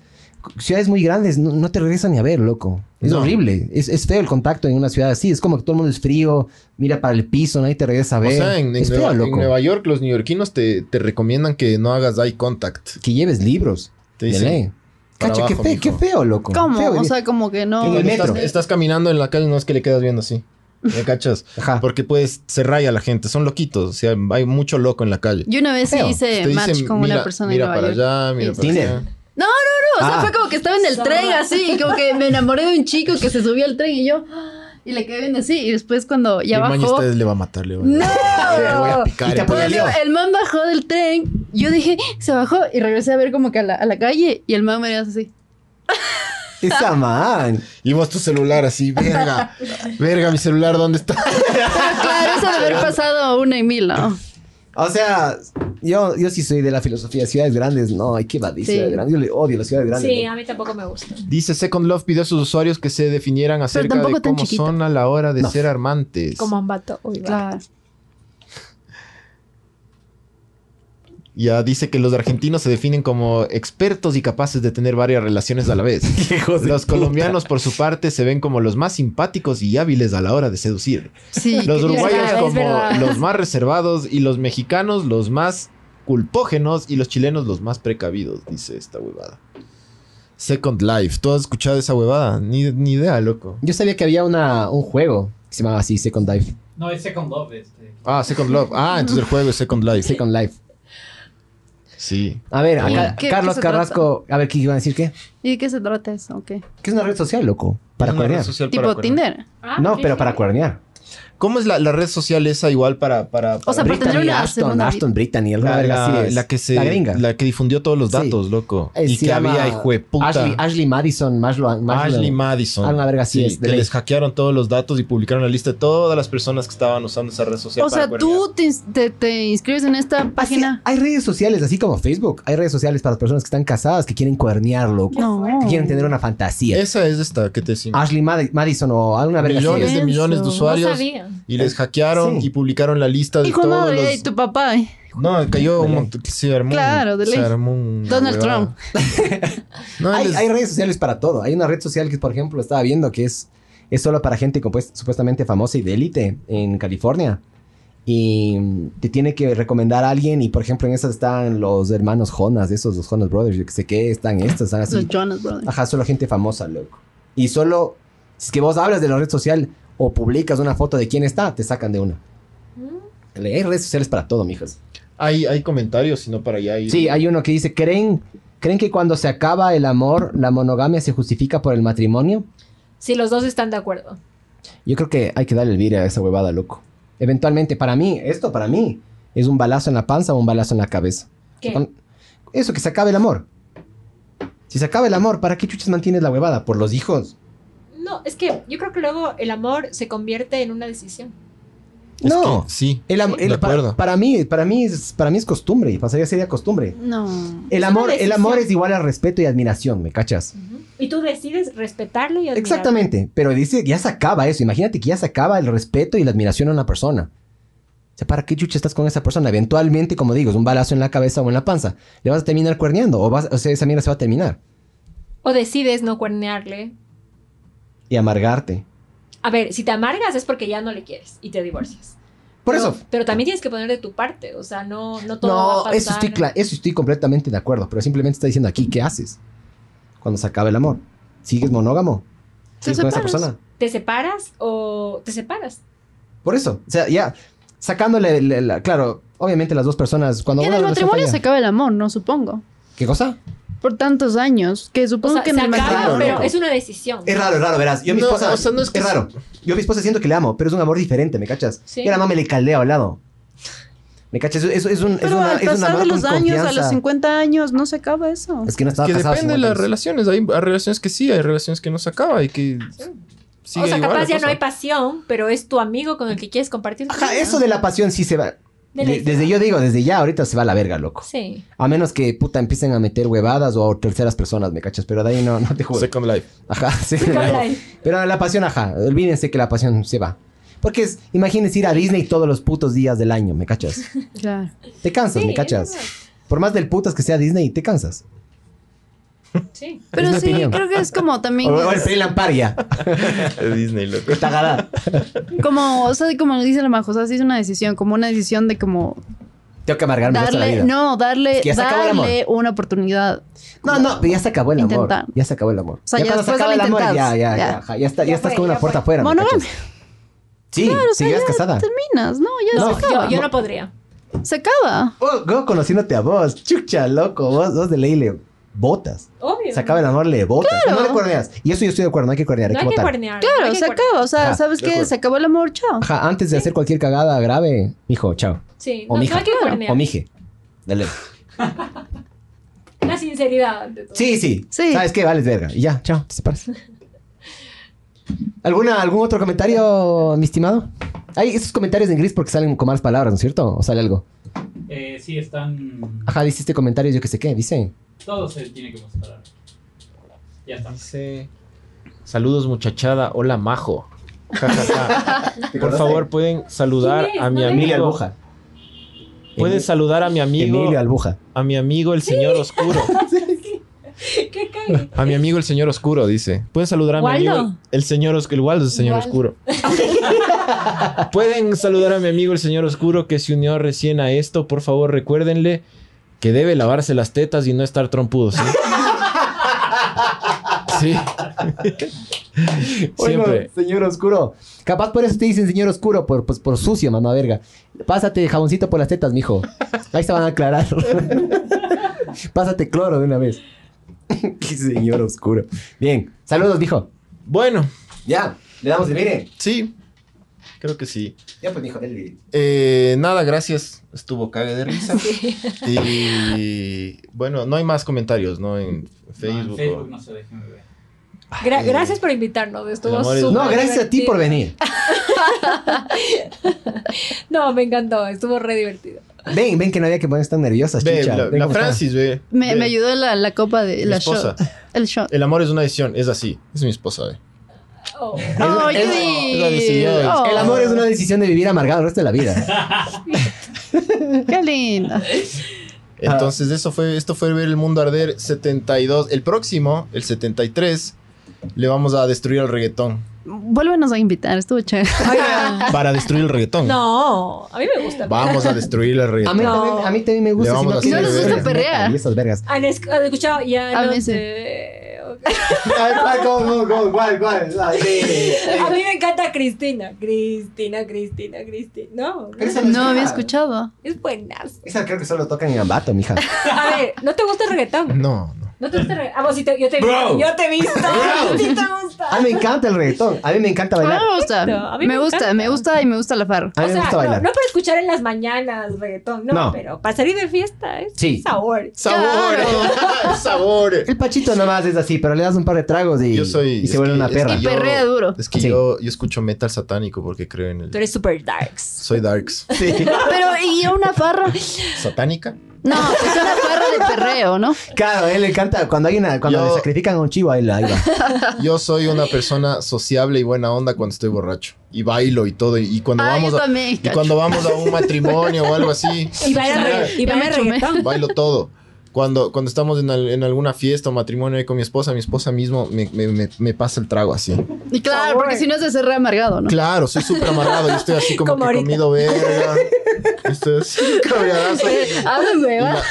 S4: C- Ciudades muy grandes no, no te regresan ni a ver, loco. Es
S1: No.
S4: horrible. Es, es feo el contacto en una ciudad así. Es como que todo el mundo es frío, mira para el piso, nadie te regresa a
S1: O
S4: ver.
S1: sea, en, en
S4: es feo,
S1: Nueva, en
S4: loco.
S1: Nueva York los neoyorquinos te, te recomiendan que no hagas eye contact.
S4: Que lleves libros.
S1: Te
S4: de
S1: dicen,
S4: ley.
S1: para
S4: Cacha, qué
S1: abajo,
S4: feo, qué
S1: mijo.
S4: feo, loco.
S2: ¿Cómo?
S4: Feo, ¿eh?
S2: o sea, como que
S4: En
S2: no.
S4: el metro.
S1: Estás, estás caminando en la calle, no es que le quedas viendo [laughs] así. ¿Me cachas?
S4: Ajá.
S1: Porque pues se raya la gente, son loquitos, o sea, hay mucho loco en la calle.
S2: Yo una vez sí
S4: Feo.
S2: hice
S1: Te dicen,
S2: match con
S1: mira-
S2: una persona
S1: mira
S2: en Nueva
S1: para
S2: York.
S1: allá, mira
S2: Sí.
S1: para
S4: Tinder.
S1: allá.
S2: No, o sea,
S4: Ah.
S2: fue como que estaba en el
S3: Zorra.
S2: tren así, como que me enamoré de un chico que se subía al tren y yo, ¡ah! y le quedé viendo así, y después cuando ya
S1: el man y
S2: bajó,
S1: ustedes le va a matar, le va a-
S2: ¡No!
S1: Le voy a
S4: Y
S1: picar.
S4: te
S1: entonces-
S4: apuñaló.
S2: cuando el man bajó del tren, yo dije, se bajó, y regresé a ver como que a la, a la calle, y el man me hace así.
S4: Esa man.
S1: Y vos tu celular así, verga, verga, mi celular, ¿dónde está?
S2: Ah, claro, eso de haber pasado una y mil, ¿no?
S4: O sea, yo, yo sí soy de la filosofía. Ciudades grandes, no, hay que evadir
S2: Sí.
S4: ciudades grandes. Yo le odio las ciudades grandes.
S3: Sí,
S4: loco.
S3: a mí tampoco me gusta.
S1: [laughs] Dice Second Love pidió a sus usuarios que se definieran acerca de
S2: tampoco tan
S1: cómo
S2: chiquita.
S1: son a la hora de
S4: No.
S1: ser amantes.
S3: Como un vato. Uy, va.
S2: Claro.
S1: Ya dice que los argentinos se definen como expertos y capaces de tener varias relaciones a la vez. Los colombianos, por su parte, se ven como los más simpáticos y hábiles a la hora de seducir.
S2: Sí,
S1: Los
S2: que-
S1: uruguayos
S3: verdad, es
S1: como
S3: verdad.
S1: los más reservados y los mexicanos los más culpógenos y los chilenos los más precavidos, dice esta huevada. Second Life, ¿tú has escuchado esa huevada? Ni, ni idea, loco.
S4: Yo sabía que había una, un juego que se llamaba así, Second Life.
S6: No, es Second Love este.
S1: Ah, Second Love. Ah, entonces el juego es Second Life.
S4: Second Life.
S1: Sí.
S4: A ver, acá,
S2: ¿Y qué-
S4: Carlos
S2: qué se
S4: Carrasco, a ver, ¿qué iban a decir qué?
S2: ¿Y de qué se trata eso? ¿O qué?
S4: ¿Qué es una red social, loco? Para
S1: Es una red
S4: cuernear.
S1: social para
S2: ¿Tipo
S1: cuernear.
S2: Tinder?
S3: Ah,
S4: No,
S3: ok.
S4: pero para cuernear.
S1: ¿Cómo es la, la red social esa igual para... para,
S2: O
S1: para-
S2: sea, pero tendría
S4: Brittany,
S2: una
S4: Ashton,
S2: segunda
S4: Ashton, Brittany, alguna
S1: la,
S4: verga
S1: la-
S4: así es.
S1: la que se...
S4: La gringa.
S1: la que difundió todos los
S4: Sí.
S1: datos, loco.
S4: Eh,
S1: y
S4: se
S1: que
S4: llama
S1: había, hijo de puta.
S4: Ashley, Ashley Madison, Maslow, Maslow.
S1: Ashley Madison.
S4: Alguna verga así
S1: Sí,
S4: es. de
S1: que
S4: ley.
S1: les hackearon todos los datos y publicaron la lista de todas las personas que estaban usando esa red social.
S2: O
S1: para
S2: sea,
S1: cuernear.
S2: tú te, ins- te- te inscribes en esta
S4: Así-
S2: página.
S4: hay redes sociales, así como Facebook. Hay redes sociales para las personas que están casadas, que quieren cuernear, loco.
S2: No.
S4: Que quieren tener una fantasía.
S1: Esa es esta que te decimos.
S4: Ashley Mad- Madison o alguna Ah, verga así ¿eh?
S1: millones
S4: es.
S1: de millones de
S2: Eso, no
S1: usuarios. Y les hackearon
S4: Sí.
S1: y publicaron la lista de
S2: Hijo de
S1: todos
S2: madre,
S1: los...
S2: y tu papá. eh.
S1: No, cayó
S4: De
S1: un
S4: ley.
S1: montón. Se armó. un-
S2: Claro, de
S1: se
S2: ley.
S1: armó un-
S2: Donald
S1: una
S2: Trump.
S1: huevada. [laughs] No,
S4: Hay,
S1: les-
S4: hay redes sociales para todo. Hay una red social que, por ejemplo, estaba viendo que es, es solo para gente como, pues, supuestamente famosa y de élite en California. Y mm, te tiene que recomendar a alguien. Y, por ejemplo, en esas están los hermanos Jonas, esos, los Jonas Brothers, yo que sé qué, están estas, están así.
S2: Los Jonas Brothers.
S4: Ajá, solo gente famosa, loco. Y solo, si es que vos hablas de la red social o publicas una foto de quién está, te sacan de una.
S3: Mm.
S4: Le- Hay redes sociales para todo, mijos.
S1: hay, hay comentarios, sino para allá. ir.
S4: Sí, hay uno que dice, ¿creen, ¿creen que cuando se acaba el amor, la monogamia se justifica por el matrimonio?
S3: Si los dos están de acuerdo.
S4: Yo creo que hay que darle el vire a esa huevada, loco. Eventualmente, para mí, esto para mí, es un balazo en la panza o un balazo en la cabeza.
S3: ¿Qué?
S4: Con- Eso, que se acabe el amor. Si se acaba el amor, ¿para qué chuches mantienes la huevada? ¿Por los hijos?
S3: No, es que yo creo que luego el amor se convierte en una decisión.
S1: Es
S4: no.
S1: que sí.
S4: El am-
S1: Sí,
S4: el-
S1: de
S4: para,
S1: acuerdo.
S4: para mí, para mí es, para mí es costumbre y pasaría a ser ya costumbre.
S2: No.
S4: El
S3: Es una
S4: amor, el amor
S3: decisión.
S4: es igual al respeto y admiración, ¿me cachas?
S3: Y tú decides respetarlo y admirarlo.
S4: Exactamente, pero dice que ya se acaba eso. Imagínate que ya se acaba el respeto y la admiración a una persona. O sea, ¿para qué chucha estás con esa persona? Eventualmente, como digo, es un balazo en la cabeza o en la panza. Le vas a terminar cuerneando o, vas, o sea, esa mierda se va a terminar
S3: O decides no cuernearle.
S4: y amargarte.
S3: A ver, si te amargas es porque ya no le quieres y te divorcias.
S4: Por
S3: Pero-
S4: eso.
S3: Pero también tienes que poner de tu parte. O sea, no, no todo va a
S4: No,
S3: pasar.
S4: eso estoy, cla- eso estoy completamente de acuerdo, pero simplemente está diciendo aquí, ¿qué haces? Cuando se acaba el amor. ¿Sigues monógamo?
S2: Te
S3: Pues
S4: ¿Sigues con esa
S2: separas.
S4: persona?
S3: ¿Te separas o te separas?
S4: Por eso, o sea, ya sacándole, la- la- claro, obviamente las dos personas cuando
S2: En
S4: una
S2: el
S4: relación
S2: matrimonio
S4: falla-
S2: se acaba el amor, no supongo.
S4: ¿Qué cosa?
S2: Por tantos años, que
S3: O
S2: supongo
S3: sea,
S2: que
S3: se
S2: en el
S3: acaba,
S2: matrimonio.
S3: pero
S4: loco.
S3: es una decisión.
S4: Es raro, es raro, verás. Yo a mi
S1: No,
S4: esposa,
S1: o sea, no es que-
S4: raro. Yo a mi esposa siento que le amo, pero es un amor diferente, ¿me cachas?
S3: Sí.
S4: Y a la mamá le caldea al lado. ¿Me cachas? Es, es un, es
S2: Pero
S4: una-
S2: al
S4: es un
S2: pasar
S4: amor
S2: de los
S4: con
S2: años, a
S4: confianza.
S2: los 50 años, no se acaba eso.
S4: Es que no estaba
S1: que
S4: casado.
S1: depende de
S4: 50
S1: las
S4: años.
S1: relaciones. Hay, hay relaciones que sí, hay relaciones que no se acaba y que sigue
S3: o sea,
S1: igual la
S3: capaz ya no
S1: cosa.
S3: hay pasión, pero es tu amigo con el que quieres compartir. tu
S4: Ajá,
S3: vida.
S4: eso de la pasión sí se va.
S3: De la
S4: De-
S3: isla.
S4: desde yo digo, desde ya ahorita se va a la verga, loco.
S3: [laughs]
S4: [laughs]
S3: Sí.
S4: A menos que puta empiecen a meter huevadas o a terceras personas, ¿me cachas? Pero de ahí no, no te juro.
S1: Second Life.
S4: Ajá, [laughs] sí.
S3: Hola.
S4: Pero la pasión, ajá, olvídense que la pasión se va. Porque es, imagínense ir a Disney todos los putos días del año, ¿me cachas?
S2: Claro.
S4: Te cansas,
S3: Sí,
S4: ¿me
S3: es
S4: cachas?
S3: verdad.
S4: Por más del putas que sea Disney, te cansas.
S3: Sí.
S2: Pero
S4: mi
S2: sí,
S4: opinión.
S2: creo que es como
S4: O, [laughs]
S2: también.
S4: o el Sri Lamparia.
S1: Disney, loco.
S4: Tagada.
S2: Como, o sea, como dice la Majo, o sea, sí es una decisión, como una decisión de como
S4: Tengo que amargarme el resto de la
S2: darle,
S4: vida.
S2: no, darle,
S4: Es que ya se acabó el amor.
S2: darle una oportunidad.
S4: No, no, pero ya se acabó el amor.
S2: Intentar.
S4: Ya se acabó el amor.
S2: O sea, ya
S4: cuando
S2: después de lo
S4: amor, ya,
S2: intentado.
S4: ya, ya.
S2: Ya.
S4: ajá, ya, está, ya,
S3: Ya
S4: estás
S3: fue,
S4: con una
S3: ya
S4: puerta
S3: fue.
S4: afuera. ¿me
S2: Monogamia.
S4: cachas? Sí, si ya estás casada.
S2: Terminas, no, ya
S4: No,
S2: se acaba.
S3: Yo, yo no podría.
S2: Se acaba.
S4: Oh, go, conociéndote a vos, chucha, loco. Vos, vos de ley le botas.
S3: Obvio.
S4: Se acaba el amor, le botas. No le cuerneas. Y eso yo estoy de acuerdo, no hay que cuernear, hay
S3: No
S4: que
S3: hay que
S4: botar.
S3: cuernear. no hay
S2: Claro,
S3: que
S2: se
S3: cuernear.
S2: acaba. O sea,
S4: Ajá,
S2: ¿sabes
S1: de
S2: qué?
S1: acuerdo.
S2: Se acabó el amor, chao.
S4: Ajá, antes de hacer cualquier cagada grave, hijo, chao.
S3: Sí,
S4: O
S3: no, no
S4: mija.
S3: hay que cuernear.
S4: o mije. Dale.
S3: La sinceridad ante todo.
S4: Sí, sí.
S2: Sí.
S4: ¿Sabes qué? Vales verga. Y ya, chao, te separas. ¿Alguna, ¿Algún otro comentario, mi estimado? Hay esos comentarios en gris porque salen con malas palabras, ¿no es cierto? ¿O sale algo?
S6: Eh, sí, están.
S4: Ajá, hiciste comentarios, yo qué sé qué, dice.
S6: Todo se tiene que mostrar. Ya está.
S1: Dice, Saludos, muchachada. Hola, majo. Ja, ja, ja. Por favor, pueden saludar
S3: ¿Quién es?
S1: a mi
S3: No veo.
S1: amigo
S8: Puedes saludar a mi amigo,
S4: Em, Emilio Albuja.
S8: a mi amigo el señor oscuro.
S3: [laughs] ¿Qué cague?
S8: A mi amigo el señor oscuro, dice. Pueden saludar a mi
S3: ¿Waldo?
S8: amigo el- el señor oscuro. El Waldo es el señor
S3: Waldo.
S8: oscuro. Pueden saludar a mi amigo el señor oscuro que se unió recién a esto. Por favor, recuérdenle que debe lavarse las tetas y no estar trompudo, ¿sí? Sí.
S4: Bueno,
S8: Siempre.
S4: señor oscuro. Capaz por eso te dicen señor oscuro, por, pues, por sucio, mamá verga. Pásate jaboncito por las tetas, mijo. Ahí se van a aclarar. [laughs] Pásate cloro de una vez. [laughs] Qué señor oscuro. Bien, saludos, mijo.
S8: Bueno,
S4: Ya, le damos el mire.
S8: sí. Creo que sí.
S4: Ya, pues, mijo, dale. mire.
S1: Eh, nada, gracias. Estuvo cague de risa. Y bueno, no hay más comentarios, ¿no? En Facebook.
S6: No, en
S1: o-
S6: Facebook no se dejen ver.
S3: Gra-
S1: Eh,
S3: gracias por invitarnos.
S1: el
S3: Estuvo
S1: amor es-
S3: súper
S4: No, gracias a ti por
S3: divertido.
S4: venir.
S3: No, me encantó. Estuvo re divertido.
S4: Ven, ven que no había que ponerse tan nerviosas,
S1: Ve,
S4: chicha.
S1: la,
S4: Ven
S1: la
S4: cómo está.
S1: Francis, ve.
S2: Me,
S8: Ve.
S2: me ayudó la, la copa de
S1: Mi
S2: la
S1: esposa.
S2: shot. El shot.
S1: El amor es una decisión, es así. Es mi esposa, ve.
S4: [laughs]
S3: Oh. [laughs]
S2: Oh,
S1: es-
S2: sí.
S1: la decidió él.
S2: Oh,
S4: El amor es una decisión de vivir amargado el resto de la vida.
S2: Qué linda.
S4: Ah.
S1: Entonces, eso fue, esto fue ver el mundo arder 72. El próximo, el 73, le vamos a destruir al reggaetón.
S2: Vuélvenos a invitar, estuvo
S1: [laughs]
S2: chévere.
S1: Para destruir el reggaetón.
S3: No, a mí me gusta.
S1: Vamos a destruir el
S4: A mí,
S1: reggaetón.
S4: también, a mí también me gusta.
S1: Le vamos
S4: si
S1: a
S4: no
S1: hacer
S4: quiero
S1: No les gusta
S4: vergas, neta,
S2: perrear.
S4: Y esas vergas.
S3: ¿Han esc- han escuchado? Ya
S2: A
S3: no
S2: mí sí.
S3: sé.
S4: Ay, ¿cómo, cómo, cuál, cuál? Ay, sí.
S3: [laughs] A mí me encanta Cristina. Cristina, Cristina, Cristina. No,
S4: Pero esa es
S2: No
S4: mía.
S2: había escuchado.
S3: es buenas.
S4: Esa creo que solo tocan en Ambato, mija.
S3: A ver, ¿no te gusta el reggaetón?
S1: No, no.
S3: ¿No te gusta el reggaetón? Ah, vos sí te, yo te he
S9: Bro.
S3: visto. Yo te he visto. Sí te gusta.
S4: A mí Ah, me encanta el reggaetón. A mí me encanta
S2: A mí
S4: bailar.
S2: me gusta.
S3: Perfecto, a mí
S2: me
S3: me
S2: gusta,
S3: encanta.
S2: me gusta y me gusta la farra.
S4: A mí
S3: o
S4: me
S3: sea,
S4: gusta
S3: no,
S4: bailar.
S3: no para escuchar en las mañanas reggaetón, no,
S4: No.
S3: pero para salir de fiesta es
S4: Sí.
S3: sabor.
S1: ¡Sabores! ¡Sabores!
S4: El pachito nomás es así, pero le das un par de tragos y,
S1: Yo soy-
S4: y
S1: es
S4: se vuelve
S1: que-
S4: una
S1: es que
S4: perra.
S2: Y
S1: Ah, Yo-
S2: perrea duro.
S1: Es que
S4: Sí.
S1: yo, yo escucho metal satánico porque creo en
S3: Tú
S1: el...
S3: eres super darks.
S1: Soy darks.
S2: Pero, ¿y una farra?
S1: ¿Satánica?
S2: No, pues una farra de perreo, ¿no?
S4: Claro, a él le encanta. Cuando hay una, cuando
S1: Yo-
S4: le sacrifican a un chivo, ahí,
S1: [laughs]
S4: la- ahí va.
S1: Yo soy una persona sociable y buena onda cuando estoy borracho. Y bailo y todo. Y, y cuando
S2: Ah,
S1: vamos
S2: yo
S1: a...
S2: también.
S1: Y cuando vamos a un matrimonio o algo así,
S3: Y baila, regga- y
S2: Ya
S3: baila
S2: me chumé.
S3: reggaetón.
S1: bailo todo. Cuando, cuando estamos en, al- en alguna fiesta o matrimonio ahí con mi esposa, mi esposa mismo me, me- me- me pasa el trago así.
S2: Y claro, porque si no es de ser re amargado, ¿no?
S1: Claro, soy súper amarrado. Yo estoy así como,
S3: Como
S1: que
S3: ahorita.
S1: comido verga. Estoy
S2: [laughs]
S1: así, cabreadazo.
S2: Hazme,
S1: Y
S2: va.
S1: la,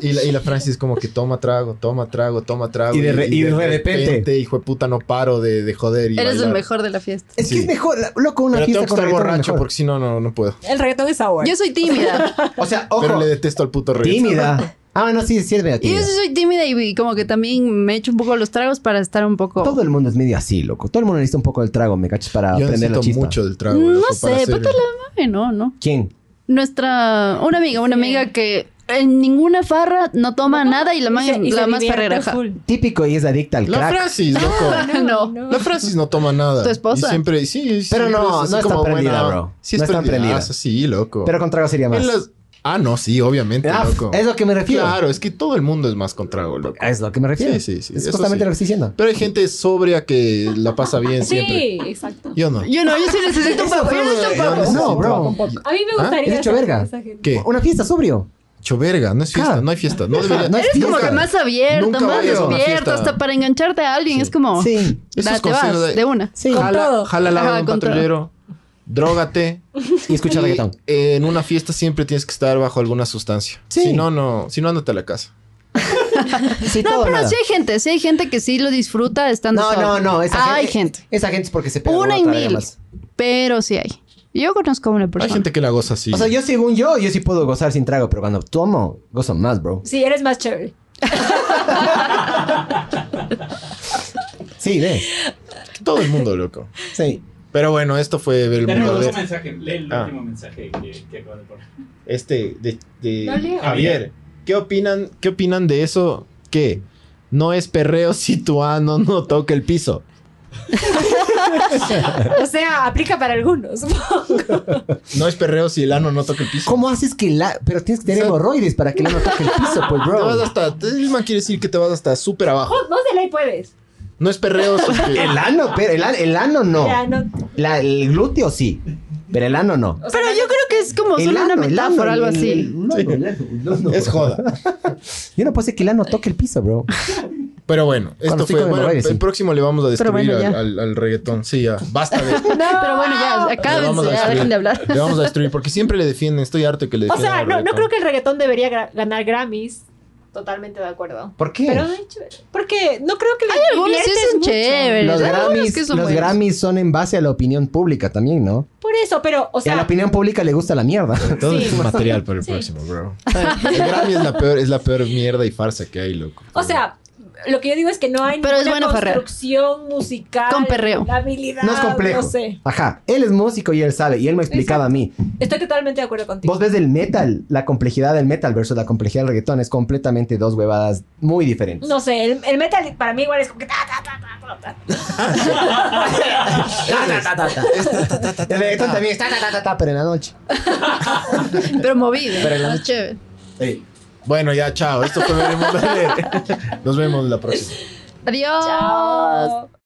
S1: y, la, y la Francis como que toma trago, toma trago, toma trago.
S4: Y de re- y de repente.
S1: hijo de puta, no paro de, de joder y
S2: Eres el
S1: bailar.
S2: mejor de la fiesta.
S4: Es
S1: Sí.
S4: que es mejor, la- loco, una
S1: Pero tengo
S4: fiesta
S1: que
S4: con
S1: estar
S4: reggaetón es
S1: borracho
S4: mejor.
S1: porque si no, no, no puedo.
S3: El reggaetón es sabor.
S2: Yo
S1: [laughs]
S2: soy tímida.
S4: O sea, ojo,
S1: Pero le detesto al puto reggaetón.
S4: tímida. Ah, no, sí, sí es medio
S2: Y yo
S4: tímida.
S2: sí soy tímida y- y como que también me echo un poco los tragos para estar un poco.
S4: Todo el mundo es medio así, loco. Todo el mundo necesita un poco del trago, me cachas, para
S1: Yo
S4: aprender la
S1: necesito
S4: chispa.
S1: mucho del trago.
S2: No
S1: loco, para
S2: sé,
S1: hacer-
S2: ponte Ay, no, no.
S4: ¿Quién?
S2: Nuestra, una amiga, una amiga que en ninguna farra no toma nada y la, man-
S3: Y se- y
S2: la
S3: se
S2: más
S3: divierte
S2: farrera.
S3: full.
S4: Típico y es adicta al
S1: La
S4: crack.
S1: Francis, loco.
S2: [laughs] No, no.
S1: La Francis no toma nada.
S2: ¿Tu esposa?
S1: Y siempre, sí, sí.
S4: Pero no,
S1: siempre es así
S4: no está
S1: como
S4: prendida,
S1: buena-
S4: bro.
S1: Sí,
S4: No
S1: está
S4: está
S1: prendida. Ah,
S4: prendida.
S1: Sí, loco.
S4: Pero con trago sería más.
S1: En las- Ah, no, sí, obviamente,
S4: Ah,
S1: loco.
S4: es lo que me refiero.
S1: Claro, es que todo el mundo es más con trago, loco.
S4: Es lo que me refiero.
S1: Sí, sí, sí,
S4: Es
S1: eso
S4: justamente
S1: sí.
S4: lo que estoy diciendo.
S1: Pero hay gente sobria que la pasa bien siempre.
S3: Sí, exacto.
S1: Yo no.
S2: Yo no, yo
S3: [laughs]
S2: sí necesito un poco. Yo necesito un
S1: Yo
S2: poco.
S1: necesito-
S4: No, bro.
S3: A mí me gustaría
S4: ¿Ah? ¿Has dicho
S3: esa-
S4: verga?
S3: esa gente.
S1: ¿Qué?
S4: Una fiesta sobrio.
S1: Choverga, no es fiesta,
S4: Claro.
S1: no hay fiesta. No debería.
S4: No es
S2: Es como
S4: fiesta.
S2: que más abierto,
S1: Nunca
S2: más
S1: vayas a una
S2: despierto,
S1: fiesta.
S2: hasta para engancharte a alguien.
S1: Sí. Ah,
S2: Es como,
S4: Sí.
S1: Esos
S2: date vas,
S1: consejos
S2: de,
S1: de-
S2: una.
S4: Sí.
S1: Jala, jala al lado
S2: Ajá,
S1: de un
S2: con todo.
S1: patrullero. Drógate.
S4: Y escucha
S1: Y,
S4: reggaetón.
S1: eh, en una fiesta siempre tienes que estar bajo alguna sustancia.
S4: Sí.
S1: Si no, no. Si no, ándate a la casa.
S4: Sí,
S2: No,
S4: todo
S2: pero
S4: nada.
S2: sí hay gente, sí hay gente que sí lo disfruta estando
S4: No, no,
S2: solo.
S4: no. Esa
S2: Hay
S4: gente,
S2: gente,
S4: Esa gente es porque se pega
S2: Una
S4: de
S2: en
S4: otra vez
S2: mil.
S4: más.
S2: pero sí hay. Yo conozco a una persona.
S1: Hay gente que la goza así.
S4: O sea, yo según yo, yo sí puedo gozar sin trago, pero cuando tomo, gozo más, bro.
S3: Sí, eres más chévere.
S4: Sí, ve.
S1: Todo el mundo, loco.
S4: Sí.
S1: Pero bueno, esto fue ver el mundo
S6: Tenemos
S1: arder.
S6: un mensaje, lee el
S1: Ah.
S6: último mensaje que, que acabo de poner.
S1: Este de, de
S3: No leo.
S1: Javier. ¿Qué opinan, ¿Qué opinan de eso? ¿Qué? No es perreo si tu ano no toca el piso.
S3: O sea, aplica para algunos. [laughs]
S1: No es perreo si el ano no toca el piso.
S4: ¿Cómo haces que la...? Pero tienes que tener
S1: O sea-
S4: hemorroides para que la no toque el piso, pues,
S1: Te vas
S4: bro.
S1: hasta. El man quiere decir que te vas hasta súper abajo.
S3: Vos, vos de ley puedes.
S1: No es perreo si que-
S4: [laughs] El ano, pero el, an- el ano no.
S3: Ya, no.
S4: La- el glúteo sí, pero el ano no.
S3: o sea,
S2: Pero
S3: no-
S2: yo creo que es como
S4: El
S2: [laughs] solo una
S4: ano, el ano,
S2: metáfora,
S4: el-
S2: algo
S4: el-
S2: así.
S4: el- no, el ano, el ano.
S1: Es joda.
S4: Yo no puedo decir que el ano toque el piso, bro.
S1: Pero bueno, esto fue.
S4: estoy con el
S1: bueno,
S4: Morales,
S1: el
S4: sí.
S1: próximo le vamos a
S2: Pero
S1: destruir
S2: bueno,
S1: al-
S2: ya.
S1: al, al reggaetón. Sí, ya. Basta de.
S2: No, pero bueno,
S3: Ah.
S2: ya,
S1: Le vamos a
S2: acábense, ya,
S1: destruir.
S2: dejen de hablar.
S1: Le vamos a destruir porque siempre le defienden. Estoy harto que le
S3: O
S1: defiendan.
S3: sea,
S1: al
S3: no, no
S1: reggaetón.
S3: creo que el reggaetón debería gra- ganar Grammys. Totalmente de acuerdo.
S4: ¿Por qué?
S3: Pero, ay, chévere. porque no creo que le
S2: Algunos sí
S3: diviertes
S2: son
S3: mucho.
S2: chéveres.
S4: los
S2: hay algunos
S4: Grammys,
S2: que son
S4: los
S2: buenos.
S4: Grammys son en base a la opinión pública también, ¿no?
S3: Por eso, pero, o
S4: y a la
S3: sea,
S4: opinión pública le gusta la mierda.
S1: Todo
S3: Sí.
S1: es material para el
S3: Sí.
S1: próximo, bro. El Grammy es la, peor, es la peor mierda y farsa que hay, loco.
S3: o sea, lo que yo digo es que no hay
S2: Pero es
S3: ninguna
S2: bueno perrear.
S3: construcción musical.
S2: Con perreo.
S3: la habilidad.
S4: No es complejo.
S3: No sé.
S4: Ajá, él es músico y él sabe, y él me explicaba a mí.
S3: Estoy totalmente de acuerdo contigo.
S4: Vos ves el metal, la complejidad del metal versus la complejidad del reggaetón, es completamente dos huevadas muy diferentes.
S3: No sé, el, el metal para mí igual es como que. ta, ta, ta, ta, ta, ta.
S4: El reggaetón también está, ta, ta, ta, ta, pero en la noche.
S2: Pero movido.
S4: Pero la-
S2: más chévere.
S1: Ey. Bueno, ya, chao. Esto fue Veremos Valer. Nos vemos la próxima.
S2: Adiós.
S3: Chao.